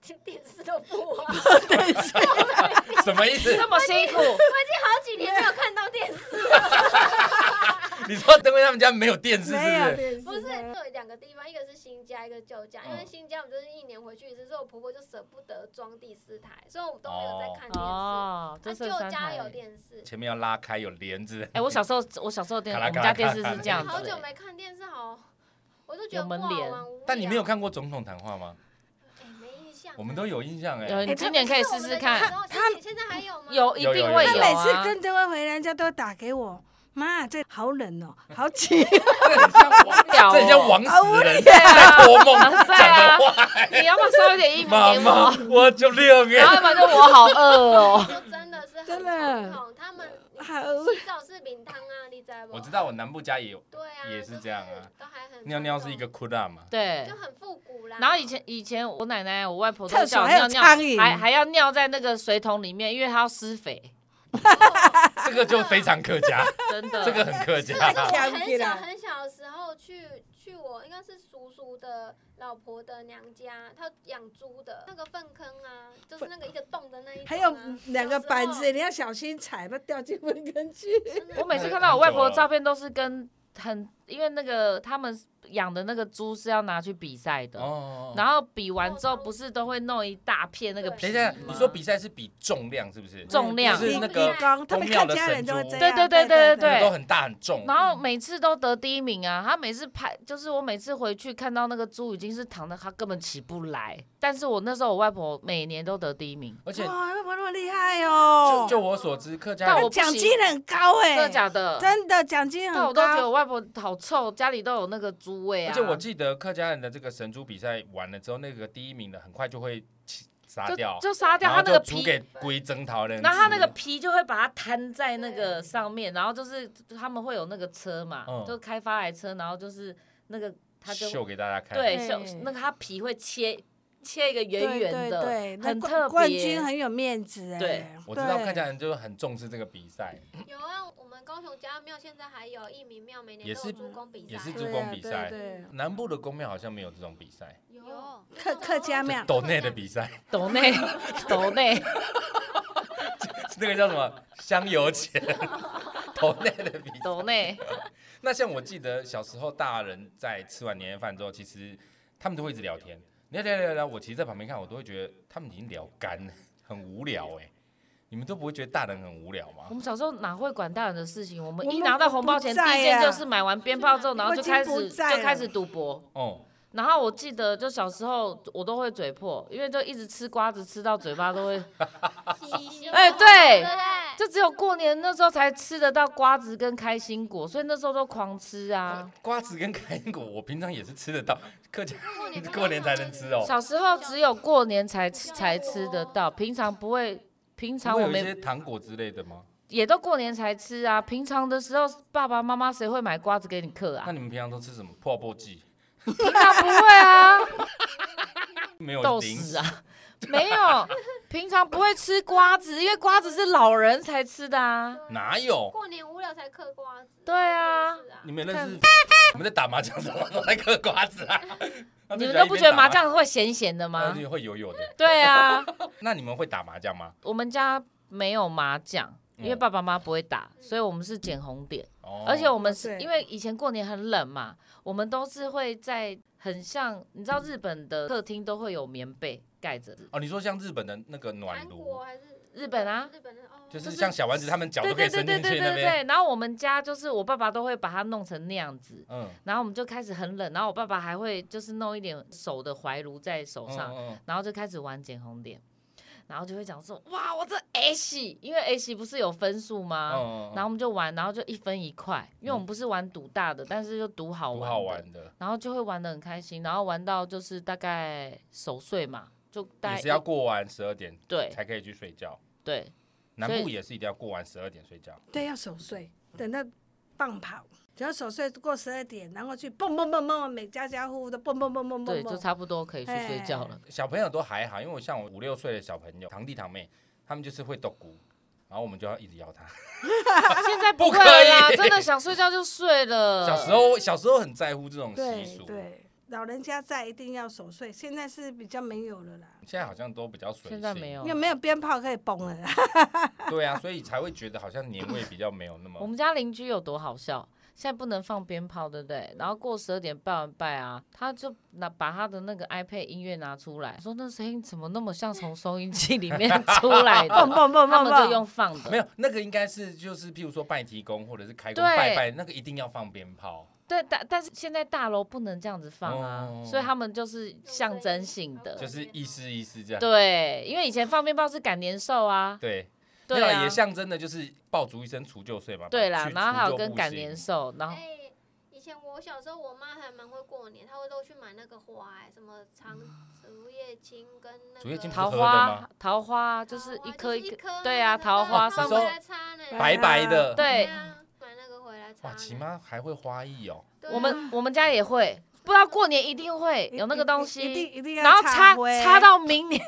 [SPEAKER 4] <laughs> 电视都
[SPEAKER 2] <laughs>
[SPEAKER 4] 不玩，
[SPEAKER 1] <laughs> 什么意思？
[SPEAKER 2] 这么辛苦，
[SPEAKER 4] 好几年没有看到电视。
[SPEAKER 1] 你说灯辉他们家没有电视是不
[SPEAKER 3] 没有
[SPEAKER 1] 是？
[SPEAKER 3] 电视
[SPEAKER 4] 不是，
[SPEAKER 3] 对
[SPEAKER 4] 有两个地方，一个是新家，一个旧家。因为
[SPEAKER 1] 嗯
[SPEAKER 4] 新家我们就是一年回去一次，所以我婆婆就舍不得装第四台，所以我们都没有在看电视。
[SPEAKER 2] 哦，
[SPEAKER 4] 那
[SPEAKER 2] 这
[SPEAKER 4] 旧
[SPEAKER 2] 是三
[SPEAKER 4] 啊家
[SPEAKER 2] 台
[SPEAKER 4] 有。电视，
[SPEAKER 1] 前面要拉开有帘子，
[SPEAKER 2] 哎，我小时候，我小时候电，
[SPEAKER 1] 咔
[SPEAKER 2] 我
[SPEAKER 1] 啦
[SPEAKER 2] 们
[SPEAKER 1] 咔啦
[SPEAKER 2] 家
[SPEAKER 1] 咔啦
[SPEAKER 2] 电视是这样
[SPEAKER 4] 好
[SPEAKER 2] 子
[SPEAKER 4] 久
[SPEAKER 2] 的，
[SPEAKER 4] 没看电视，好，我就觉得
[SPEAKER 2] 有门
[SPEAKER 4] 不好
[SPEAKER 2] 帘
[SPEAKER 4] 玩无
[SPEAKER 1] 但你没
[SPEAKER 4] 聊
[SPEAKER 1] 有看过总统谈话吗？
[SPEAKER 4] 哎没印象啊。
[SPEAKER 1] 我们都有印象哎、
[SPEAKER 2] 有
[SPEAKER 3] 哎
[SPEAKER 2] 你
[SPEAKER 3] 他
[SPEAKER 2] 今年可以试试看，
[SPEAKER 4] 他他现在还有吗？
[SPEAKER 2] 有一
[SPEAKER 1] 有
[SPEAKER 2] 定
[SPEAKER 1] 有
[SPEAKER 2] 会
[SPEAKER 1] 有
[SPEAKER 3] 他
[SPEAKER 2] 有
[SPEAKER 3] 每次
[SPEAKER 2] 啊。
[SPEAKER 3] 跟灯辉回娘家都打给我，妈，这好冷哦，好
[SPEAKER 1] <laughs>
[SPEAKER 3] 挤。
[SPEAKER 1] 这很像王，
[SPEAKER 2] 屌哦
[SPEAKER 1] 这很像王死人
[SPEAKER 2] 对啊
[SPEAKER 1] 在托梦
[SPEAKER 2] 啊对啊
[SPEAKER 1] 讲的话。
[SPEAKER 2] <laughs> 你要不要烧一点衣服
[SPEAKER 1] 妈
[SPEAKER 2] 给
[SPEAKER 1] 妈
[SPEAKER 2] 我？，
[SPEAKER 1] 我就六个
[SPEAKER 2] 然。后要不然就我好饿哦。
[SPEAKER 3] <laughs>
[SPEAKER 4] 说真的是很
[SPEAKER 3] 真
[SPEAKER 4] 传
[SPEAKER 3] 的
[SPEAKER 4] 统，他们
[SPEAKER 3] 好
[SPEAKER 4] 洗澡是饼汤啊，你知道不？
[SPEAKER 1] 我知道我南部家也有
[SPEAKER 4] 对啊，
[SPEAKER 1] 也
[SPEAKER 4] 就是
[SPEAKER 1] 这样啊，
[SPEAKER 4] 都还很
[SPEAKER 1] 尿尿
[SPEAKER 4] 传
[SPEAKER 1] 是一个
[SPEAKER 4] 统，
[SPEAKER 1] 酷辣嘛，
[SPEAKER 2] 对
[SPEAKER 4] 就。很复古啦。
[SPEAKER 2] 然后以前以前我奶奶我外婆都
[SPEAKER 3] 厕所
[SPEAKER 2] 叫我
[SPEAKER 3] 还有
[SPEAKER 2] 尿尿，
[SPEAKER 3] 苍蝇
[SPEAKER 2] 还还要尿在那个水桶里面，因为它要施肥，
[SPEAKER 4] 哦
[SPEAKER 1] 这个就非常客家，
[SPEAKER 2] 真的。
[SPEAKER 1] 这
[SPEAKER 3] <laughs>
[SPEAKER 1] 个很客
[SPEAKER 4] 这个是
[SPEAKER 1] 家。
[SPEAKER 4] 我很小很小的时候去去我应该是叔叔的老婆的娘家，他养猪的那个粪坑啊，就是那个一个洞的那一种啊、
[SPEAKER 3] 还有两个板
[SPEAKER 4] 小时
[SPEAKER 3] 子，你要小心踩，不要掉进粪坑去。
[SPEAKER 4] 候真的
[SPEAKER 2] 我每次看到我外婆的照片都是跟很，因为那个他们养的那个猪是要拿去比赛的，
[SPEAKER 1] 哦
[SPEAKER 2] 然后比完之后不是都会弄一大片那个
[SPEAKER 1] 等
[SPEAKER 2] 皮
[SPEAKER 4] 对
[SPEAKER 1] 一下，
[SPEAKER 2] 吗？
[SPEAKER 1] 你说比赛是比重量是不是？
[SPEAKER 2] 重量
[SPEAKER 1] 就是那
[SPEAKER 3] 比
[SPEAKER 1] 个
[SPEAKER 3] 高他
[SPEAKER 1] 公
[SPEAKER 3] 们
[SPEAKER 1] 庙
[SPEAKER 3] 客
[SPEAKER 1] 的
[SPEAKER 3] 家人
[SPEAKER 1] 神
[SPEAKER 3] 都会
[SPEAKER 1] 猪
[SPEAKER 3] 这
[SPEAKER 2] 对
[SPEAKER 3] 样。
[SPEAKER 2] 对对对对
[SPEAKER 1] 那个都很大很重，
[SPEAKER 2] 然后每次都得第一名啊！他每次拍，就是我每次回去看到那个猪已经是躺在，他根本起不来。但是我那时候我外婆每年都得第一名，
[SPEAKER 1] 而且
[SPEAKER 3] 哇，外婆那么厉害
[SPEAKER 1] 就
[SPEAKER 3] 哦！
[SPEAKER 1] 就我所知，客家
[SPEAKER 2] 哦但
[SPEAKER 1] 人
[SPEAKER 2] 我不行
[SPEAKER 3] 奖金很高哎、
[SPEAKER 2] 真的假的？
[SPEAKER 3] 真的奖金
[SPEAKER 2] 但我
[SPEAKER 3] 很
[SPEAKER 2] 都觉得
[SPEAKER 3] 高。
[SPEAKER 2] 我外婆好臭，家里都有那个猪味
[SPEAKER 1] 而
[SPEAKER 2] 啊。
[SPEAKER 1] 且我记得客家人的这个神猪比赛完了之后，那个第一名的很快就会起杀掉
[SPEAKER 2] 就，就杀掉
[SPEAKER 1] 然
[SPEAKER 2] 它
[SPEAKER 1] 后
[SPEAKER 2] 那个
[SPEAKER 1] 就租
[SPEAKER 2] 皮，
[SPEAKER 1] 给龟征桃人。
[SPEAKER 2] 然后它那个皮就会把它摊在那个上面，然后就是他们会有那个车嘛，
[SPEAKER 1] 嗯
[SPEAKER 2] 就开发来车，然后就是那个它就
[SPEAKER 1] 秀给大家看，
[SPEAKER 2] 对，
[SPEAKER 3] 对
[SPEAKER 2] 像那个它皮会切切一个圆
[SPEAKER 3] 对
[SPEAKER 2] 圆
[SPEAKER 3] 对
[SPEAKER 2] 的，
[SPEAKER 3] 对，那
[SPEAKER 2] 很
[SPEAKER 3] 冠
[SPEAKER 2] 特别。
[SPEAKER 3] 冠军很有面子哎、
[SPEAKER 2] 对
[SPEAKER 1] 我知道
[SPEAKER 3] 对
[SPEAKER 1] 客家人就是很重视这个比赛，
[SPEAKER 4] 有啊，我们高雄家庙现在还有一民庙，每年
[SPEAKER 1] 也
[SPEAKER 4] 都
[SPEAKER 1] 是
[SPEAKER 4] 有猪公比赛，
[SPEAKER 1] 也是
[SPEAKER 3] 对
[SPEAKER 1] 猪
[SPEAKER 3] 啊
[SPEAKER 1] 公比赛
[SPEAKER 3] 对对
[SPEAKER 1] 南部的公庙好像没有这种比赛，
[SPEAKER 4] 有
[SPEAKER 3] 客客家庙
[SPEAKER 1] <laughs> 斗内的比赛，
[SPEAKER 2] 抖
[SPEAKER 3] <laughs>
[SPEAKER 2] 内，抖内，
[SPEAKER 1] 那个叫什么香油
[SPEAKER 2] <laughs>
[SPEAKER 1] 钱，斗内的比赛。
[SPEAKER 2] 抖内，
[SPEAKER 1] 那像我记得小时候，大人在吃完年夜饭之后，其实他们都会一直聊天，聊聊聊聊。我其实，在旁边看，我都会觉得他们已经聊干了，很无聊哎、你们都不会觉得大人很无聊吗
[SPEAKER 2] 我？们小时候哪会管大人的事情？我们
[SPEAKER 3] 我
[SPEAKER 2] 一
[SPEAKER 3] 们
[SPEAKER 2] 拿到红包钱，
[SPEAKER 3] 不在
[SPEAKER 2] 第一件
[SPEAKER 3] 呀
[SPEAKER 2] 就是买完鞭炮之后，然后就
[SPEAKER 3] 我已经
[SPEAKER 2] 开
[SPEAKER 3] 不
[SPEAKER 2] 始就
[SPEAKER 3] 在
[SPEAKER 2] 开
[SPEAKER 3] 了
[SPEAKER 2] 始赌博。
[SPEAKER 1] 哦，
[SPEAKER 2] 然后我记得，就小时候我都会嘴破，因为就一直吃瓜子，吃到嘴巴都会，哎对
[SPEAKER 4] 对
[SPEAKER 2] 就只有过年那时候才吃得到瓜子跟开心果，所以那时候都狂吃啊。
[SPEAKER 1] 瓜子跟开心果，我平常也是吃得到，客家
[SPEAKER 4] 不对，
[SPEAKER 1] <laughs> 过年才能吃哦。
[SPEAKER 2] 小时候只有过年才吃才吃得到，平常不会，平常
[SPEAKER 1] 会
[SPEAKER 2] 我
[SPEAKER 1] 有一
[SPEAKER 2] 们
[SPEAKER 1] 些糖果之类的吗？
[SPEAKER 2] 也都过年才吃啊。平常的时候，爸爸妈妈谁会买瓜子给你嗑
[SPEAKER 1] 那
[SPEAKER 2] 啊？
[SPEAKER 1] 你们平常都吃什么？泡泡剂
[SPEAKER 2] 平常不会啊。
[SPEAKER 1] 没有
[SPEAKER 2] 豆
[SPEAKER 1] 零 <laughs>
[SPEAKER 2] 豉啊，没有，平常不会吃瓜子，因为瓜子是老人才吃的啊。
[SPEAKER 1] 哪有？
[SPEAKER 4] 过年无聊才嗑瓜子。
[SPEAKER 2] 对啊
[SPEAKER 4] 真的是啊
[SPEAKER 1] 你们认
[SPEAKER 2] 看
[SPEAKER 1] 识？我们在打麻将什么都在嗑瓜子啊？ <laughs>
[SPEAKER 2] 你们都不觉得麻将会咸咸的
[SPEAKER 1] 吗？而
[SPEAKER 2] 吗？
[SPEAKER 1] 且呃会油油的。
[SPEAKER 2] 对啊，
[SPEAKER 1] 那你们会打麻将吗？
[SPEAKER 2] 我们家没有麻将，
[SPEAKER 1] 嗯
[SPEAKER 2] 因为爸爸妈妈不会打，所以我们是捡红点。
[SPEAKER 1] 哦
[SPEAKER 2] 而且我们
[SPEAKER 3] 对
[SPEAKER 2] 是因为以前过年很冷嘛，我们都是会在很像，你知道日本的客厅都会有棉被盖着，
[SPEAKER 1] 哦，你说像日本的那个暖
[SPEAKER 4] 韩
[SPEAKER 1] 炉
[SPEAKER 4] 国，还是
[SPEAKER 2] 日本啊
[SPEAKER 4] 日本的哦，
[SPEAKER 1] 就是
[SPEAKER 2] 是
[SPEAKER 1] 像小丸子他们脚
[SPEAKER 2] 对
[SPEAKER 1] 都可
[SPEAKER 2] 对
[SPEAKER 1] 以
[SPEAKER 2] 对
[SPEAKER 1] 伸
[SPEAKER 2] 对
[SPEAKER 1] 进
[SPEAKER 2] 对
[SPEAKER 1] 去
[SPEAKER 2] 对
[SPEAKER 1] 那边。
[SPEAKER 2] 对。然后我们家就是我爸爸都会把它弄成那样子，
[SPEAKER 1] 嗯，
[SPEAKER 2] 然后我们就开始很冷，然后我爸爸还会就是弄一点手的怀炉在手上，
[SPEAKER 1] 嗯嗯
[SPEAKER 2] 然后就开始玩捡红点，然后就会讲说哇，我这 A 系，因为 A 系不是有分数吗？
[SPEAKER 1] 嗯嗯
[SPEAKER 2] 啊然后我们就玩，然后就一分一块，因为我们不是玩赌大的，但是就赌好
[SPEAKER 1] 不嗯
[SPEAKER 2] 玩，
[SPEAKER 1] 好，玩的，
[SPEAKER 2] 然后就会玩的很开心，然后玩到就是大概守岁嘛，就大
[SPEAKER 1] 也
[SPEAKER 2] 概
[SPEAKER 1] 是要
[SPEAKER 2] 一
[SPEAKER 1] 过完十二点
[SPEAKER 2] 对
[SPEAKER 1] 才可以去睡觉。
[SPEAKER 2] 对，
[SPEAKER 1] 南
[SPEAKER 2] 所
[SPEAKER 1] 部
[SPEAKER 2] 以
[SPEAKER 1] 也是一定要过完十二点睡觉。
[SPEAKER 3] 对，要守岁，等到棒跑，只要守岁过十二点，然后去蹦蹦蹦蹦，每家家户户都蹦蹦蹦蹦
[SPEAKER 2] 对，
[SPEAKER 3] 蹦哎
[SPEAKER 2] 就
[SPEAKER 3] 蹦。
[SPEAKER 2] 差不多可以去睡觉
[SPEAKER 3] <laughs>
[SPEAKER 2] 了。
[SPEAKER 1] 小朋友都还好，因为我像我五六岁的小朋友，堂弟堂妹，他们就是会抖骨，然后我们就要一直摇他。<laughs>
[SPEAKER 2] 现在不
[SPEAKER 1] 不
[SPEAKER 2] 会
[SPEAKER 1] 可以
[SPEAKER 2] 啦，真的想睡觉就睡了。
[SPEAKER 1] 小时候小时候很在乎这种习
[SPEAKER 3] 对
[SPEAKER 1] 俗，
[SPEAKER 3] 对，老人家在一定要守岁，现在是比较没有了啦，
[SPEAKER 1] 现在好像都比较随性。
[SPEAKER 2] 现在没有
[SPEAKER 3] 因为没有鞭炮可以蹦了啦。
[SPEAKER 1] 对啊，所以才会觉得好像年味比较没有那
[SPEAKER 2] <laughs> 我
[SPEAKER 1] 么。
[SPEAKER 2] 们家邻居有多好笑？现在不能放鞭炮，对不对？然后过十二点拜完拜啊，他就拿把他的那个 iPad 音乐拿出来，说那声音怎么那么像从收音机里面 <laughs> 出来
[SPEAKER 1] 哦
[SPEAKER 3] 蹦
[SPEAKER 2] 的？
[SPEAKER 3] <laughs> 蹦蹦
[SPEAKER 2] 他
[SPEAKER 3] 蹦
[SPEAKER 2] 们就
[SPEAKER 3] 蹦，
[SPEAKER 2] 用放
[SPEAKER 1] 没
[SPEAKER 2] 的，
[SPEAKER 1] 有，那个应该是就是，譬如说拜提公或者是开工
[SPEAKER 2] 对
[SPEAKER 1] 拜拜，那个一定要放鞭炮。
[SPEAKER 2] 对，但但是现在大楼不能这样子放啊，
[SPEAKER 1] 哦
[SPEAKER 2] 所以他们就是象征性的
[SPEAKER 1] 就，是意思意思这样。
[SPEAKER 2] 对，因为以前放鞭炮是赶年兽啊，
[SPEAKER 1] 对，没
[SPEAKER 2] 对
[SPEAKER 1] 有
[SPEAKER 2] 啊
[SPEAKER 1] 也，象征的就是爆竹一声除旧岁嘛。
[SPEAKER 2] 对啦，
[SPEAKER 1] 去
[SPEAKER 2] 然后还有
[SPEAKER 1] 除旧
[SPEAKER 2] 跟
[SPEAKER 1] 布
[SPEAKER 2] 赶
[SPEAKER 1] 行
[SPEAKER 2] 年兽，然后
[SPEAKER 4] 哎、以前我小时候，我妈还蛮会过年，她会都去买那个花、哎，什么长竹叶青跟那个
[SPEAKER 1] 竹叶青不是
[SPEAKER 2] 桃
[SPEAKER 1] 合的
[SPEAKER 2] 花
[SPEAKER 1] 吗
[SPEAKER 2] 桃花
[SPEAKER 4] 桃
[SPEAKER 2] 就是
[SPEAKER 4] 花
[SPEAKER 2] 一颗一
[SPEAKER 4] 一
[SPEAKER 2] 颗，
[SPEAKER 4] 颗，
[SPEAKER 2] 对啊桃花
[SPEAKER 4] 然后
[SPEAKER 1] 上
[SPEAKER 4] 回
[SPEAKER 1] 面
[SPEAKER 4] 来插呢，
[SPEAKER 1] 白白的。
[SPEAKER 2] 对
[SPEAKER 4] 啊，买那个回来插
[SPEAKER 1] 哇，
[SPEAKER 4] 呢。
[SPEAKER 1] 奇妈还会花艺哦。
[SPEAKER 4] 对啊
[SPEAKER 2] 我们我们家也会，不知道过年一定会有那个东
[SPEAKER 3] 一定
[SPEAKER 2] 西，
[SPEAKER 3] 一定要
[SPEAKER 2] 然后插
[SPEAKER 3] 灰
[SPEAKER 2] 插到明年，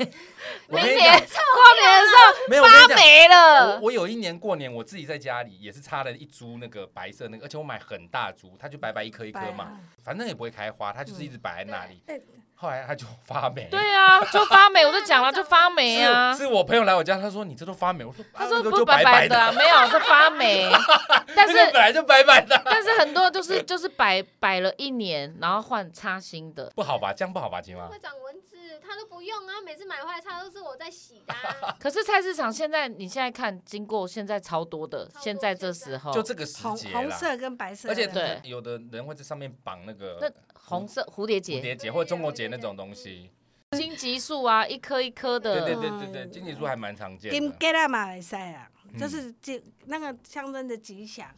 [SPEAKER 1] 我
[SPEAKER 2] 明
[SPEAKER 1] 跟你
[SPEAKER 2] 年
[SPEAKER 1] 讲，
[SPEAKER 2] 过年的时候
[SPEAKER 1] 没有，我跟你
[SPEAKER 2] 它
[SPEAKER 1] 讲。
[SPEAKER 2] 没
[SPEAKER 1] 我
[SPEAKER 2] 了。
[SPEAKER 1] 我有一年过年，我自己在家里也是插了一株那个白色那个，而且我买很大株，它就白白一颗一颗
[SPEAKER 3] 白
[SPEAKER 1] 嘛
[SPEAKER 3] 啊，
[SPEAKER 1] 反正也不会开花，它就是一直摆在那里。
[SPEAKER 3] 哎
[SPEAKER 1] 后来它就发霉。
[SPEAKER 2] 对啊，就发霉，我就讲了，就发霉啊
[SPEAKER 1] 是。是我朋友来我家，他说你这都发霉，我说
[SPEAKER 2] 他
[SPEAKER 1] 啊
[SPEAKER 2] 说
[SPEAKER 1] 那个
[SPEAKER 2] 不是
[SPEAKER 1] 就白
[SPEAKER 2] 白白
[SPEAKER 1] 白
[SPEAKER 2] 的啊，没有是发霉，
[SPEAKER 1] <laughs>
[SPEAKER 2] 但是
[SPEAKER 1] 那个本来就白白的， <laughs>
[SPEAKER 2] 但是很多就是就是摆摆了一年，然后换插新的。。
[SPEAKER 1] 不好吧？这样不好吧，亲妈
[SPEAKER 4] 会？长蚊子，她都不用啊，每次买回来插都是我在洗的、啊
[SPEAKER 2] 可是菜市场现在你现在看，经过现在超多的，
[SPEAKER 4] 超多
[SPEAKER 2] 现在这时候
[SPEAKER 1] 就这个时
[SPEAKER 3] 红
[SPEAKER 1] 节
[SPEAKER 3] 红
[SPEAKER 1] 啦，
[SPEAKER 3] 色跟白色的，
[SPEAKER 1] 而且
[SPEAKER 2] 对
[SPEAKER 1] 有的人会在上面绑那
[SPEAKER 2] 那
[SPEAKER 1] 个
[SPEAKER 2] 红色蝴蝶
[SPEAKER 1] 蝴
[SPEAKER 2] 结、
[SPEAKER 1] 蝶结或中国结那种东西。
[SPEAKER 2] 荆棘树啊，一颗一颗
[SPEAKER 1] 对对
[SPEAKER 2] 的，
[SPEAKER 1] 对对对，金棘树还蛮常见
[SPEAKER 3] 嗯金
[SPEAKER 1] 的。
[SPEAKER 3] 鸡啦嘛会使啊，就
[SPEAKER 1] 嗯
[SPEAKER 3] 是吉那个象征的吉祥。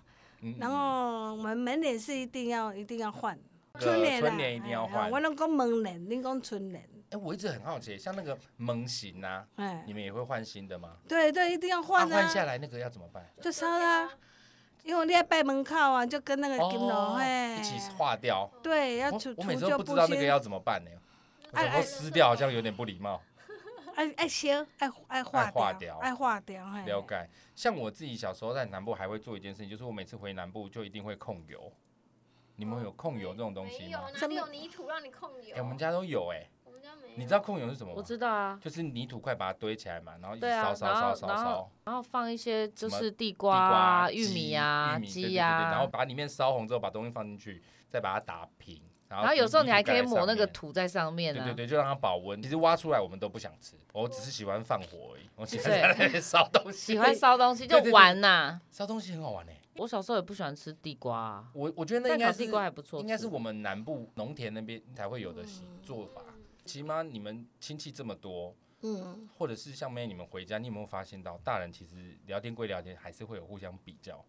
[SPEAKER 1] 嗯
[SPEAKER 3] 然后我们门帘是一定要一定要换，
[SPEAKER 1] 那个
[SPEAKER 3] 春联啦
[SPEAKER 1] 呃春联一定要
[SPEAKER 3] 哎
[SPEAKER 1] 换
[SPEAKER 3] 我。拢讲门帘，恁讲春联，
[SPEAKER 1] 哎，我一直很好奇，像那个蒙型啊，
[SPEAKER 3] 哎
[SPEAKER 1] 你，们也会换新的吗？
[SPEAKER 3] 对对，一定要
[SPEAKER 1] 啊
[SPEAKER 3] 换
[SPEAKER 1] 换下
[SPEAKER 3] 啊，
[SPEAKER 1] 来那个要怎么办？
[SPEAKER 3] 就烧啊啦、因为你在拜门口啊，就跟那个金龙哎，
[SPEAKER 1] 哦一起化掉。
[SPEAKER 3] 对，要
[SPEAKER 1] 我
[SPEAKER 3] 除
[SPEAKER 1] 我
[SPEAKER 3] 除
[SPEAKER 1] 每次都
[SPEAKER 3] 旧
[SPEAKER 1] 不知
[SPEAKER 3] 布
[SPEAKER 1] 道那个
[SPEAKER 3] 新
[SPEAKER 1] 要，怎么办呢？我
[SPEAKER 3] 哎
[SPEAKER 1] 想说
[SPEAKER 3] 哎
[SPEAKER 1] 撕掉好像有点不礼貌。
[SPEAKER 3] 爱爱烧，爱爱化
[SPEAKER 1] 爱化
[SPEAKER 3] 掉，
[SPEAKER 1] 掉
[SPEAKER 3] 爱化掉，哎，
[SPEAKER 1] 了解。像我自己小时候在南部还会做一件事情，就是我每次回南部就一定会控油。你们有控油这种东西
[SPEAKER 4] 哦没有，
[SPEAKER 2] 哦
[SPEAKER 1] 吗？
[SPEAKER 4] 哪里有泥土让你控油？
[SPEAKER 1] 哎、我们家都有哎、
[SPEAKER 4] 我们家没有。
[SPEAKER 1] 你知道控油是什么
[SPEAKER 2] 我
[SPEAKER 1] 吗？
[SPEAKER 2] 知道啊。
[SPEAKER 1] 就是泥土块把它堆起来嘛，然后一直
[SPEAKER 2] 对啊
[SPEAKER 1] 烧烧
[SPEAKER 2] 然后
[SPEAKER 1] 烧烧
[SPEAKER 2] 然后
[SPEAKER 1] 烧，
[SPEAKER 2] 然后放一些就
[SPEAKER 1] 什么
[SPEAKER 2] 是
[SPEAKER 1] 地
[SPEAKER 2] 地瓜
[SPEAKER 1] 瓜、
[SPEAKER 2] 啊、玉
[SPEAKER 1] 鸡
[SPEAKER 2] 米啊、
[SPEAKER 1] 玉米对对对
[SPEAKER 2] 鸡
[SPEAKER 1] 对
[SPEAKER 2] 啊，
[SPEAKER 1] 然后把里面烧红之后，把东西放进去，再把它打平，然后
[SPEAKER 2] 然后有时候你还可以抹那个
[SPEAKER 1] 土。
[SPEAKER 2] 土在上面
[SPEAKER 1] 对
[SPEAKER 2] 啊。
[SPEAKER 1] 对对，就让它保温。其实挖出来我们都不想吃，我只是喜欢放火而已。我喜欢
[SPEAKER 2] 对
[SPEAKER 1] 在那边烧东西，
[SPEAKER 2] <laughs> 喜欢烧东西就
[SPEAKER 1] 对对对
[SPEAKER 2] 玩呐、
[SPEAKER 1] 烧东西很好玩哎、
[SPEAKER 2] 我小时候也不喜欢吃地瓜、啊，
[SPEAKER 1] 我我觉得那
[SPEAKER 2] 但
[SPEAKER 1] 应该
[SPEAKER 2] 烤
[SPEAKER 1] 是
[SPEAKER 2] 地瓜还不错吃。
[SPEAKER 1] 应该是我们南部农田那边才会有的习做
[SPEAKER 4] 嗯 <laughs>
[SPEAKER 1] 法。起码你们亲戚这么多，
[SPEAKER 3] 嗯，
[SPEAKER 1] 或者是像妹你们回家，你有没有发现到，大人其实聊天归聊天，还是会有互相比较，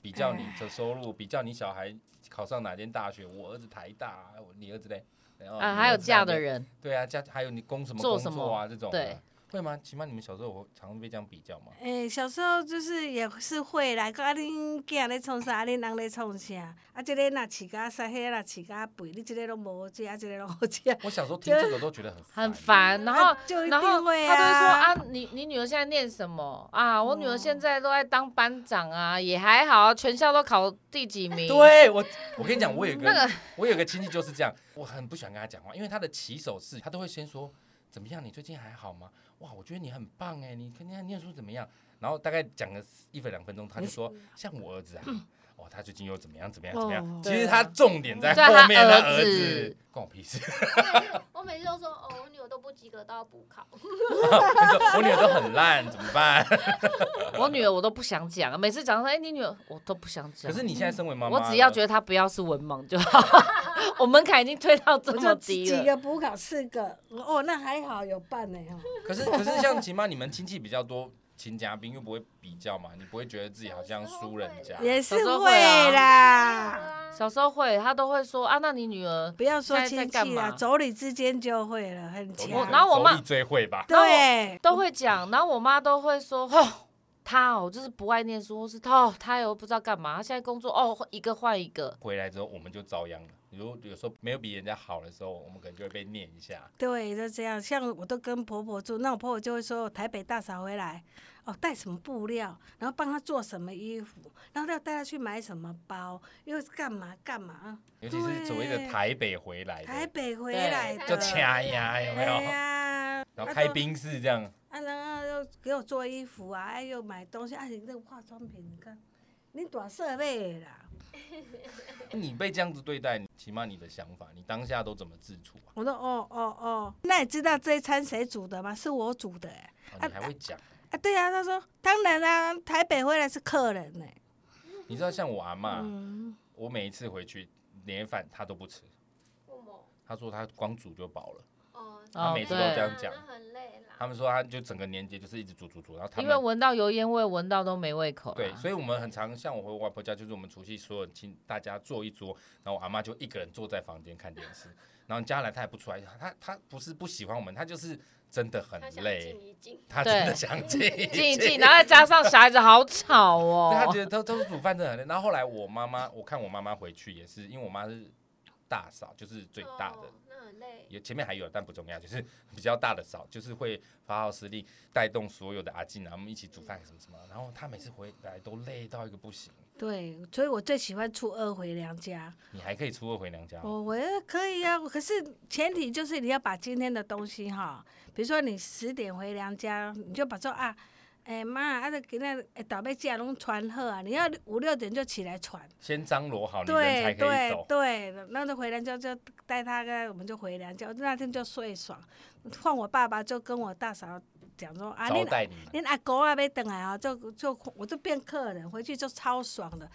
[SPEAKER 1] 比较你的收入，比较你小孩考上哪间大学，我儿子台大，啊我你儿子嘞，然后
[SPEAKER 2] 啊，
[SPEAKER 1] 你
[SPEAKER 2] 还有
[SPEAKER 1] 儿子哪
[SPEAKER 2] 嫁的
[SPEAKER 1] 边，
[SPEAKER 2] 人，
[SPEAKER 1] 对啊，嫁还有你工什么
[SPEAKER 2] 做
[SPEAKER 1] 工
[SPEAKER 2] 什
[SPEAKER 1] 作啊这种的，
[SPEAKER 2] 对
[SPEAKER 1] 会吗？起码你们小时候有常被这样比较吗？
[SPEAKER 3] 哎、小时候就是也是会啦，讲啊恁囝咧创啥，啊恁人咧创啥，啊即、个若饲甲屎，迄个若饲甲肥，你即个拢无好食，啊即、个拢好食。
[SPEAKER 1] 我小时
[SPEAKER 2] <laughs>
[SPEAKER 1] 候听这个都觉得很
[SPEAKER 2] 很烦。然后
[SPEAKER 3] 啊，就一
[SPEAKER 2] 然后
[SPEAKER 3] 定会
[SPEAKER 2] 他都会说
[SPEAKER 3] 啊
[SPEAKER 2] 啊，你你女儿现在念什么啊？我女儿
[SPEAKER 3] 哦
[SPEAKER 2] 现在都在当班长啊，也还好啊，全校都考第几名。
[SPEAKER 1] 对我，我跟你讲，我有一个
[SPEAKER 2] 那个
[SPEAKER 1] 我有一个亲戚就是这样，我很不喜欢跟他讲话，因为他的起手式，他都会先说怎么样，你最近还好吗？哇，我觉得你很棒哎，你跟人家念书怎么样？然后大概讲个一分两分钟，他就说像我儿子啊，哦，他最近又怎么样怎么样怎么
[SPEAKER 3] 哦
[SPEAKER 1] 样？
[SPEAKER 2] 嗯对
[SPEAKER 1] 其
[SPEAKER 2] 啊
[SPEAKER 1] 实他重点在
[SPEAKER 2] 在他
[SPEAKER 1] 后面，他
[SPEAKER 2] 儿
[SPEAKER 1] 儿
[SPEAKER 2] 子
[SPEAKER 1] 子关我屁事， <laughs>
[SPEAKER 4] 我每次我每次都说哦，我女儿都不及格，都要补考。
[SPEAKER 1] 我女儿都很烂，怎么办？ <laughs>
[SPEAKER 2] 我女儿我都不想讲，每次讲说哎、你女儿我都不想讲。
[SPEAKER 1] 可是你现在身为妈妈
[SPEAKER 2] 我
[SPEAKER 1] 了，
[SPEAKER 2] 只要觉得她不要是文盲就好， <laughs> 我门槛已经推到这
[SPEAKER 3] 我
[SPEAKER 2] 么
[SPEAKER 3] 就几
[SPEAKER 2] 低
[SPEAKER 3] 几
[SPEAKER 2] 了。
[SPEAKER 3] 个补考四个，哦，那还好有办呢哈。
[SPEAKER 1] 可是可是像起码你们亲戚比较多。亲家宾又不会比较嘛，你不会觉得自己好像输人家。
[SPEAKER 3] 也是
[SPEAKER 2] 小时候会啊
[SPEAKER 3] 会啦，
[SPEAKER 4] 啊
[SPEAKER 2] 小时候会，她都会说啊，那你女
[SPEAKER 3] <laughs>
[SPEAKER 2] 儿
[SPEAKER 3] 不要说
[SPEAKER 2] 现在在
[SPEAKER 3] 亲
[SPEAKER 2] 干
[SPEAKER 3] 戚
[SPEAKER 2] 嘛
[SPEAKER 3] 啦，妯娌之间就会了，很啊
[SPEAKER 1] 妯娌
[SPEAKER 2] 我
[SPEAKER 3] 强。
[SPEAKER 2] 然后我妈
[SPEAKER 1] 妯娌最会吧，
[SPEAKER 3] 对，
[SPEAKER 2] 都会讲，然后我妈都会说，哦，他哦，就是不爱念书，或是他哦，他又不知道干嘛，他现在工作哦，一个换一个，
[SPEAKER 1] 回来之后我们就遭殃了。如果有时候没有比人家好的时候，我们可能就会被念一下。
[SPEAKER 3] 对，就这样。像我都跟婆婆住，那我婆婆就会说，台北大嫂回来，哦，带什么布料，然后帮她做什么衣服，然后要带她去买什么包，又是干嘛干嘛。
[SPEAKER 1] 尤其是所谓的
[SPEAKER 3] 对
[SPEAKER 1] 台北回来
[SPEAKER 3] 台
[SPEAKER 1] 的，
[SPEAKER 3] 北回
[SPEAKER 2] 哎对
[SPEAKER 3] 来
[SPEAKER 4] 台
[SPEAKER 1] 就
[SPEAKER 3] 的，
[SPEAKER 4] 北
[SPEAKER 1] 掐牙有没有
[SPEAKER 3] 哎？呀，
[SPEAKER 1] 然后
[SPEAKER 3] 啊
[SPEAKER 1] 开
[SPEAKER 3] 都
[SPEAKER 1] 冰室这样，
[SPEAKER 3] 啊，然后又给我做衣服啊，哎又买东西，啊，你那个化妆品，你看，你多设备啦。
[SPEAKER 1] 你被这样子对待，起码你的想法，你当下都怎么自处啊？
[SPEAKER 3] 我说哦哦哦，那你知道这一餐谁煮的吗？是我煮的、欸。
[SPEAKER 1] 啊你还会讲？
[SPEAKER 3] 啊，对啊，他说当然啦、台北回来是客人呢、
[SPEAKER 1] 你知道像我阿妈，
[SPEAKER 3] 嗯，
[SPEAKER 1] 我每一次回去年夜饭她都不吃，
[SPEAKER 4] 父母
[SPEAKER 1] 她说她光煮就饱了。
[SPEAKER 4] 哦，
[SPEAKER 2] 他
[SPEAKER 1] 每
[SPEAKER 4] 那
[SPEAKER 1] 次都这样
[SPEAKER 4] 那
[SPEAKER 1] 讲
[SPEAKER 4] 很累啦。
[SPEAKER 1] 他们说她就整个年节就是一直煮煮煮，然后他
[SPEAKER 2] 因为
[SPEAKER 1] 们
[SPEAKER 2] 闻到油烟味，闻到都没胃口啦。啊
[SPEAKER 1] 对，所以我们很常像我回我外婆家，就是我们除夕所有亲大家坐一桌，然后我阿妈就一个人坐在房间看电视，然后你家来她也不出来，她她不是不喜欢我们，她就是真的很
[SPEAKER 4] 他想
[SPEAKER 1] 累
[SPEAKER 4] 静，一静，
[SPEAKER 1] 她真的想静一 <laughs>
[SPEAKER 2] 静一
[SPEAKER 1] 静
[SPEAKER 2] 静，然后再加上小孩子好吵
[SPEAKER 1] 对他
[SPEAKER 2] <laughs> 哦
[SPEAKER 1] 觉。得都都是煮饭真的很累。然后后来我妈妈，我看我妈妈回去也是，因为我妈是大嫂，就是最大的
[SPEAKER 4] 哦，那很累。
[SPEAKER 1] 也前面还有，但不重要，就是比较大的嫂，就是会发号施令，带动所有的阿进啊，我们一起煮饭什么什么。然后她每次回来都累到一个不行，
[SPEAKER 3] 对，所以我最喜欢初二回娘家。哦
[SPEAKER 1] 你还可以初二回娘家吗。
[SPEAKER 3] 我我也可以啊，可是前提就是你要把今天的东西哈，比如说你十点回娘家，你就把说啊，哎、妈，啊，这今天哎，倒杯架拢传好啊，你要五六点就起来传。
[SPEAKER 1] 先张罗哦好，你人才
[SPEAKER 3] 对
[SPEAKER 1] 可以
[SPEAKER 3] 对
[SPEAKER 1] 走。
[SPEAKER 3] 对，那就回娘家就带他跟我们就回娘家，那天就睡爽。换我爸爸就跟我大嫂讲说啊，
[SPEAKER 1] 招
[SPEAKER 3] 你
[SPEAKER 1] 待你们，
[SPEAKER 3] 恁阿公啊要等来啊，就就我就变客人，回去就超爽的。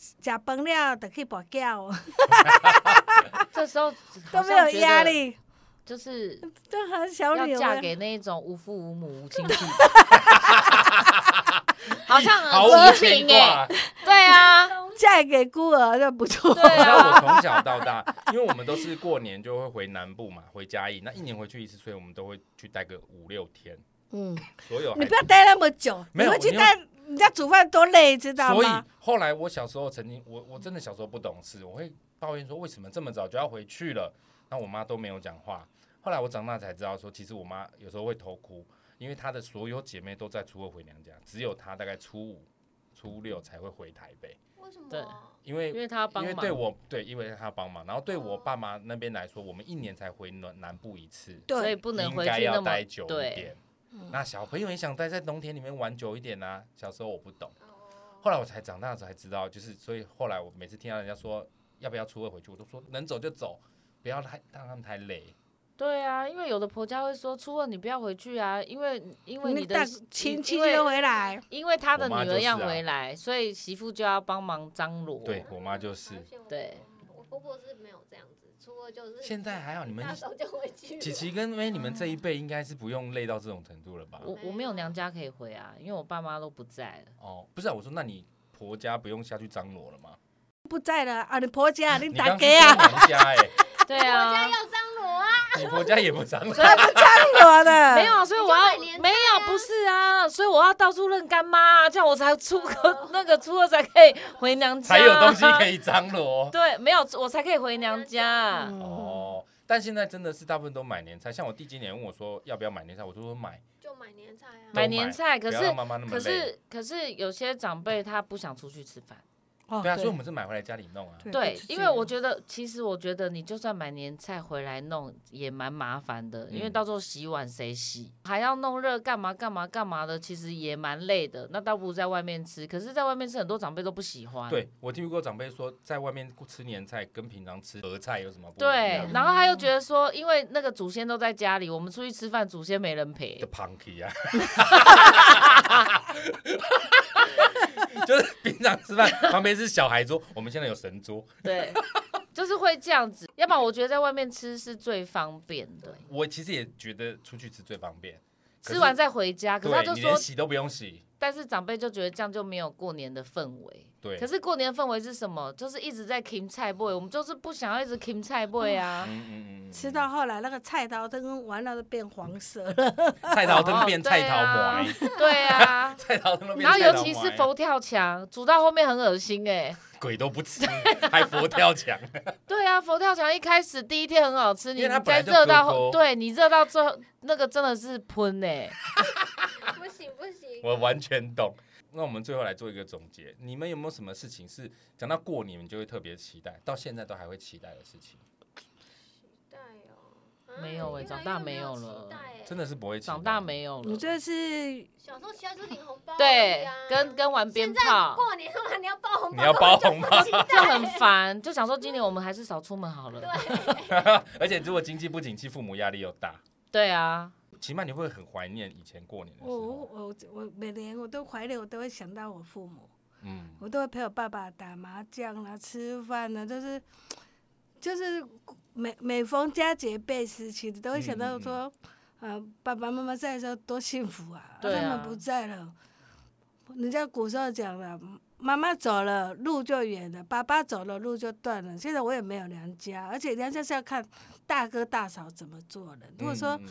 [SPEAKER 3] 食饭了就去跋
[SPEAKER 2] <laughs>
[SPEAKER 3] 筊，
[SPEAKER 2] 这时候
[SPEAKER 3] <laughs> 都没有压，力，
[SPEAKER 2] 就是
[SPEAKER 3] 就很小
[SPEAKER 2] 要
[SPEAKER 3] 女
[SPEAKER 2] 嫁
[SPEAKER 3] 人。
[SPEAKER 2] 给那一种无父无母无亲
[SPEAKER 3] <laughs>
[SPEAKER 2] 戚， <laughs> 好像
[SPEAKER 1] 毫
[SPEAKER 2] 很
[SPEAKER 1] 无
[SPEAKER 2] 和
[SPEAKER 1] 牵
[SPEAKER 2] 平
[SPEAKER 1] 挂 <laughs>
[SPEAKER 2] 哎。。对 <laughs> 啊，
[SPEAKER 3] 嫁给孤儿就不错。
[SPEAKER 2] 对
[SPEAKER 1] 你知道我
[SPEAKER 2] 啊，
[SPEAKER 1] 从小到大，因为我们都是过年就会回南部嘛，回嘉义，那一年回去一次，所以我们都会去待个五六天。
[SPEAKER 3] 嗯，
[SPEAKER 1] 所有孩
[SPEAKER 3] 你
[SPEAKER 1] 子
[SPEAKER 3] 不要待那么久，
[SPEAKER 1] 没
[SPEAKER 3] 你
[SPEAKER 1] 有
[SPEAKER 3] 会去
[SPEAKER 1] 你要
[SPEAKER 3] 待人家煮饭多累，知道
[SPEAKER 1] 所以
[SPEAKER 3] 吗？
[SPEAKER 1] 后来我小时候曾经，我我真的小时候不懂事，我会抱怨说为什么这么早就要回去了，那我妈都没有讲话。后来我长大才知道说，其实我妈有时候会偷哭，因为她的所有姐妹都在初二回娘家，只有她大概初五、初六才会回台北，
[SPEAKER 4] 为什
[SPEAKER 2] 对
[SPEAKER 4] 么？哦
[SPEAKER 1] 因为
[SPEAKER 2] 因为他要帮
[SPEAKER 1] 因为
[SPEAKER 2] 忙哦
[SPEAKER 1] 对。我对，因为她帮忙，然后对我爸妈那边来说，我们一年才回南南部一次，
[SPEAKER 2] 所以
[SPEAKER 3] 对，
[SPEAKER 2] 不能
[SPEAKER 1] 应
[SPEAKER 2] 回
[SPEAKER 1] 该
[SPEAKER 2] 去那
[SPEAKER 1] 要
[SPEAKER 2] 么
[SPEAKER 1] 待久一
[SPEAKER 2] 对，嗯
[SPEAKER 1] 点。那小朋友也想待在农田里面玩久一点啊，小时候我不懂。
[SPEAKER 4] 哦，
[SPEAKER 1] 后来我才长大的时候才知道，就是所以后来我每次听到人家说要不要初二回去，我都说能走就走，不要太让他们太累。
[SPEAKER 2] 对啊，因为有的婆家会说初二你不要回去啊，因为因为你的
[SPEAKER 3] 带亲戚
[SPEAKER 2] 因为
[SPEAKER 3] 就回来。
[SPEAKER 2] 因为他的
[SPEAKER 1] 我妈
[SPEAKER 2] 女
[SPEAKER 1] 就
[SPEAKER 2] 儿
[SPEAKER 1] 是
[SPEAKER 2] 要
[SPEAKER 1] 啊
[SPEAKER 2] 回来，所以媳妇就要帮忙张罗。
[SPEAKER 1] 对我妈就是
[SPEAKER 4] 好险我嗯
[SPEAKER 2] 对
[SPEAKER 4] 我婆婆是没有这样子，除了就是
[SPEAKER 1] 现在还好，你们
[SPEAKER 4] 大手就回去了。
[SPEAKER 1] 琪琪跟薇，你们这一辈应该是不用累到这种程度了吧？
[SPEAKER 2] 我我没有娘家可以回啊，因为我爸妈都不在了。
[SPEAKER 1] 哦，不是、啊，我说那你婆家不用下去张罗了吗？
[SPEAKER 3] 不在了啊！你婆
[SPEAKER 1] <laughs>
[SPEAKER 3] 家，你
[SPEAKER 1] 你
[SPEAKER 3] 打
[SPEAKER 1] 刚
[SPEAKER 3] 给
[SPEAKER 1] 去
[SPEAKER 3] 啊，
[SPEAKER 1] 娘家哎、
[SPEAKER 2] <laughs> 对
[SPEAKER 4] 我家
[SPEAKER 2] 啊，
[SPEAKER 4] 要张罗啊，
[SPEAKER 1] 你婆家也不张
[SPEAKER 2] <laughs>
[SPEAKER 1] 罗。
[SPEAKER 3] <laughs> 他不张罗的。
[SPEAKER 2] 没有，啊，所以我
[SPEAKER 4] 你就
[SPEAKER 2] 要
[SPEAKER 4] 买年
[SPEAKER 2] 没有不是啊，所以我要到处认干妈、啊，这样我才初个那个初二才可以回娘家、
[SPEAKER 1] 才有东西可
[SPEAKER 2] 以。
[SPEAKER 1] 以张罗。
[SPEAKER 2] <laughs> 对，没有我才可以回娘家。
[SPEAKER 3] 嗯，
[SPEAKER 1] 哦，但现在真的是大部分都买年菜，像我弟今年问我说要不要买年菜，我就说买，
[SPEAKER 4] 就买年菜啊。
[SPEAKER 1] 都
[SPEAKER 2] 买年菜可
[SPEAKER 1] 不要
[SPEAKER 2] 是
[SPEAKER 1] 让妈妈那么
[SPEAKER 2] 可
[SPEAKER 1] 累。
[SPEAKER 2] 是可是有些长辈他不想出去吃饭，
[SPEAKER 3] 哦
[SPEAKER 1] 对啊，所以我们是买回来家里弄啊。
[SPEAKER 2] 对，因为我觉得其实我觉得你就算买年菜回来弄也蛮麻烦的，因为
[SPEAKER 1] 嗯
[SPEAKER 2] 到时候洗碗谁洗，还要弄热干嘛干嘛干嘛的，其实也蛮累的。那倒不如在外面吃，可是在外面吃很多长辈都不喜欢。
[SPEAKER 1] 对，我听过长辈说，在外面吃年菜跟平常吃盒菜有什么不一
[SPEAKER 2] 对
[SPEAKER 1] 样？
[SPEAKER 2] 然后他又觉得说，因为那个祖先都在家里，我们出去吃饭，祖先没人陪
[SPEAKER 1] 就。punky
[SPEAKER 2] <laughs>
[SPEAKER 1] 啊，就是平常吃饭旁边是小孩桌，我们现在有神桌。
[SPEAKER 2] 对， <laughs> 就是会这样子。要不然我觉得在外面吃是最方便的，
[SPEAKER 1] 我其实也觉得出去吃最方便，可是
[SPEAKER 2] 吃完再回家。可是他
[SPEAKER 1] 对
[SPEAKER 2] 就
[SPEAKER 1] 你
[SPEAKER 2] 说
[SPEAKER 1] 连洗都不用洗，
[SPEAKER 2] 但是长辈就觉得这样就没有过年的氛围。
[SPEAKER 1] 对
[SPEAKER 2] 可是过年的氛围是什么？就是一直在 Kim 菜 boy，我们就是不想要一直 Kim 菜 boy 啊。
[SPEAKER 1] 嗯嗯嗯嗯，
[SPEAKER 3] 吃到后来那个菜刀灯完了都变黄色了，
[SPEAKER 1] 菜刀灯变菜刀
[SPEAKER 2] 哦
[SPEAKER 1] 魔，
[SPEAKER 2] 对
[SPEAKER 1] <laughs>
[SPEAKER 2] 啊，
[SPEAKER 1] 菜刀灯变
[SPEAKER 2] 然
[SPEAKER 1] 嗯
[SPEAKER 2] 后
[SPEAKER 1] 菜欸
[SPEAKER 2] 尤
[SPEAKER 1] 刀
[SPEAKER 2] 其
[SPEAKER 1] 魔
[SPEAKER 2] 是佛跳墙，煮到后面很恶心哎、
[SPEAKER 1] 鬼都不吃， <laughs> 还佛跳墙，
[SPEAKER 2] 对啊，佛跳墙一开始第一天很好吃，
[SPEAKER 1] 因
[SPEAKER 2] 你
[SPEAKER 1] 为它本
[SPEAKER 2] 再
[SPEAKER 1] 来就
[SPEAKER 2] 热到
[SPEAKER 1] 隔
[SPEAKER 2] 后，
[SPEAKER 1] 锅
[SPEAKER 2] 对你热到最后那个真的是喷哎、
[SPEAKER 4] 不行不行，
[SPEAKER 1] 我完全懂。那我们最后来做一个总结，你们有没有什么事情是讲到过年你们就会特别期待，到现在都还会期待的事情？
[SPEAKER 4] 对哦，
[SPEAKER 2] 没有欸
[SPEAKER 4] 越来
[SPEAKER 2] 长
[SPEAKER 4] 越
[SPEAKER 2] 大
[SPEAKER 4] 没
[SPEAKER 2] 没有
[SPEAKER 4] 期
[SPEAKER 2] 了
[SPEAKER 4] 待欸
[SPEAKER 1] 真的是不会期待
[SPEAKER 2] 长大没有
[SPEAKER 1] 嗯
[SPEAKER 3] 我
[SPEAKER 2] 了。
[SPEAKER 3] 就是
[SPEAKER 4] 小时候期待就是领红包而已
[SPEAKER 2] 对
[SPEAKER 4] 啊，，
[SPEAKER 2] 跟跟玩鞭
[SPEAKER 4] 现在
[SPEAKER 2] 炮
[SPEAKER 4] 过年的话你要包红包，
[SPEAKER 1] 你要包红包
[SPEAKER 4] 根本就不
[SPEAKER 2] <laughs>
[SPEAKER 4] 期
[SPEAKER 2] 就
[SPEAKER 4] 待
[SPEAKER 2] 很烦，就想说今年我们还是少出门好了。
[SPEAKER 4] 对，
[SPEAKER 1] <laughs> 而且如果经济不景气，父母压力又大，
[SPEAKER 2] 对啊，
[SPEAKER 1] 起码你会很怀念以前过年的时
[SPEAKER 3] 我
[SPEAKER 2] 哦
[SPEAKER 1] 候。
[SPEAKER 3] 我我每年我都怀念，我都会想到我父母，
[SPEAKER 1] 嗯，
[SPEAKER 3] 我都会陪我爸爸打麻将啦、吃饭啦，就是就是每每逢佳节倍思亲，都会想到说，呃，爸爸妈妈在的时候多幸福啊，
[SPEAKER 2] 对啊
[SPEAKER 3] 他们不在了，人家古时候讲了。妈妈走了，路就远了；爸爸走了，路就断了。现在我也没有娘家，而且娘家是要看大哥大嫂怎么做人。如果说
[SPEAKER 1] 嗯嗯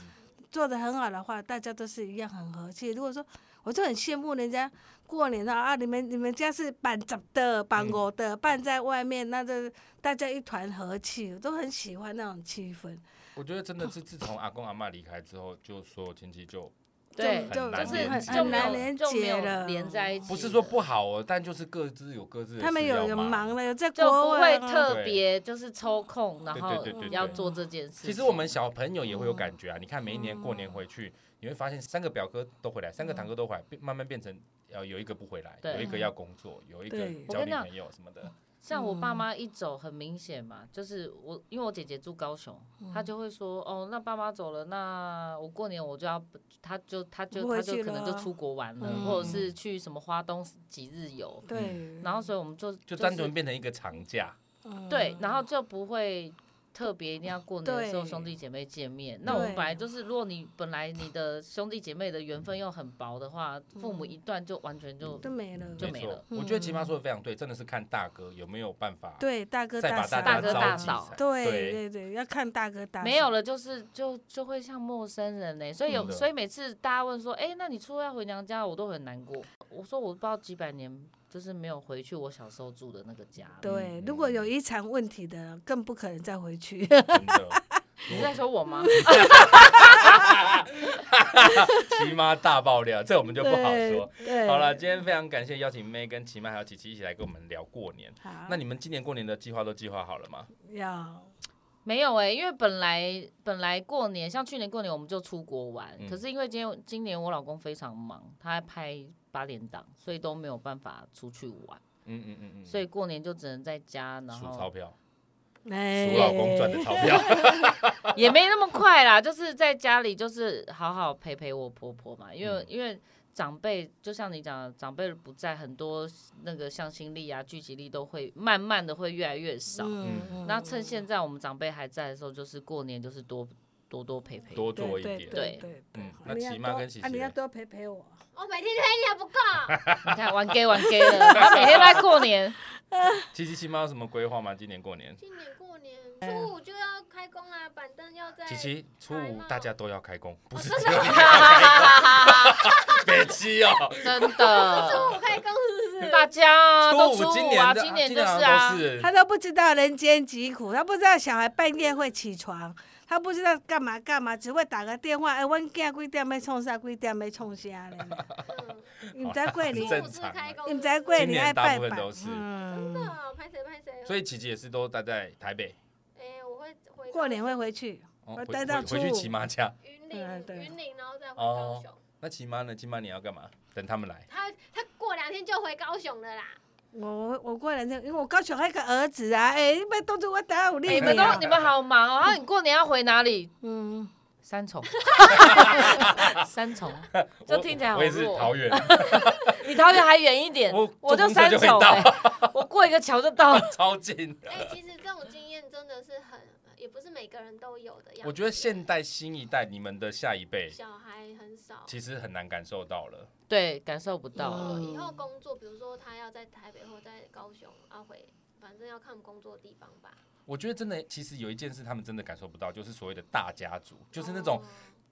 [SPEAKER 3] 做的很好的话，大家都是一样很和气。如果说我就很羡慕人家过年啊啊，你们你们家是办怎的，办我的，办在外面，那就大家一团和气，我都很喜欢那种气氛。
[SPEAKER 1] 我觉得真的是自从阿公阿妈离开之后，就所有亲戚就
[SPEAKER 2] 对，
[SPEAKER 1] 就
[SPEAKER 2] 就
[SPEAKER 1] 很难
[SPEAKER 2] 是
[SPEAKER 1] 连
[SPEAKER 2] 就没
[SPEAKER 1] 很难
[SPEAKER 2] 有
[SPEAKER 3] 连
[SPEAKER 2] 就没
[SPEAKER 3] 结了
[SPEAKER 2] 有连在一起了，
[SPEAKER 1] 不是说不好哦，但就是各自有各自的
[SPEAKER 3] 他们
[SPEAKER 1] 事要
[SPEAKER 3] 有人忙
[SPEAKER 1] 忙。
[SPEAKER 3] 了，有在
[SPEAKER 2] 就不
[SPEAKER 3] 国外
[SPEAKER 2] 会
[SPEAKER 3] 啊、
[SPEAKER 2] 特别就是抽空，然后
[SPEAKER 1] 对对对对
[SPEAKER 2] 要做这件事情。
[SPEAKER 1] 其实我们小朋友也会有感觉啊，你看每一年过
[SPEAKER 2] 嗯
[SPEAKER 1] 年回去，你会发现三个表哥都回来，三个堂哥都回来，变慢慢变成呃有一个不回来，
[SPEAKER 2] 对
[SPEAKER 1] 有一个要工作，有一个
[SPEAKER 3] 对
[SPEAKER 1] 交女朋友什么的。
[SPEAKER 2] 像我爸
[SPEAKER 3] 嗯
[SPEAKER 2] 妈一走，很明显嘛，就是我因为我姐姐住高雄，她就会说哦，那爸妈走了，那我过年我就要，她就她就
[SPEAKER 3] 不回
[SPEAKER 2] 她就
[SPEAKER 3] 去
[SPEAKER 2] 可能
[SPEAKER 3] 了
[SPEAKER 2] 就出国玩了，
[SPEAKER 3] 嗯
[SPEAKER 2] 或者是去什么花东几日游，
[SPEAKER 3] 对，
[SPEAKER 2] 然后所以我们就
[SPEAKER 1] 就是单纯变成一个长假，
[SPEAKER 3] 嗯
[SPEAKER 2] 对，然后就不会特别一定要过年的时候
[SPEAKER 3] 对
[SPEAKER 2] 兄弟姐妹见面。那我们
[SPEAKER 3] 对
[SPEAKER 2] 本来就是，如果你本来你的兄弟姐妹的缘分又很薄的话，父母一断就完全就
[SPEAKER 3] 嗯都没了。
[SPEAKER 2] 就
[SPEAKER 1] 没
[SPEAKER 2] 没
[SPEAKER 1] 错
[SPEAKER 2] 了。
[SPEAKER 1] 我觉得奇妈说的非常对，真的是看大哥有没有办法
[SPEAKER 3] 对，大哥
[SPEAKER 1] 再把
[SPEAKER 3] 嫂，
[SPEAKER 1] 大
[SPEAKER 2] 哥大
[SPEAKER 1] 家
[SPEAKER 2] 嫂
[SPEAKER 1] 召集起来。
[SPEAKER 3] 对
[SPEAKER 1] 对，
[SPEAKER 3] 对对，要看大哥大嫂。
[SPEAKER 2] 没有了，就是就就会像陌生人呢、所以
[SPEAKER 1] 嗯
[SPEAKER 2] 有
[SPEAKER 1] 的
[SPEAKER 2] 所以每次大家问说，哎、那你初二要回娘家，我都很难过。我说我不知道几百年就是没有回去我小时候住的那个家了。
[SPEAKER 3] 对，如果有遗产问题的，更不可能再回去。
[SPEAKER 1] 真的。
[SPEAKER 2] <laughs> 你在说我吗？
[SPEAKER 1] 奇妈大爆料，这我们就不好说。
[SPEAKER 3] 对。对，
[SPEAKER 1] 好了，，今天非常感谢邀请妹跟奇妈还有琪琪一起来跟我们聊过年。
[SPEAKER 3] 好，
[SPEAKER 1] 那你们今年过年的计划都计划好了吗？
[SPEAKER 3] 要
[SPEAKER 2] 没有哎、因为本来本来过年，像去年过年我们就出国玩，
[SPEAKER 1] 嗯
[SPEAKER 2] 可是因为今天今年我老公非常忙，他还拍八点档，所以都没有办法出去玩，
[SPEAKER 1] 嗯嗯嗯嗯，
[SPEAKER 2] 所以过年就只能在家，然
[SPEAKER 1] 数钞
[SPEAKER 2] 后
[SPEAKER 1] 票，
[SPEAKER 3] 哎
[SPEAKER 1] 数老公赚的钞票。
[SPEAKER 2] 哎也没那么快啦，就是在家里就是好好陪陪我婆婆嘛，因为、
[SPEAKER 1] 嗯
[SPEAKER 2] 因为长辈就像你讲的，长辈不在，很多那个向心力啊、聚集力都会慢慢的会越来越少。
[SPEAKER 1] 嗯
[SPEAKER 2] 那趁现在我们长辈还在的时候，就是过年就是多多多陪陪，
[SPEAKER 1] 多
[SPEAKER 3] 对
[SPEAKER 1] 做一
[SPEAKER 3] 对
[SPEAKER 1] 点。
[SPEAKER 2] 对
[SPEAKER 3] 对对
[SPEAKER 1] 嗯
[SPEAKER 3] 对啊
[SPEAKER 1] 那
[SPEAKER 3] 你要
[SPEAKER 1] 骑马
[SPEAKER 3] 多
[SPEAKER 1] 跟骑
[SPEAKER 3] 啊，你
[SPEAKER 1] 骑
[SPEAKER 3] 要多陪陪我。
[SPEAKER 4] 我每天黑夜
[SPEAKER 1] <laughs>
[SPEAKER 4] 不够，
[SPEAKER 2] 你看玩 gay 玩 gay 了，他每天都在过
[SPEAKER 1] <laughs>
[SPEAKER 2] 年。
[SPEAKER 1] 七七七妈有什么规划吗？今年过年？
[SPEAKER 4] 今年过年初五就要开工啦，板凳要在
[SPEAKER 1] 七七初
[SPEAKER 4] 还
[SPEAKER 1] 五
[SPEAKER 4] 吗
[SPEAKER 1] 大家都要开
[SPEAKER 2] 哦
[SPEAKER 1] 工，不是
[SPEAKER 4] 真
[SPEAKER 1] 只
[SPEAKER 4] 的
[SPEAKER 1] 有你北七
[SPEAKER 2] <laughs>
[SPEAKER 1] 哦。
[SPEAKER 2] 真的，
[SPEAKER 4] 初五开工
[SPEAKER 2] <laughs>
[SPEAKER 4] 是不是？
[SPEAKER 2] 大家都
[SPEAKER 1] 初
[SPEAKER 2] 初
[SPEAKER 1] 五今
[SPEAKER 2] 五
[SPEAKER 1] 年
[SPEAKER 2] 啊，
[SPEAKER 1] 的
[SPEAKER 2] 今年就
[SPEAKER 1] 好
[SPEAKER 2] 是
[SPEAKER 1] 像
[SPEAKER 2] 啊
[SPEAKER 1] 都，是
[SPEAKER 3] 他都不知道人间疾苦，他不知道小孩半夜会起床，他不知道干嘛干嘛，只会打个电话。哎，阮囝几点要创啥，几点要创啥咧？
[SPEAKER 1] <laughs>
[SPEAKER 4] 嗯
[SPEAKER 3] 你毋知过
[SPEAKER 1] 很
[SPEAKER 3] 年，
[SPEAKER 1] 正啊
[SPEAKER 4] 初五是开工，
[SPEAKER 3] 你毋
[SPEAKER 4] 是
[SPEAKER 3] 知
[SPEAKER 4] 不
[SPEAKER 3] 过
[SPEAKER 4] 是
[SPEAKER 1] 今年
[SPEAKER 3] 年爱
[SPEAKER 1] 大
[SPEAKER 3] 拜
[SPEAKER 1] 部分
[SPEAKER 3] 拜
[SPEAKER 1] 都是。
[SPEAKER 4] 真
[SPEAKER 3] 嗯，
[SPEAKER 4] 的啊哦拍谁拍谁，
[SPEAKER 1] 所以琪琪也是都待在台北，
[SPEAKER 4] 哎，我会回
[SPEAKER 3] 过年会回去，
[SPEAKER 1] 哦
[SPEAKER 3] 我
[SPEAKER 1] 回
[SPEAKER 3] 待到
[SPEAKER 1] 回回去
[SPEAKER 3] 初五
[SPEAKER 1] 骑妈家。
[SPEAKER 4] 云
[SPEAKER 3] 嗯
[SPEAKER 4] 林
[SPEAKER 3] 对
[SPEAKER 4] 云林，然后再回
[SPEAKER 1] 哦
[SPEAKER 4] 高雄。
[SPEAKER 1] 那骑妈呢？骑妈你要干嘛？等他们来。
[SPEAKER 4] 他他过两天就回高雄了啦。
[SPEAKER 3] 我我过两天，因为我高雄还有一个儿子啊，哎，你别当作我打有
[SPEAKER 2] 你
[SPEAKER 3] 你
[SPEAKER 2] 们
[SPEAKER 3] 们
[SPEAKER 2] 都
[SPEAKER 3] 啊
[SPEAKER 2] 你们好忙哦。然后你过年要回哪里？
[SPEAKER 3] 嗯，
[SPEAKER 1] <laughs>
[SPEAKER 2] 三重，三重，就听起来
[SPEAKER 1] 我
[SPEAKER 2] 好
[SPEAKER 1] 我也是桃
[SPEAKER 2] 弱。 <laughs>
[SPEAKER 1] 园，
[SPEAKER 2] 你桃园还远一点
[SPEAKER 1] 我，
[SPEAKER 2] 我
[SPEAKER 1] 坐公车
[SPEAKER 2] 三
[SPEAKER 1] 就会
[SPEAKER 2] 重欸
[SPEAKER 1] 到
[SPEAKER 2] 哎，我过一个桥就到了。
[SPEAKER 1] 超近。
[SPEAKER 4] 哎、其实这种经验真的是很，也也不是每个人都有的样子。
[SPEAKER 1] 我觉得现代新一代，你们的下一辈
[SPEAKER 4] 小孩很少，
[SPEAKER 1] 其实很难感受到了。
[SPEAKER 2] 对，感受不到了。
[SPEAKER 4] 以后
[SPEAKER 3] 嗯
[SPEAKER 4] 以后工作，比如说他要在台北或在高雄啊回，反正要看工作地方吧。
[SPEAKER 1] 我觉得真的，其实有一件事他们真的感受不到，就是所谓的大家族，就是那种
[SPEAKER 4] 哦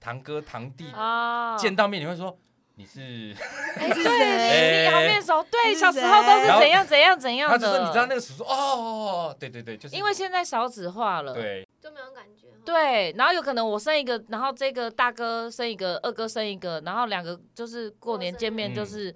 [SPEAKER 1] 堂哥堂弟
[SPEAKER 2] 啊，
[SPEAKER 1] 见到面，你会说你是，
[SPEAKER 2] 哎，
[SPEAKER 3] <laughs> 是
[SPEAKER 2] 对，
[SPEAKER 1] 谁
[SPEAKER 2] 你好面熟，对，
[SPEAKER 3] 是
[SPEAKER 2] 小时候都是
[SPEAKER 1] 谁
[SPEAKER 2] 怎样怎样怎样
[SPEAKER 1] 他
[SPEAKER 2] 的。
[SPEAKER 1] 就说你知道那个叔叔哦，对对对，就是
[SPEAKER 2] 因为现在少子化了。
[SPEAKER 1] 对，
[SPEAKER 4] 就没有感觉。，
[SPEAKER 2] 对，然后有可能我生一个，然后这个大哥生一个，二哥生一个，然后两个就是过年见
[SPEAKER 1] 嗯
[SPEAKER 2] 面就是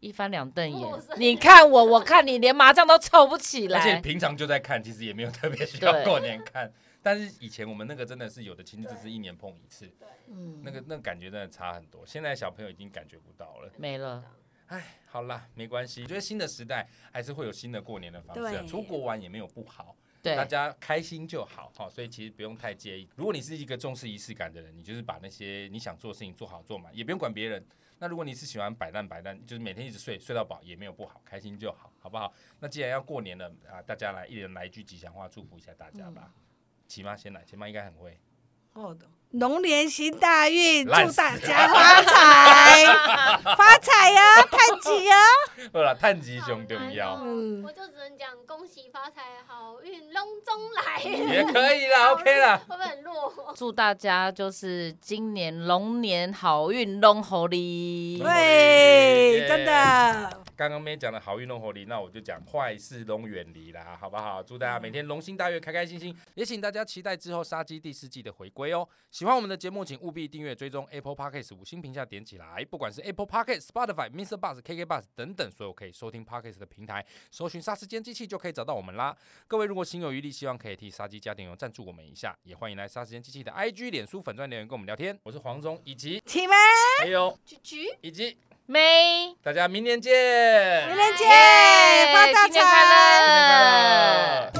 [SPEAKER 2] 一翻两瞪眼
[SPEAKER 4] 陌生，人
[SPEAKER 2] 你看我，我看你，连麻将都凑不起
[SPEAKER 1] 而且
[SPEAKER 2] 来。
[SPEAKER 1] 平常就在看，其实也没有特别需要
[SPEAKER 2] 对
[SPEAKER 1] 过年看。但是以前我们那个真的是有的亲戚只是一年碰一次，
[SPEAKER 4] 对，
[SPEAKER 3] 嗯
[SPEAKER 1] 那个那个感觉真的差很多。现在小朋友已经感觉不到了。
[SPEAKER 2] 没了。
[SPEAKER 1] 哎，好啦，没关系，我觉得新的时代还是会有新的过年的方式啊，
[SPEAKER 3] 对
[SPEAKER 1] 出国玩也没有不好。大
[SPEAKER 2] 对，
[SPEAKER 1] 家开心就好哈、所以其实不用太介意。如果你是一个重视仪式感的人，你就是把那些你想做的事情做好做满，也不用管别人。那如果你是喜欢摆烂摆烂，就是每天一直睡睡到饱也没有不好，开心就好，好不好？那既然要过年了啊，大家来一人来一句吉祥话，祝福一下大家
[SPEAKER 4] 嗯
[SPEAKER 1] 吧。齐妈先来，齐妈应该很会。
[SPEAKER 3] 哦，龙年行大运，
[SPEAKER 1] 烂
[SPEAKER 3] 祝
[SPEAKER 1] 死
[SPEAKER 3] 大家发财，发财呀、太极哦呀！
[SPEAKER 1] 好了，探吉兄弟
[SPEAKER 4] 好
[SPEAKER 1] 要
[SPEAKER 4] 难哦
[SPEAKER 3] 嗯
[SPEAKER 4] 我就只能讲恭喜发财，好运隆中来。
[SPEAKER 1] 也可以啦，OK 啦
[SPEAKER 4] <laughs> 会。不会很弱？
[SPEAKER 2] 祝大家就是今年龙年好运龙猴哩。
[SPEAKER 3] 喂，
[SPEAKER 1] 耶
[SPEAKER 3] 真的，
[SPEAKER 1] 刚刚妹讲的好运龙活力，那我就讲坏事龙远离啦，好不好？祝大家每天龙心大悦，开开心心。也请大家期待之后杀鸡第四季的回归哦。喜欢我们的节目，请务必订阅、追踪 Apple Podcast 五星评价点起来。不管是 Apple Podcast、Spotify、Mr. Bus、KK Bus 等等所有可以收听 Podcast 的平台，搜寻“杀时间机器”就可以找到我们啦。各位如果心有余力，希望可以替杀鸡加点油赞助我们一下，也欢迎来杀时间机器的 IG、脸书粉钻留言跟我们聊天。我是黄忠，以及
[SPEAKER 3] 起们，
[SPEAKER 1] 还有
[SPEAKER 4] 菊菊，
[SPEAKER 1] 以及
[SPEAKER 2] 妹，
[SPEAKER 1] 大家明年见
[SPEAKER 3] 明。天见，
[SPEAKER 2] 耶
[SPEAKER 3] 发大
[SPEAKER 2] 新年
[SPEAKER 3] 财
[SPEAKER 2] 快乐
[SPEAKER 1] 新年快乐